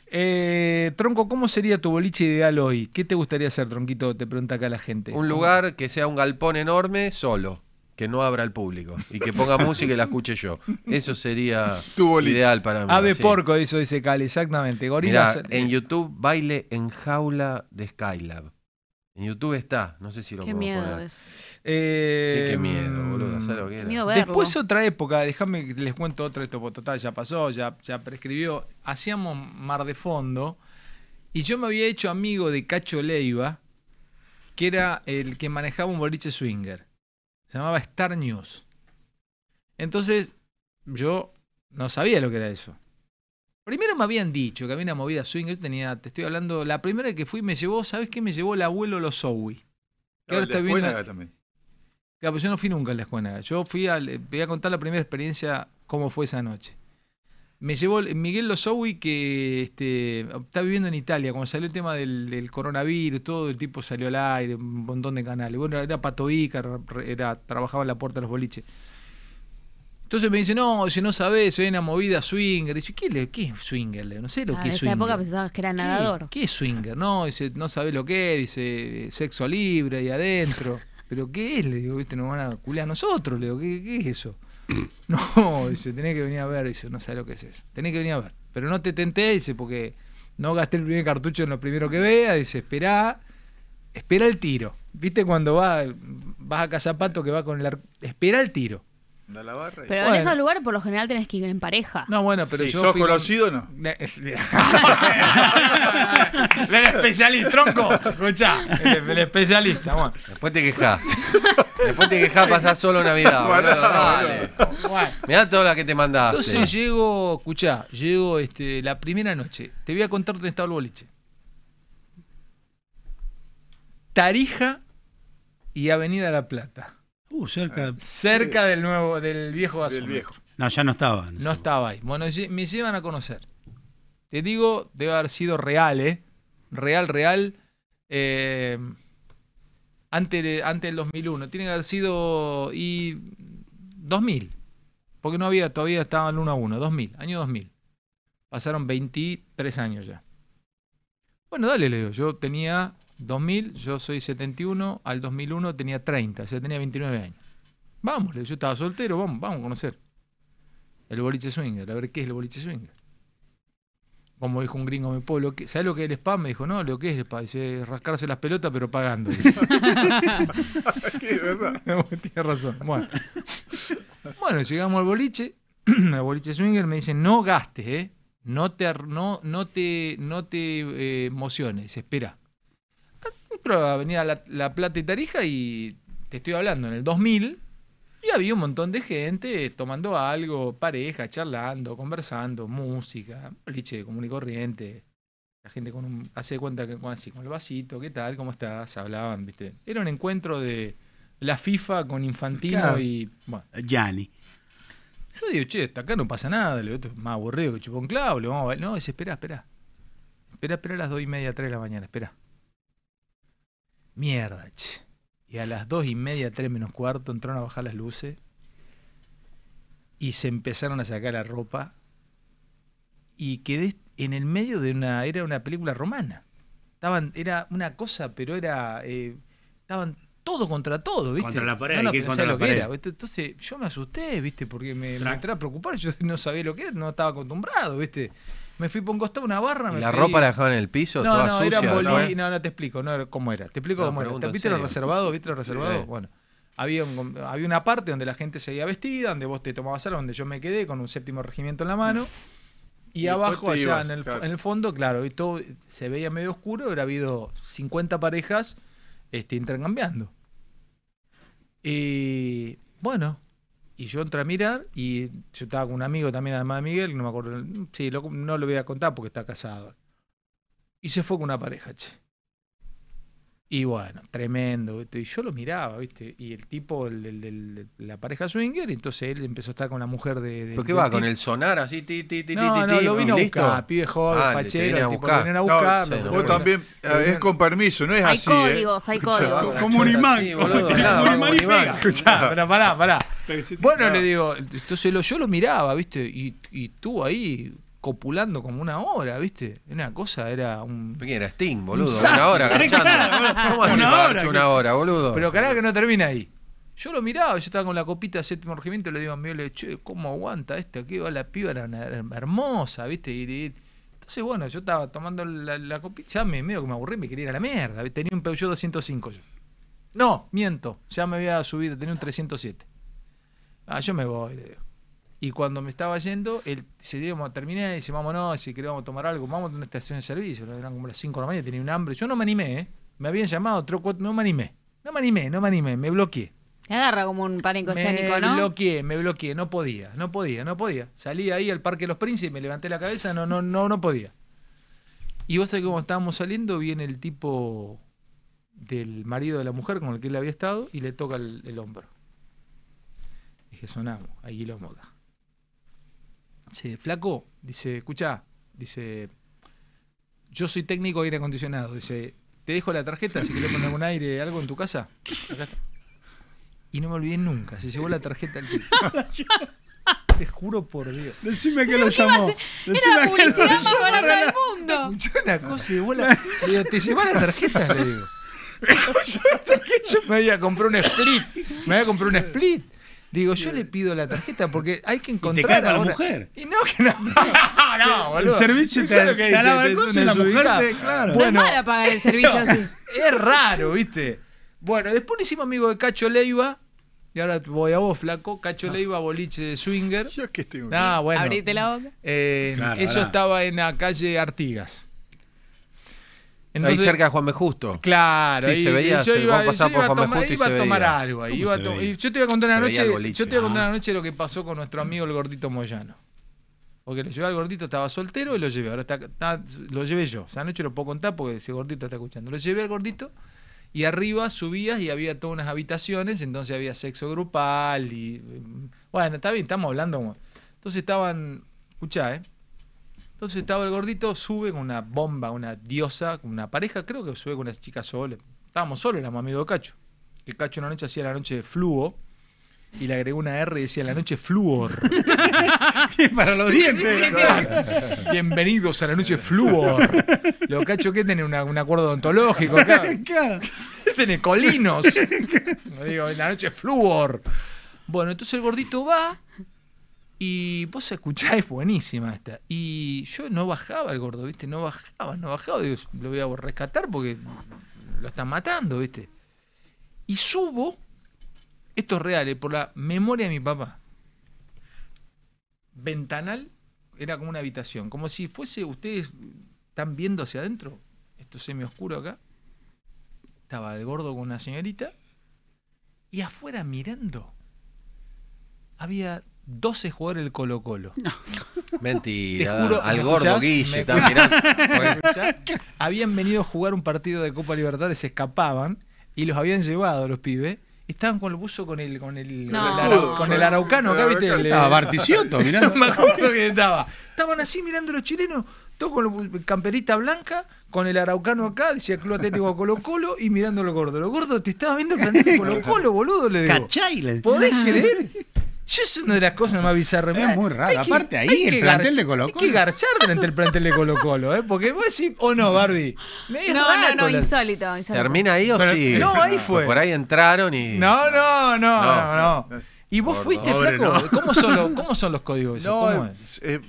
Eh, tronco, ¿cómo sería tu boliche ideal hoy? ¿Qué te gustaría hacer, Tronquito? Te pregunta acá la gente.
Un lugar que sea un galpón enorme solo, que no abra al público y que ponga música y la escuche yo. Eso sería
Tu boliche.
ideal para mí.
Ave
sí.
porco, eso dice Cali, exactamente. Gorilas.
Mirá, en YouTube, baile en jaula de Skylab. En YouTube está, no sé si lo
Qué
puedo
miedo
poner.
eso.
eh,
Qué, qué miedo, boludo, hacer lo que
Qué
era.
miedo verlo.
Después otra época, déjame que les cuento otra, esto pues, total ya pasó, ya, ya prescribió. Hacíamos Mar de Fondo y yo me había hecho amigo de Cacho Leiva, que era el que manejaba un boliche swinger. Se llamaba Star News. Entonces yo no sabía lo que era eso. Primero me habían dicho que había una movida swinger, yo tenía, te estoy hablando, la primera que fui me llevó, ¿sabes qué? Me llevó el abuelo Lozowi. Que ahora
La
está viendo-
escuela también.
Claro, pero yo no fui nunca a la escuela. Yo fui al. Voy a contar la primera experiencia, cómo fue esa noche. Me llevó el- Miguel Lozowi, que este, está viviendo en Italia. Cuando salió el tema del, del coronavirus, todo el tipo salió al aire, un montón de canales. Bueno, era Pato Ica, era, trabajaba en la puerta de los boliches. Entonces me dice, no, si no sabés, soy una movida swinger. Y yo, ¿qué, le- qué es swinger? Le digo, No sé lo
Ah,
que
en
es
esa
swinger.
época pensabas que era
¿Qué?
nadador.
¿Qué, es swinger? No, dice, no sabés lo que es, dice, sexo libre ahí adentro. ¿Pero qué es? Le digo, viste, nos van a culiar a nosotros, le digo, ¿qué, qué es eso? No, dice, tenés que venir a ver, dice, no sabés lo que es eso. Tenés que venir a ver. Pero no te tenté, dice, porque no gasté el primer cartucho en lo primero que vea, dice, esperá, espera el tiro. ¿Viste cuando va, vas a Cazapato que va con el arco? Espera el tiro.
Da la barra y-
Pero en
Bueno.
esos lugares por lo general tenés que ir en pareja.
No, bueno, pero
Si
yo.
sos
fui con-
conocido, no.
Ne- es- mira. el especialista, tronco. Escuchá, el, el especialista. Bueno.
Después te quejás. Después te quejás, pasás solo Navidad.
Bueno,
boludo, dale. Mirá toda la que te mandaste.
Entonces llego, escuchá, llego este, la primera noche. Te voy a contar dónde estaba el boliche. Tarija y Avenida La Plata.
Uh, cerca.
Cerca del nuevo, del viejo gasómetro.
No, ya no estaba.
No estaba ahí. Bueno, lle- me llevan a conocer. Te digo, debe haber sido real, ¿eh? Real, real. Eh, antes, de- antes del 2001. Tiene que haber sido. Y. 2000. Porque no había, todavía estaba el 1 a 1. 2000, año 2000. Pasaron 23 años ya. Bueno, dale, le digo. Yo tenía 2000, yo soy 71, al 2001 tenía 30, o sea, tenía 29 años. Vamos, le digo, yo estaba soltero, vamos, vamos a conocer. El boliche swinger, a ver qué es el boliche swinger. Como dijo un gringo, me pueblo, ¿sabes lo que es el spa? Me dijo, no, lo que es el spa. Dice, rascarse las pelotas, pero pagando.
¿Qué, verdad?
Tienes razón. Bueno. Bueno, llegamos al boliche, al boliche swinger, me dicen, no gastes, ¿eh? No te, ar- no, no te, no te eh, emociones, espera. Entro a Avenida la, La Plata y Tarija y te estoy hablando, en el 2000, y había un montón de gente tomando algo, pareja, charlando, conversando, música, boliche común y corriente. La gente con un, hace de cuenta que con así, con el vasito, ¿qué tal? ¿Cómo estás? Hablaban, ¿viste? Era un encuentro de la FIFA con Infantino
Claro. Eh,
y. Bueno.
Gianni.
Yo le digo, che, hasta acá no pasa nada, le digo, esto es más aburrido que chupón clavo, le digo, vamos a ver. No, dice, espera, espera. Espera, espera a las dos y media, tres de la mañana, espera. Mierda, che. Y a las dos y media, tres menos cuarto, entraron a bajar las luces y se empezaron a sacar la ropa y quedé en el medio de una era una película romana estaban era una cosa pero era eh, estaban todo contra todo viste
Contra la pared,
no, no
hay que ir contra
pensé
la
lo que
pared.
era, ¿viste? entonces yo me asusté viste porque me, me entré a preocupar yo no sabía lo que era no estaba acostumbrado viste me fui por un costado una barra me
¿La
pedí-
ropa la dejaban en el piso?
no,
toda
no,
sucia,
era
¿no? eh?
boli- no, no te explico, no era cómo era. Te explico
No,
cómo era.
pregunto en
¿Viste lo
serio.
reservado? ¿Viste lo reservado?
Sí.
Bueno, había, un- había una parte donde la gente seguía vestida, donde vos te tomabas algo, donde yo me quedé con un séptimo regimiento en la mano. Y,
Y después
abajo,
te
allá
ibas,
en, el, fo-
claro.
en el fondo, claro, y todo se veía medio oscuro, habrá habido 50 parejas este, intercambiando. Y bueno, y yo entré a mirar y yo estaba con un amigo también, además de Miguel, no me acuerdo, el- sí, lo- no lo voy a contar porque está casado. Y se fue con una pareja, che. Y bueno, tremendo, ¿viste? Y yo lo miraba, ¿viste? Y el tipo, el, el- el- la pareja swinger, y entonces él empezó a estar con la mujer de... de-
¿Pero qué
del
va? ¿Con
tipo.
el sonar así? Ti, ti, ti,
No,
ti,
no,
ti,
lo
ti,
vino a
¿listo?
buscar, pibe joven,
Ah, le- te
fachero,
vinieron
el
a
tipo,
buscar.
lo vinieron a
No,
buscar,
sí,
me-
no,
lo
Vos
bueno.
también,
Lo
eh, es
primero-
con permiso, no es
Hay
así. ¿eh?
códigos, hay
Escuchá,
códigos.
como un imán.
Sí, boludo, nada,
Como un
vamos,
imán y
imán.
pega.
Escuchá, pero pará, pará. Bueno, le digo, entonces lo- yo lo miraba, ¿viste? Y, y estuvo ahí copulando como una hora, ¿viste? Una cosa, era un...
¿Quién era? Sting, boludo.
Exacto.
Una hora
Claro,
agachando.
boludo.
¿Cómo hace
Una
para
hora,
agachar
que-
una hora, boludo?
Pero carajo que no termina ahí. Yo lo miraba, yo estaba con la copita de séptimo regimiento, le digo a Miguel, le digo, che, ¿cómo aguanta esto? Que va la piba, era, una- era hermosa, ¿viste? Y- y- entonces, bueno, yo estaba tomando la, la copita, ya me, medio que me aburrí, me quería ir a la mierda. Tenía un Peugeot 205 yo. No, miento, ya me había subido, tenía un 307. Ah, yo me voy, le digo. Y cuando me estaba yendo, él se dio, terminé, dice, vámonos, si queremos tomar algo, vamos a una estación de servicio. Eran como las 5 de la mañana, tenía un hambre. Yo no me animé, ¿eh? Me habían llamado, tres, cuatro, no me animé. No me animé, no me animé, me bloqueé.
Te agarra como un pánico oceánico,
Me
¿no?
bloqueé, me bloqueé, no podía, no podía, no podía. Salí ahí al Parque de los Príncipes, me levanté la cabeza, no, no, no, no podía. Y vos sabés que como estábamos saliendo, viene el tipo del marido de la mujer con el que él había estado y le toca el, el hombro. Dije, sonamos, ahí lo moda. Dice, flaco, dice, escucha, dice, yo soy técnico de aire acondicionado. Dice, te dejo la tarjeta si querés poner algún aire, algo en tu casa. Acá está. Y no me olvidé nunca, se llevó la tarjeta al tipo. Te juro por Dios.
Decime que lo llamó. Decime
la
que lo
publicidad más
llamó.
barata del mundo.
Escuchá una cosa y vos la- le digo, te llevó la tarjeta, le digo. Yo, yo me había comprado un split. Me había comprado un split. Digo, yo le pido la tarjeta porque hay que encontrar
cae con la
ahora-
mujer.
Y no, que no. no, boludo.
El servicio te-
¿Sabés lo que
te
dice?
alaba el
Es
coso
una
y la mujer
desubicada.
te- claro.
No es para pagar el servicio así.
Es raro, ¿viste? Bueno, después nos hicimos amigos de Cacho Leiva. Y ahora voy a vos, flaco. Cacho
Ah.
Leiva, boliche de swinger. Yo
que tengo.
Ah, bueno.
Abrite la boca.
Eh,
Claro,
eso
pará.
estaba en la calle Artigas.
ahí cerca de Juan B. Justo.
Claro,
Sí,
ahí-
se veía,
yo
se-
iba,
vos pasabas
yo
por
iba
Juan
a
B.
tomar,
Justo y
iba
se
a tomar
veía.
algo. ahí,
¿Cómo
iba a
se
to-
veía?
y yo te voy a contar una
Se veía
noche,
el boliche.
yo te voy a contar
Ah.
una noche lo que pasó con nuestro amigo el gordito Moyano. Porque lo llevé al gordito, estaba soltero y lo llevé. Ahora está, está- lo llevé yo. Esa noche lo puedo contar porque ese gordito está escuchando. Lo llevé al gordito y arriba subías y había todas unas habitaciones, entonces había sexo grupal y. mm, Bueno, está bien, estamos hablando. como- Entonces estaban. Escuchá, ¿eh? Entonces estaba el gordito, sube con una bomba, una diosa, con una pareja, creo que sube con una chica sola. Estábamos solos, éramos amigos de Cacho. Que Cacho una noche hacía la noche de fluo y le agregó una R y decía la noche flúor.
Para los dientes.
Bienvenidos a la noche flúor. Lo Cacho que tiene una- un acuerdo odontológico acá.
Claro.
Tiene colinos. Como digo, la noche es flúor. Bueno, entonces el gordito va y vos escuchás, es buenísima esta. Y yo no bajaba el gordo, ¿viste? No bajaba, no bajaba. Digo, lo voy a rescatar porque lo están matando, ¿viste? Y subo, esto es real, eh, por la memoria de mi papá. Ventanal era como una habitación, como si fuese, ustedes están viendo hacia adentro, esto semi oscuro acá estaba el gordo con una señorita y afuera mirando había 12 jugadores del Colo Colo.
Mentira. al
¿me
gordo
escuchás?
Guille.
¿Me
está
escuchás?
mirando.
¿Me escuchás? Habían venido a jugar un partido de Copa Libertadores, se escapaban y los habían llevado los pibes. Estaban con el buzo con el con el,
No.
con el ara- con el araucano acá, ¿viste? El-
Estaba Barticioto, mirá.
No me acuerdo quién estaba. Estaban así mirando los chilenos, todos con la bu- camperita blanca, con el araucano acá, decía Club Atlético Colo Colo y mirando a los gordos. Los gordos te estaban viendo planteando Colo Colo, boludo, le digo.
Cachai.
¿Podés creer? Yo es una de las cosas más bizarras.
Es muy raro.
Hay que-
Aparte ahí,
hay
el
que
plantel
gar-
de Colo
Hay
Colo.
que garchar entre el plantel de Colo Colo, ¿eh? Porque vos decís, o no, Barbie. Es
No, no,
raro
no,
la-
insólito. insólito.
¿Termina ahí o
Pero-
sí?
No, ahí fue.
Por ahí entraron y.
No, no, no, no, no.
No.
¿Y vos
Gordo.
fuiste,
Pobre,
flaco?
no.
¿Cómo, son los, ¿Cómo son los códigos? esos? ¿Cómo
No,
es?
es, es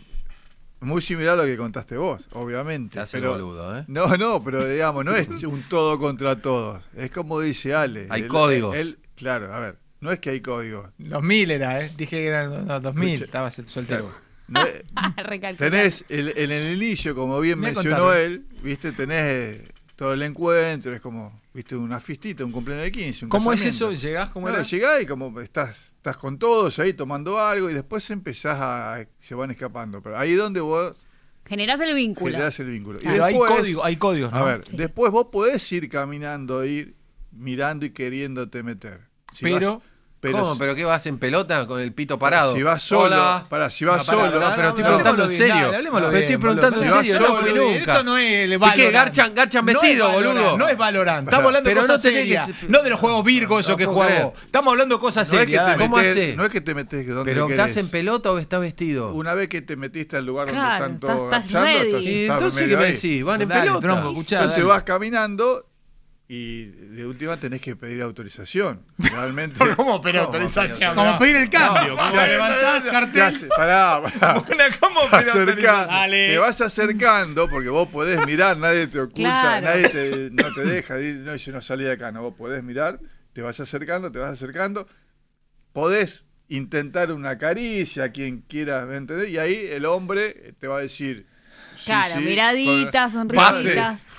muy similar a lo que contaste vos, obviamente.
Te hace el
pero-
boludo, ¿eh?
No, no, pero digamos, no es un todo contra todos. Es como dice Ale.
Hay códigos.
claro, a ver, no es que hay códigos.
2000 era, ¿eh? Dije que eran no, 2000.
Escucha.
Estaba soltero.
No es-
Ah, Recalcular.
tenés el- en el inicio, como bien
Mirá
mencionó
contarme.
él, viste, tenés eh, todo el encuentro, es como, viste, una fiestita, un cumpleaños de 15. un
¿Cómo es
casamiento.
eso? ¿Llegás como
Claro,
era?
llegás y como estás, estás con todos ahí tomando algo y después empezás a. se van escapando. Pero ahí es donde vos
Generás el vínculo.
generás el vínculo. Y
Pero hay,
después-
código, hay códigos, ¿no?
A ver,
Sí.
después vos podés ir caminando, ir mirando y queriéndote meter. Si
Pero-
vas- pero
¿Cómo?
si-
¿Pero qué vas en pelota con el pito parado?
Si vas solo,
Hola.
pará, si vas
No, pará,
solo,
pará,
No, pero estoy
no, hablemoslo
preguntando en
bien,
serio.
dale, hablemoslo
Pero estoy
bien, boludo.
preguntando en
Si vas
serio, no
solo,
fui
esto
nunca.
Esto no es
¿Y qué?
Valorant.
Garchan, garchan
No es
vestido,
Valorant,
boludo.
No es Valorant. Estamos
Pará.
hablando de
Pero
cosas
no tenés
serias.
que-
No de los juegos Virgo, eso
No
que
puedo
jugás
creer.
vos. Estamos hablando de cosas
no es, que
serias.
te
dale.
¿Cómo
metés-
hace?
no es que te metes donde
¿Pero estás
querés.
en pelota o estás vestido?
Una vez que te metiste al lugar
Claro,
donde están todos
estás- estás
agachando,
ready.
estás-
¿Y
estás
entonces qué
medio
me
ahí.
decís? ¿Van en
Dale,
pelota?
trompo, escuchá,
Entonces
dale.
vas caminando y de última tenés que pedir autorización. Realmente.
¿Cómo pero autorización?
Como pedir el cambio.
No,
Como
ya-
levantás
ya-
cartel.
ya sé, Pará, pará.
Una, ¿Cómo
Te
pero
acercás,
autorización?
Dale.
te vas acercando porque vos podés mirar, nadie te oculta,
Claro.
nadie te, no te deja, di- no, yo no salí de acá, no, vos podés mirar, te vas acercando, te vas acercando, podés intentar una caricia, quien quieras, ¿me entendés? Y ahí el hombre te va a decir... sí,
Claro,
sí,
miraditas,
con-
sonrisitas.
Pase.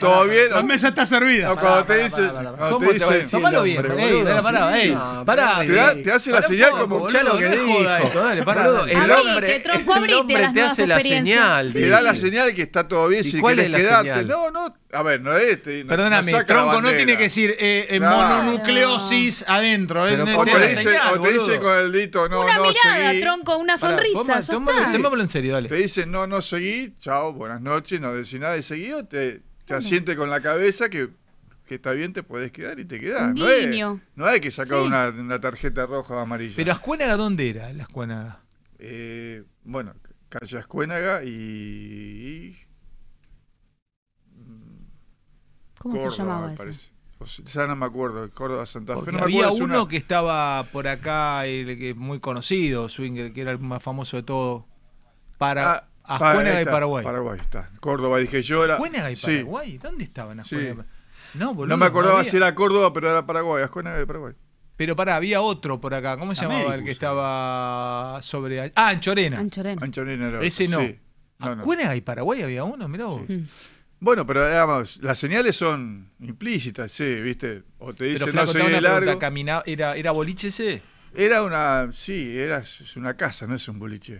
¿Todo bien?
La mesa está servida.
O cuando te
Pará,
dicen...
pará, pará,
cuando
¿Cómo te va a
dicen-
decir?
Tomalo
el
bien,
hombre,
ey,
boludo.
dale, pará, ey,
No,
pará.
pará,
te, da-
ey.
te hace la
Pará un
señal
poco,
como...
boludo,
Escuchá lo que
no
dijo.
joda esto, dale, pará,
Boludo,
dale.
el
Abrite,
hombre,
tronco,
el
abrite
hombre
las
te
nuevas
hace la
experiencias.
señal.
Te da la
dice.
señal que está todo bien,
¿Y
si
cuál
querés
es la
quedarte.
señal?
No, no, A ver, no es este. no-
Perdóname,
no saca la
tronco no
bandera.
tiene que decir eh, eh,
Claro.
mononucleosis adentro. eh,
Pero
no,
¿cómo
te da
le
la
dice-
señal,
o te dice
boludo.
con el dito, no,
Una
no,
mirada,
seguí.
tronco, una
Pará,
sonrisa,
toma-
ya
tómalo-
está.
tómalo
en serio, dale.
Te dicen, no, no seguí, chao, buenas noches, no decís nada de seguí o te, te asiente con la cabeza que, que está bien, te podés quedar y te quedás.
Un
No hay,
guiño.
no hay que sacar
Sí.
una, una tarjeta roja o amarilla.
Pero Ascuénaga, ¿dónde era la Ascuénaga?
Eh, bueno, Calle Ascuénaga y...
¿Cómo
Córdoba,
se llamaba Ah,
me
eso?
parece. O si- Ya no me acuerdo, Córdoba, Santa Fe.
Porque
no me
había
acuerdo, es
uno
una-
que estaba por acá, el que es muy conocido, Swinger, que era el más famoso de todo. Para
Ah,
Ascuénaga
ahí
y
está,
Paraguay.
Paraguay, está. Córdoba, dije yo era...
¿Ascuénaga y
sí.
Paraguay? ¿Dónde estaban Ascuénaga? y Paraguay? No, boludo,
no me acordaba
había.
si era Córdoba, pero era Paraguay. Ascuénaga de Paraguay.
Pero pará, había otro por acá. ¿Cómo se
La
llamaba el
Medicus.
que estaba sobre. Ah, Anchorena.
Anchorena.
Anchorena era otro,
Ese no.
sí. No, no.
Ascuénaga y Paraguay había uno, mirá vos.
Bueno, pero digamos, las señales son implícitas, sí, ¿viste? O te
Pero
dicen
flaco,
no
te hago
seguí
una pregunta,
largo.
¿camina- era, ¿era boliche ese?
Era una, sí, era es una casa, no es un boliche.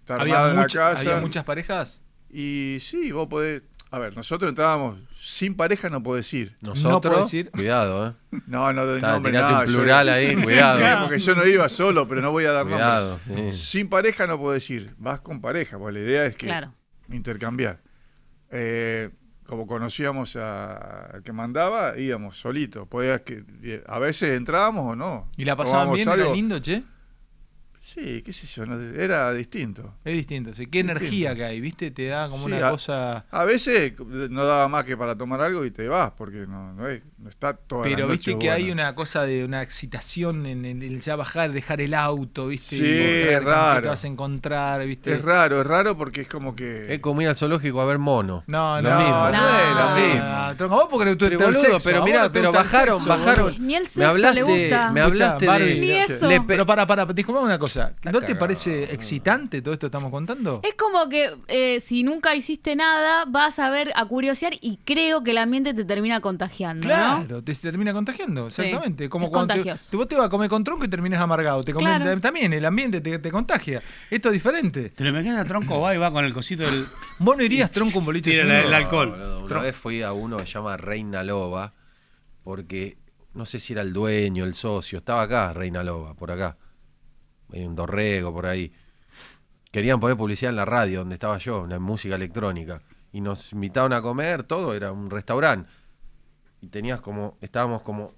Está
Había,
armado en la
mucha-
casa.
había muchas parejas.
Y sí, vos podés. A ver, nosotros entrábamos sin pareja, no podés ir.
Nosotros,
no podés ir.
cuidado, ¿eh?
No, no doy
Está,
nombre,
tirate
no,
un
yo-
plural ahí, cuidado.
Claro, Porque yo no iba solo, pero no voy a dar
Ah. Cuidado,
nombre.
sí.
Sin pareja no podés ir. Vas con pareja, porque la idea es que
Claro.
intercambiar. Eh, como conocíamos a- al que mandaba, íbamos solitos. Podías que, eh, a veces entrábamos o no.
¿Y la pasaban
Tomábamos
bien? ¿Era
algo.
lindo, che?
Sí, qué sé yo, no sé, era distinto.
Es distinto. sí. Qué
Distinto.
energía que hay, ¿viste? Te da como
Sí,
una
a-
cosa.
A veces eh, no daba más que para tomar algo y te vas, porque no, no, es- no está todo
Pero viste que hay una cosa de una excitación en el, el ya bajar, dejar el auto, ¿viste?
Sí,
Y
es
con qué te
raro.
vas a encontrar, ¿viste?
Es raro, es raro porque es como que.
Es como ir al zoológico a ver mono.
No,
Lo
no,
mismo.
Ah, no,
Lo
no,
mismo.
no, tronco, vos porque tú
Pero,
estás
boludo,
sexo,
pero
a vos
mirá,
no te
pero
gusta el
bajaron,
sexo,
bajaron.
boludo.
Ni el sexo
Me hablaste,
le gusta.
me hablaste
Escuchá, Barbie,
de.
Ni
mirá.
eso.
Pero para, para, disculpame una cosa. ¿No te parece excitante todo esto que estamos contando?
Es como que eh, si nunca hiciste nada, vas a ver, a curiosear y creo que el ambiente te termina contagiando, ¿no?
Claro, te termina contagiando,
Sí.
exactamente. Como
Es
cuando te-
contagioso.
te- vos te vas a comer con tronco y terminas amargado. Te comes-
Claro.
También el ambiente te, te contagia. Esto es diferente.
¿Te lo imaginas a Tronco va y va con el cosito del.
Vos no irías tronco un boliche.
Tira
sin
la-
uno?
el alcohol.
boludo, una
Tron-
vez fui a uno que se llama Reina Loba, porque no sé si era el dueño, el socio, estaba acá Reina Loba, por acá. Hay un dorrego por ahí. Querían poner publicidad en la radio donde estaba yo, una música electrónica. Y nos invitaron a comer, todo, era un restaurante. Y tenías como, estábamos como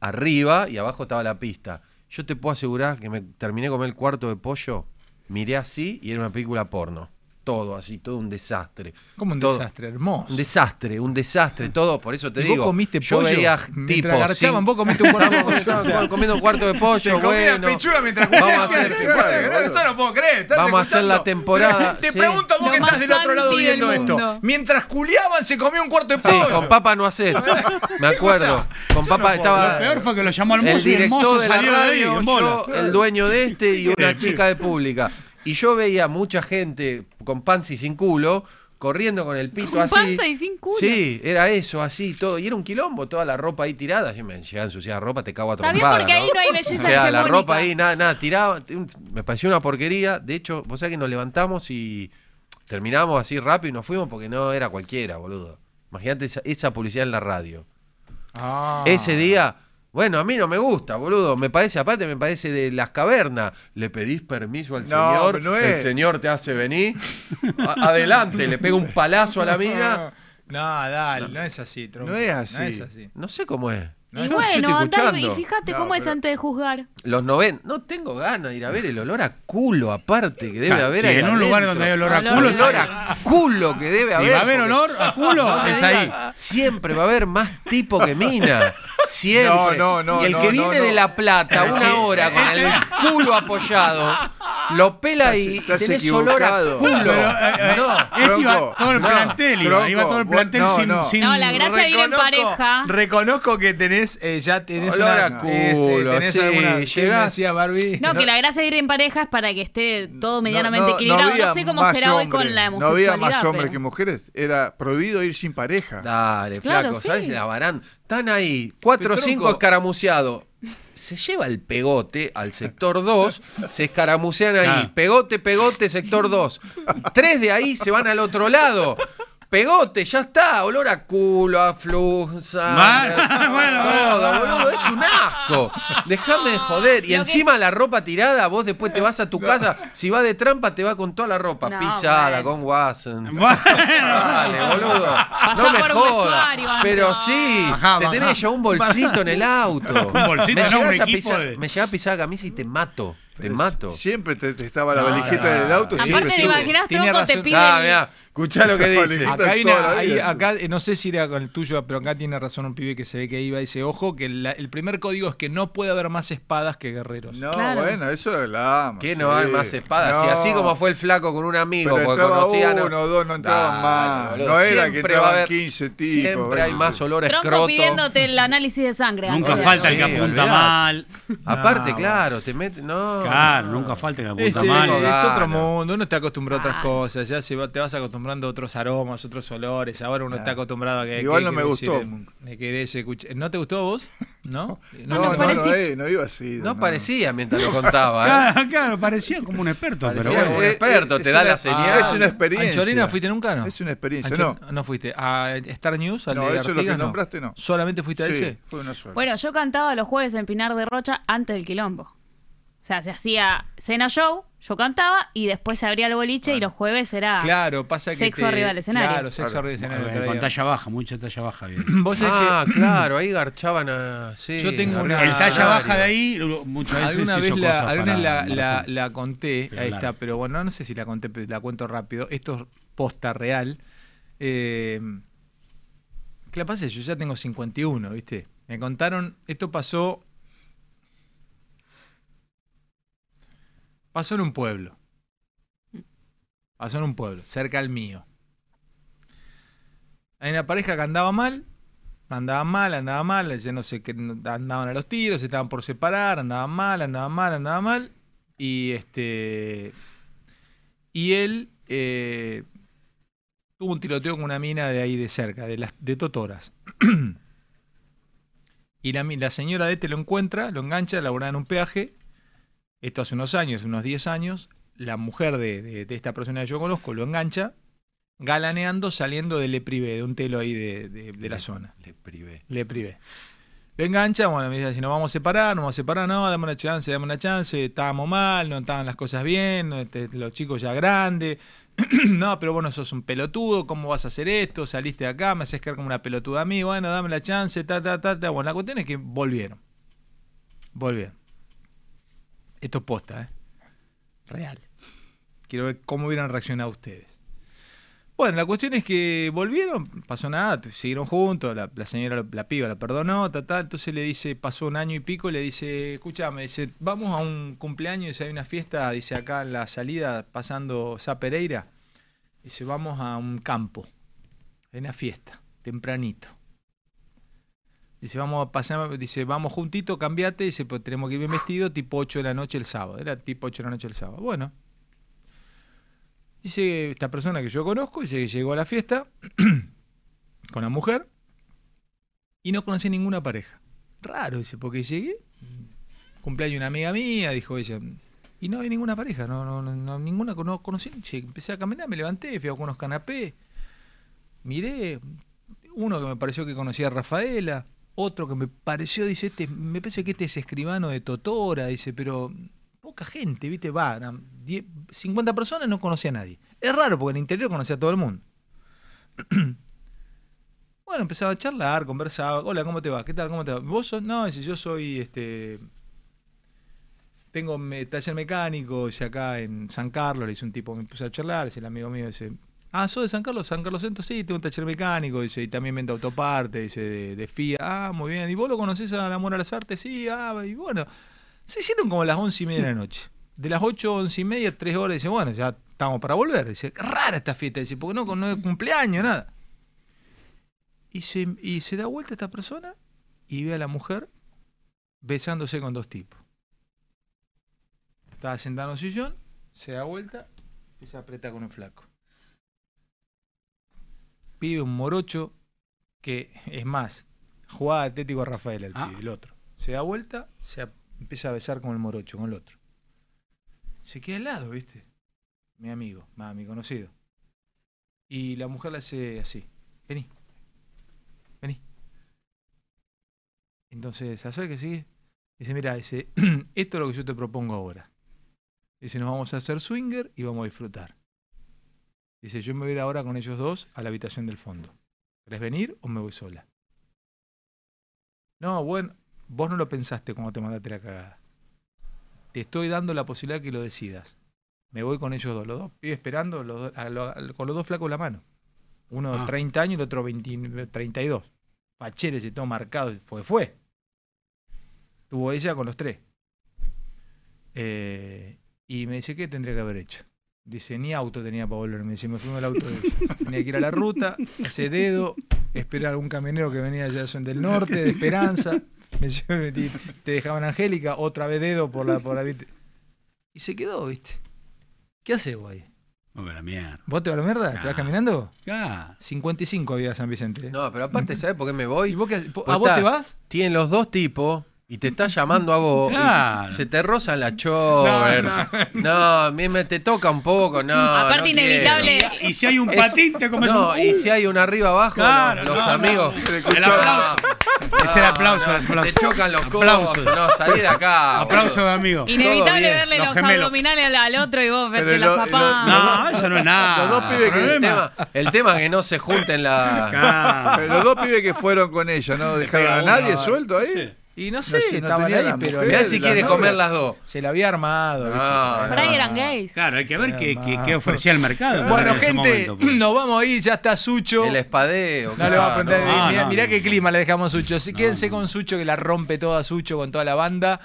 arriba y abajo estaba la pista. Yo te puedo asegurar que me terminé de comer el cuarto de pollo, miré así y era una película porno. Todo así, todo un desastre.
Como un
Todo-
desastre, hermoso.
un desastre, un desastre, todo. Por eso te
¿Y vos
digo.
comiste
yo
pollo?
veía
Mientras
tipos.
garchaban,
sin-
vos comiste un cuarto de
Estábamos-
pollo.
estábamos comiendo un cuarto de pollo.
Se comía
bueno.
pechuga mientras
Vamos
comía,
a hacer-
¿qué? Claro, yo no puedo creer, ¿estás
Vamos a hacer
escuchando?
la temporada,
Te
sí.
pregunto a vos
Lo
que estás
más
del otro lado
anti del
viendo esto.
mundo.
Mientras culiaban se comió un cuarto de
Sí,
pollo.
con papa no hacer. Me acuerdo. Con
Yo no
papa
puedo
estaba.
hablar. Lo peor fue que lo llamó al mozo
El
y el mozo
director de la
salió de ahí,
radio,
en bola.
yo, el dueño de este y una
Sí, sí.
chica de pública. Y yo veía mucha gente con panza y sin culo. Corriendo con el pito
Con
así.
panza y sin culo.
Sí, era eso, así, todo. Y era un quilombo, toda la ropa ahí tirada. Y me llegaba a ensuciar la ropa, te cago a
Está
trompada.
bien porque ahí no hay belleza
O sea, la
hegemónica.
ropa ahí, nada, nada, tiraba. un- Me pareció una porquería. De hecho, vos sabés que nos levantamos y terminamos así rápido y nos fuimos porque no era cualquiera, boludo. Imagínate esa, esa publicidad en la radio.
Ah.
Ese día, bueno, a mí no me gusta, boludo. Me parece, aparte, me parece de las cavernas. Le pedís permiso al
No,
señor,
pero no
el
es.
señor te hace venir. A- adelante, le pega un palazo a la mina.
No, dale, no, es así, tronco.
No es así.
No es así.
No sé cómo es.
No
Y
es-
yo estoy
bueno, andá y
escuchando.
fíjate
No,
cómo es
pero-
antes de juzgar.
Los 90. No tengo ganas de ir a ver el olor a culo, aparte, que debe
Claro,
haber
sí,
ahí
en un lugar
adentro.
donde hay olor a
Olor
culo,
olor
sí.
a culo que debe
Si
haber.
va a haber
porque-
olor a culo,
No me
es
digas,
ahí.
Siempre va a haber más tipo que mina. Siempre.
No, no, no,
y el que
no, no,
viene de
no.
La Plata
Pero
una
sí.
hora con el culo apoyado, lo pela y, y
Estás
tenés olor a
equivocado.
culo. No.
Este iba
Tronco,
todo el
no,
plantel, iba,
tronco,
iba todo el
vos-
plantel
no,
sin,
no.
sin-
No, la gracia de ir en pareja.
Reconozco que tenés, eh, ya tenés
Olor
unas-
a culo,
eh, sí, tenés
sí,
alguna-
llegás.
¿qué me decía Barbie?
No, que la gracia de ir en pareja es para que esté todo medianamente
no, no
equilibrado. No,
había
sé cómo
más
será hoy
hombre,
con la
No había
homosexualidad.
más hombres
pero-
que mujeres. Era prohibido ir sin pareja.
Dale,
Claro,
flaco,
sí.
¿sabes? La baranda. Están ahí, cuatro o
Pero,
cinco
tronco.
escaramuceados. Se lleva el pegote al sector 2, se escaramucean ahí.
Ah.
Pegote, pegote, sector 2. Tres de ahí se van al otro lado. pegote, ya está. Olor a culo, a flujo, sangre,
Bueno, bueno,
todo,
bueno.
boludo. Es un asco. Déjame de joder. Y
Lo que
encima la ropa tirada, vos después te vas a tu casa. Si va de trampa, te va con toda la ropa
No,
pisada,
bueno.
con Watson. Dale, boludo.
Pasá
no me
por un
jodas.
vestuario, Anto.
Pero sí,
Bajá,
te
bajá.
tenés que llevar un bolsito en el auto.
Un bolsito,
me
no,
llegás
un
a
equipo
pisar,
de-
Me llegás a pisar la camisa y te mato. Te mato.
Siempre te, te estaba la
No,
valijita
no.
del auto.
pues
Aparte
siempre
te
estuvo.
imaginás, Tiene tronco, te razón. pide
Ah, mirá, escuchá lo que
La
dice.
valijita
Acá, hay
toda
una-
la
hay-
vida.
acá, eh, no sé si era con el tuyo, pero acá tiene razón un pibe que se ve que iba y dice, ojo, que la- el primer código es que no puede haber más espadas que guerreros.
No, bueno, eso es la ama.
Que no hay más espadas.
No.
Y así como fue el flaco con un amigo,
Pero
porque
entraba
conocía.
uno, dos, no entraban
Dale,
más.
boludo,
No era que
siempre
entraban
va a haber-
15 tipos,
Siempre hay
¿verdad?
más olor a
Tronco
escroto.
pidiéndote el análisis de sangre.
Nunca
Antonio.
falta el que apunta
olvidate.
mal.
Aparte,
No,
claro, te mete. No.
Claro, nunca falta que
Es,
apunta
eh,
mal.
es otro mundo, uno está acostumbrado
Ah.
a otras cosas, ya se va- te vas acostumbrando a otros aromas, otros olores, ahora uno está acostumbrado a que...
Igual
que-
no
que
me
decir
gustó.
el- eh, que ese cuch- ¿No te gustó a vos? ¿No?
No, no, no, no, eh, no iba así.
No parecía mientras lo contaba, ¿eh?
Claro, Ah, claro, parecía como un experto,
Parecía
pero
como
bueno.
un experto, te da la señal.
es una experiencia.
¿Anchorena fuiste nunca, no?
Es una experiencia,
Ancho-
no.
No fuiste. ¿A Star News? ¿Al
No,
de
eso es lo que
Artigas?
nombraste, no.
¿Solamente fuiste a
Sí,
ese?
fue una sola.
Bueno, yo cantaba los jueves en Pinar de Rocha antes del quilombo. O sea, se hacía cena show, yo cantaba y después se abría el boliche y los jueves era.
Claro, pasa que.
Ah. Sexo
te-
arriba del escenario.
Claro, sexo arriba del escenario.
Bueno,
te
con
digo.
talla baja, mucha talla baja. Bien.
Vos sabés
Ah,
que-
claro, ahí garchaban a. sí,
Yo tengo
arriba
una.
del
El talla
escenario.
baja de ahí, lo- muchas veces.
Alguna
hizo
vez, la,
cosas
alguna vez
para
la, la-
embarazar.
la conté,
Pero
ahí
largo.
está, pero bueno, no sé si la conté, pero la cuento rápido. Esto es posta real. Eh, ¿Qué la pasa? Yo ya tengo 51, ¿viste? Me contaron, esto pasó. Pasó en un pueblo. Pasó en un pueblo, cerca al mío. Hay una pareja que andaba mal, andaban mal, andaban mal, ya no sé qué, andaban a los tiros, estaban por separar, andaban mal, andaban mal, andaban mal. Y este. Y él eh, tuvo un tiroteo con una mina de ahí de cerca, de, las, de Totoras. y la, mi- la señora de este lo encuentra, lo engancha, labura en un peaje. Esto hace unos años, unos 10 años. La mujer de, de- de esta persona que yo conozco lo engancha, galaneando, saliendo del Le Privé, de un telo ahí de, de- de la zona.
Le privé.
Le privé. Lo engancha, bueno, me dice, si nos vamos a separar, nos vamos a separar, no, dame una chance, dame una chance, estábamos mal, no estaban las cosas bien, no, este, los chicos ya grandes, no, pero vos no sos un pelotudo, ¿cómo vas a hacer esto? Saliste de acá, me haces quedar como una pelotuda a mí, bueno, dame la chance, ta, ta, ta, ta. Bueno, la cuestión es que volvieron. Volvieron. Esto es posta, ¿eh? Real. Quiero ver cómo hubieran reaccionado ustedes. Bueno, la cuestión es que volvieron, pasó nada, t- siguieron juntos, la, la señora, lo- la piba la perdonó, ta, ta, entonces le dice, pasó un año y pico, le dice, escúchame, dice, vamos a un cumpleaños, dice, hay una fiesta, dice, acá en la salida, pasando Sa Pereira, dice, vamos a un campo, hay una fiesta, tempranito. Dice, vamos a pasar, dice, vamos juntito, cambiate, dice, pues tenemos que ir bien vestido, tipo 8 de la noche el sábado, era tipo 8 de la noche el sábado. Bueno, Dice esta persona que yo conozco, dice que llegó a la fiesta con la mujer y no conocí ninguna pareja. Raro, dice, porque llegué, cumpleaños de una amiga mía, dijo ella, y no había ninguna pareja, no, no, no, no, ninguna no conocí. Che, empecé a caminar, me levanté, fui a unos canapés, miré, uno que me pareció que conocía a Rafaela, otro que me pareció, dice, este, me parece que este es escribano de Totora, dice, pero poca gente, ¿viste? Va, eran 10, 50 personas no conocía a nadie. Es raro porque en el interior conocía a todo el mundo. bueno, empezaba a charlar, conversaba. Hola, ¿cómo te va? ¿Qué tal? ¿Cómo te va? ¿Vos sos? No, dice, yo soy este. Tengo me- taller mecánico, dice, acá en San Carlos, le hice un tipo, me puse a charlar, dice el amigo mío, dice, ah, ¿sos de San Carlos? San Carlos Centro, sí, tengo un taller mecánico, dice, y también vendo autopartes, dice, de, de FIA, ah, muy bien, ¿y vos lo conocés al amor a las artes? Sí, ah, y bueno, se hicieron como a las once y media de la noche. De las ocho, once y media, tres horas, dice, bueno, ya estamos para volver. Dice, "Qué rara esta fiesta, dice, porque no, no es cumpleaños, nada. Y se, y se da vuelta esta persona y ve a la mujer besándose con dos tipos. Estaba sentado en un sillón, se da vuelta y se aprieta con un flaco. Pibe un morocho que, es más, jugaba atlético a Rafael, el pibe, el otro. Se da vuelta, se ap- empieza a besar con el morocho, con el otro. Se queda al lado, ¿viste? Mi amigo, más mi conocido. Y la mujer le hace así. Vení. Vení. Entonces se acerca y sigue. Dice, mira, dice, esto es lo que yo te propongo ahora. Dice, nos vamos a hacer swinger y vamos a disfrutar. Dice, yo me voy a ir ahora con ellos dos a la habitación del fondo. ¿Querés venir o me voy sola? No, bueno, vos no lo pensaste cuando te mandaste la cagada. Te estoy dando la posibilidad que lo decidas. Me voy con ellos dos, los dos pibes esperando, los dos- a lo- a- con los dos flacos en la mano. Uno
Ah.
30 años y el otro 20 32. Pacheres y todo marcado, fue, fue. Tuvo ella con los tres. Eh, y me dice, ¿qué tendría que haber hecho? Dice, ni auto tenía para volver. Me dice, me fui en el auto de ellas. Tenía que ir a la ruta, hacer dedo, esperar a un camionero que venía allá del norte, de Esperanza. Me dice, me metí- te dejaban Angélica, otra vez dedo por la... Por la vit- y se quedó, ¿viste? ¿Qué haces vos ahí?
Hombre, la mierda.
¿Vos te vas a la mierda? ¿Te vas
Claro.
caminando?
Claro.
55 había San Vicente. ¿eh?
No, pero aparte, ¿sabes por qué me voy?
¿A
Porque
vos te
está-
vas?
Tienen los dos tipos y te está llamando a vos. y
Claro.
se te rozan las chovers. No, a mí me te toca un poco. No,
Aparte,
no quiero.
inevitable.
Y si hay un
Es-
patín, te comes
No,
un...
y si hay un arriba abajo,
Claro,
los, los
no, no.
amigos.
El aplauso. Es el aplauso.
No,
el
se
aplauso.
te chocan los
Aplausos.
codos. No, salí de acá.
Aplauso
boludo.
de amigo.
Todo
Inevitable
bien,
verle
los
los,
gemelos.
abdominales al, al otro y vos verte
lo-
la
lo- lo-
zapá.
No, eso no es nada.
Los dos pibes que-
El
Ah, Problema.
tema, el tema es que no se junten la.
Claro.
Pero los dos pibes que fueron con ella, ¿no? ¿Dejaron a nadie
Sí.
suelto ahí?
Y no sé,
No sé, no
estaban
tenía
ahí,
la
pero...
mujer,
Mirá si
la
quiere
novia.
comer las dos.
Se la había armado. ¿viste?
No,
Por ahí eran gays.
Claro, hay que ver qué, qué- qué ofrecía el mercado.
Bueno,
en ese
gente,
momento, pues.
nos vamos ahí, ya está Sucho.
El espadeo.
No le vamos a prender.
Ah,
no,
mirá
no,
mirá
no.
qué clima le dejamos a Sucho. Así
No,
quédense
no.
con Sucho que la rompe toda Sucho con toda la banda.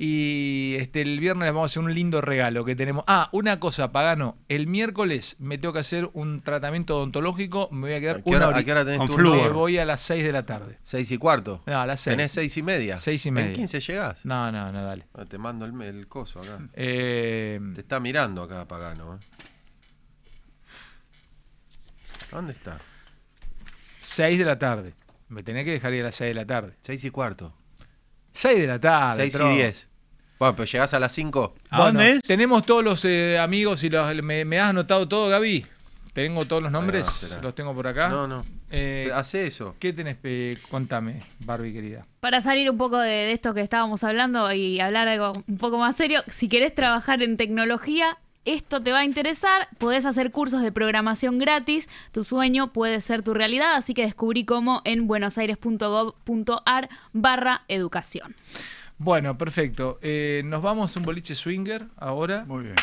Y este, el viernes les vamos a hacer un lindo regalo que tenemos. Ah, una cosa, Pagano. El miércoles me toca hacer un tratamiento odontológico. Me voy a quedar
¿A qué
una
hora,
hora.
a qué hora tenés
Con
turno?
flúor.
Me voy a las 6 de la tarde.
Seis y cuarto.
No, a las 6.
Tenés seis y media.
Seis y media.
En 15 llegás.
No, no, no, dale.
Ah, Te mando el, el coso acá.
Eh,
Te está mirando acá, Pagano. ¿eh? ¿Dónde está?
6 de la tarde. Me tenés que dejar ir a las 6 de la tarde.
Seis y cuarto.
6 de la tarde.
Seis
tro-
y diez. Bueno, pero llegás a las cinco.
¿A dónde es?
Ah, Tenemos todos los eh, amigos y los, me, me has anotado todo, Gaby. Tengo todos los
Ah,
nombres,
será.
los tengo por acá.
No, no.
Eh,
Hace eso.
¿Qué tenés? pe- Contame, Barbie querida.
Para salir un poco de, de esto que estábamos hablando y hablar algo un poco más serio, si querés trabajar en tecnología, esto te va a interesar. Podés hacer cursos de programación gratis. Tu sueño puede ser tu realidad, así que descubrí cómo en buenosaires.gov.ar barra educación.
Bueno, perfecto. Eh, nos vamos un boliche swinger ahora
Muy bien.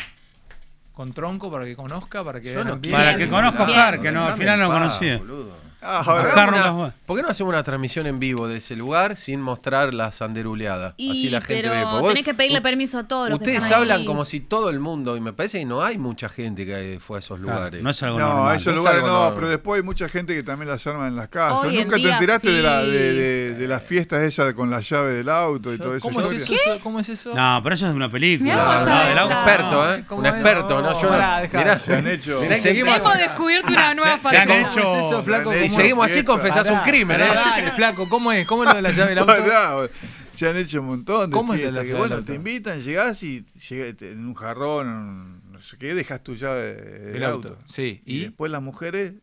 con Tronco para que conozca, para que
Yo no
vean bien.
quiero.
Para que conozca a
Bien.
Oscar, que no, al final no lo
Dejame en paz,
conocía.
boludo.
Ah,
Ahora-
Hagamos
Carlos
una-
Gaspar.
¿Por qué no hacemos una transmisión en vivo de ese lugar sin mostrar la sanderuleada?
Y,
Así la gente
pero
ve. Porque vos-
tenés que pedirle
u-
permiso a todos los que
Ustedes
están
hablan
ahí.
como si todo el mundo, y me parece que no hay mucha gente que fue a esos lugares.
No es algo
No, a
normal.
esos
No es
lugares
algo
no,
normal.
pero después hay mucha gente que también las arma en las casas.
Hoy en
¿Nunca te
día
enteraste de, la,
sí.
de, de- de las fiestas esas con la llave del auto y todo eso?
¿Cómo es eso? ¿Cómo es eso?
No, pero eso es de una película.
Mirá vos,
No,
sabés.
del
un
auto, no.
experto, ¿eh?
¿Cómo
Un
es?
experto, ¿no? Yo no-
Pará, dejá.
mirá.
Se han hecho.
Mirá que
Seguimos.
tema.
Hemos descubierto una nueva
Se han
faceta.
hecho-
¿Cómo es eso, flaco?
Se han
Si
¿Cómo es?
hecho-
seguimos así,
Fiesta.
confesás un
Pará,
crimen, ¿eh?
pará, Dale, flaco, ¿cómo es? ¿Cómo es lo de la llave del auto?
Pará, se han hecho un montón de
¿Cómo es la
fiestas
de la
que,
llave del
bueno,
auto?
te invitan, llegás y llegás te- en un jarrón, en un- no sé qué, dejas tu llave del
El
auto.
auto. Sí.
Y
¿Y
después las mujeres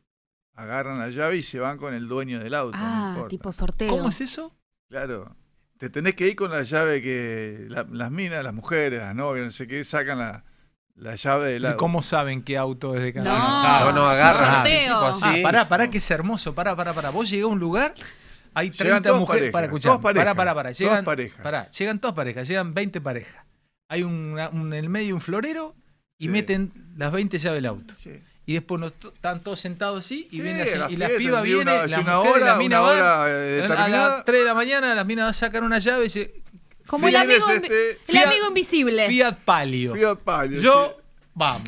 agarran la llave y se van con el dueño del auto. no
Ah,
importa.
tipo sorteo.
cómo es eso?
Claro. Te tenés que ir con la llave que la- las minas, las mujeres, las novias, no sé qué, sacan la, la llave del
¿Y
auto.
cómo saben qué auto es de cada
No,
uno?
Ah,
No, no, agarran así,
Sorteo.
tipo así.
Ah, pará, pará, que es hermoso. Pará, pará, pará. Vos llegás a un lugar, hay
Llegan
30
todas
mujeres.
parejas,
para escuchar.
todas parejas,
Pará, pará, pará.
todas
Llegan,
parejas.
Pará, llegan todas parejas, llegan 20 parejas. Hay una- un, en el medio un florero y
Sí.
meten las 20 llaves del auto.
Sí.
Y después nos, están todos sentados así y
Sí,
vienen así.
las
y las
fiestas,
pibas
sí,
vienen,
una-
las
sí, una
mujeres,
hora,
las minas
una
van.
hora, eh,
a las
determinada.
3 de la mañana las minas sacan una llave y dicen,
Como el
Fiat
amigo,
es
invi-
este-
el
Fiat-
amigo invisible.
Fiat Palio.
Fui a palio,
Yo,
sí.
vamos.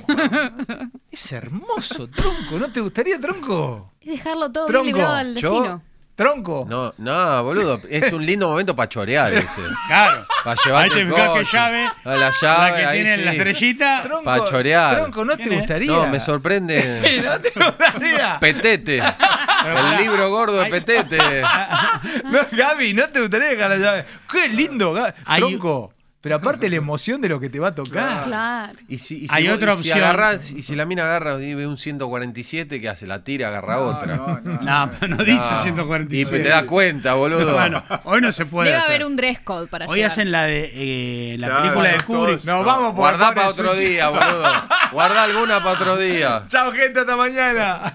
es hermoso, tronco. ¿No te gustaría, tronco?
Es dejarlo todo
Tronco.
bien librado al
Yo-
destino.
Tronco.
No, no, boludo. Es un lindo momento para chorear ese.
Claro.
Para llevar
Ahí te fijás qué llave,
La llave.
La que
Ah, ahí
tiene
sí.
la estrellita.
Tronco,
Pa' chorear.
Tronco, ¿no te
¿Quién es?
gustaría?
No, me sorprende.
¿No te gustaría?
Petete. El libro gordo de Petete.
No, Gaby, ¿no te gustaría dejar la llave? ¡Qué lindo, Ga-
Hay-
Tronco, Pero aparte la emoción de lo que te va a tocar.
Claro.
Y si, y si
Hay
vos-
otra
y si
opción.
agarrás- y si la mina agarra y ve un 147, ¿qué hace? La tira, agarra otra. No,
no, pero no dice 147.
Y pues te das cuenta, boludo.
Bueno, hoy no se puede
Debe
hacer.
haber un dress code para
Hoy
llegar.
hacen la de eh, la
Claro,
película de
son todos-
Kubrick.
No, No, vamos por guardá el pa' pobre otro sushi. día, boludo. Guardá alguna para otro día.
Chao, gente, hasta mañana.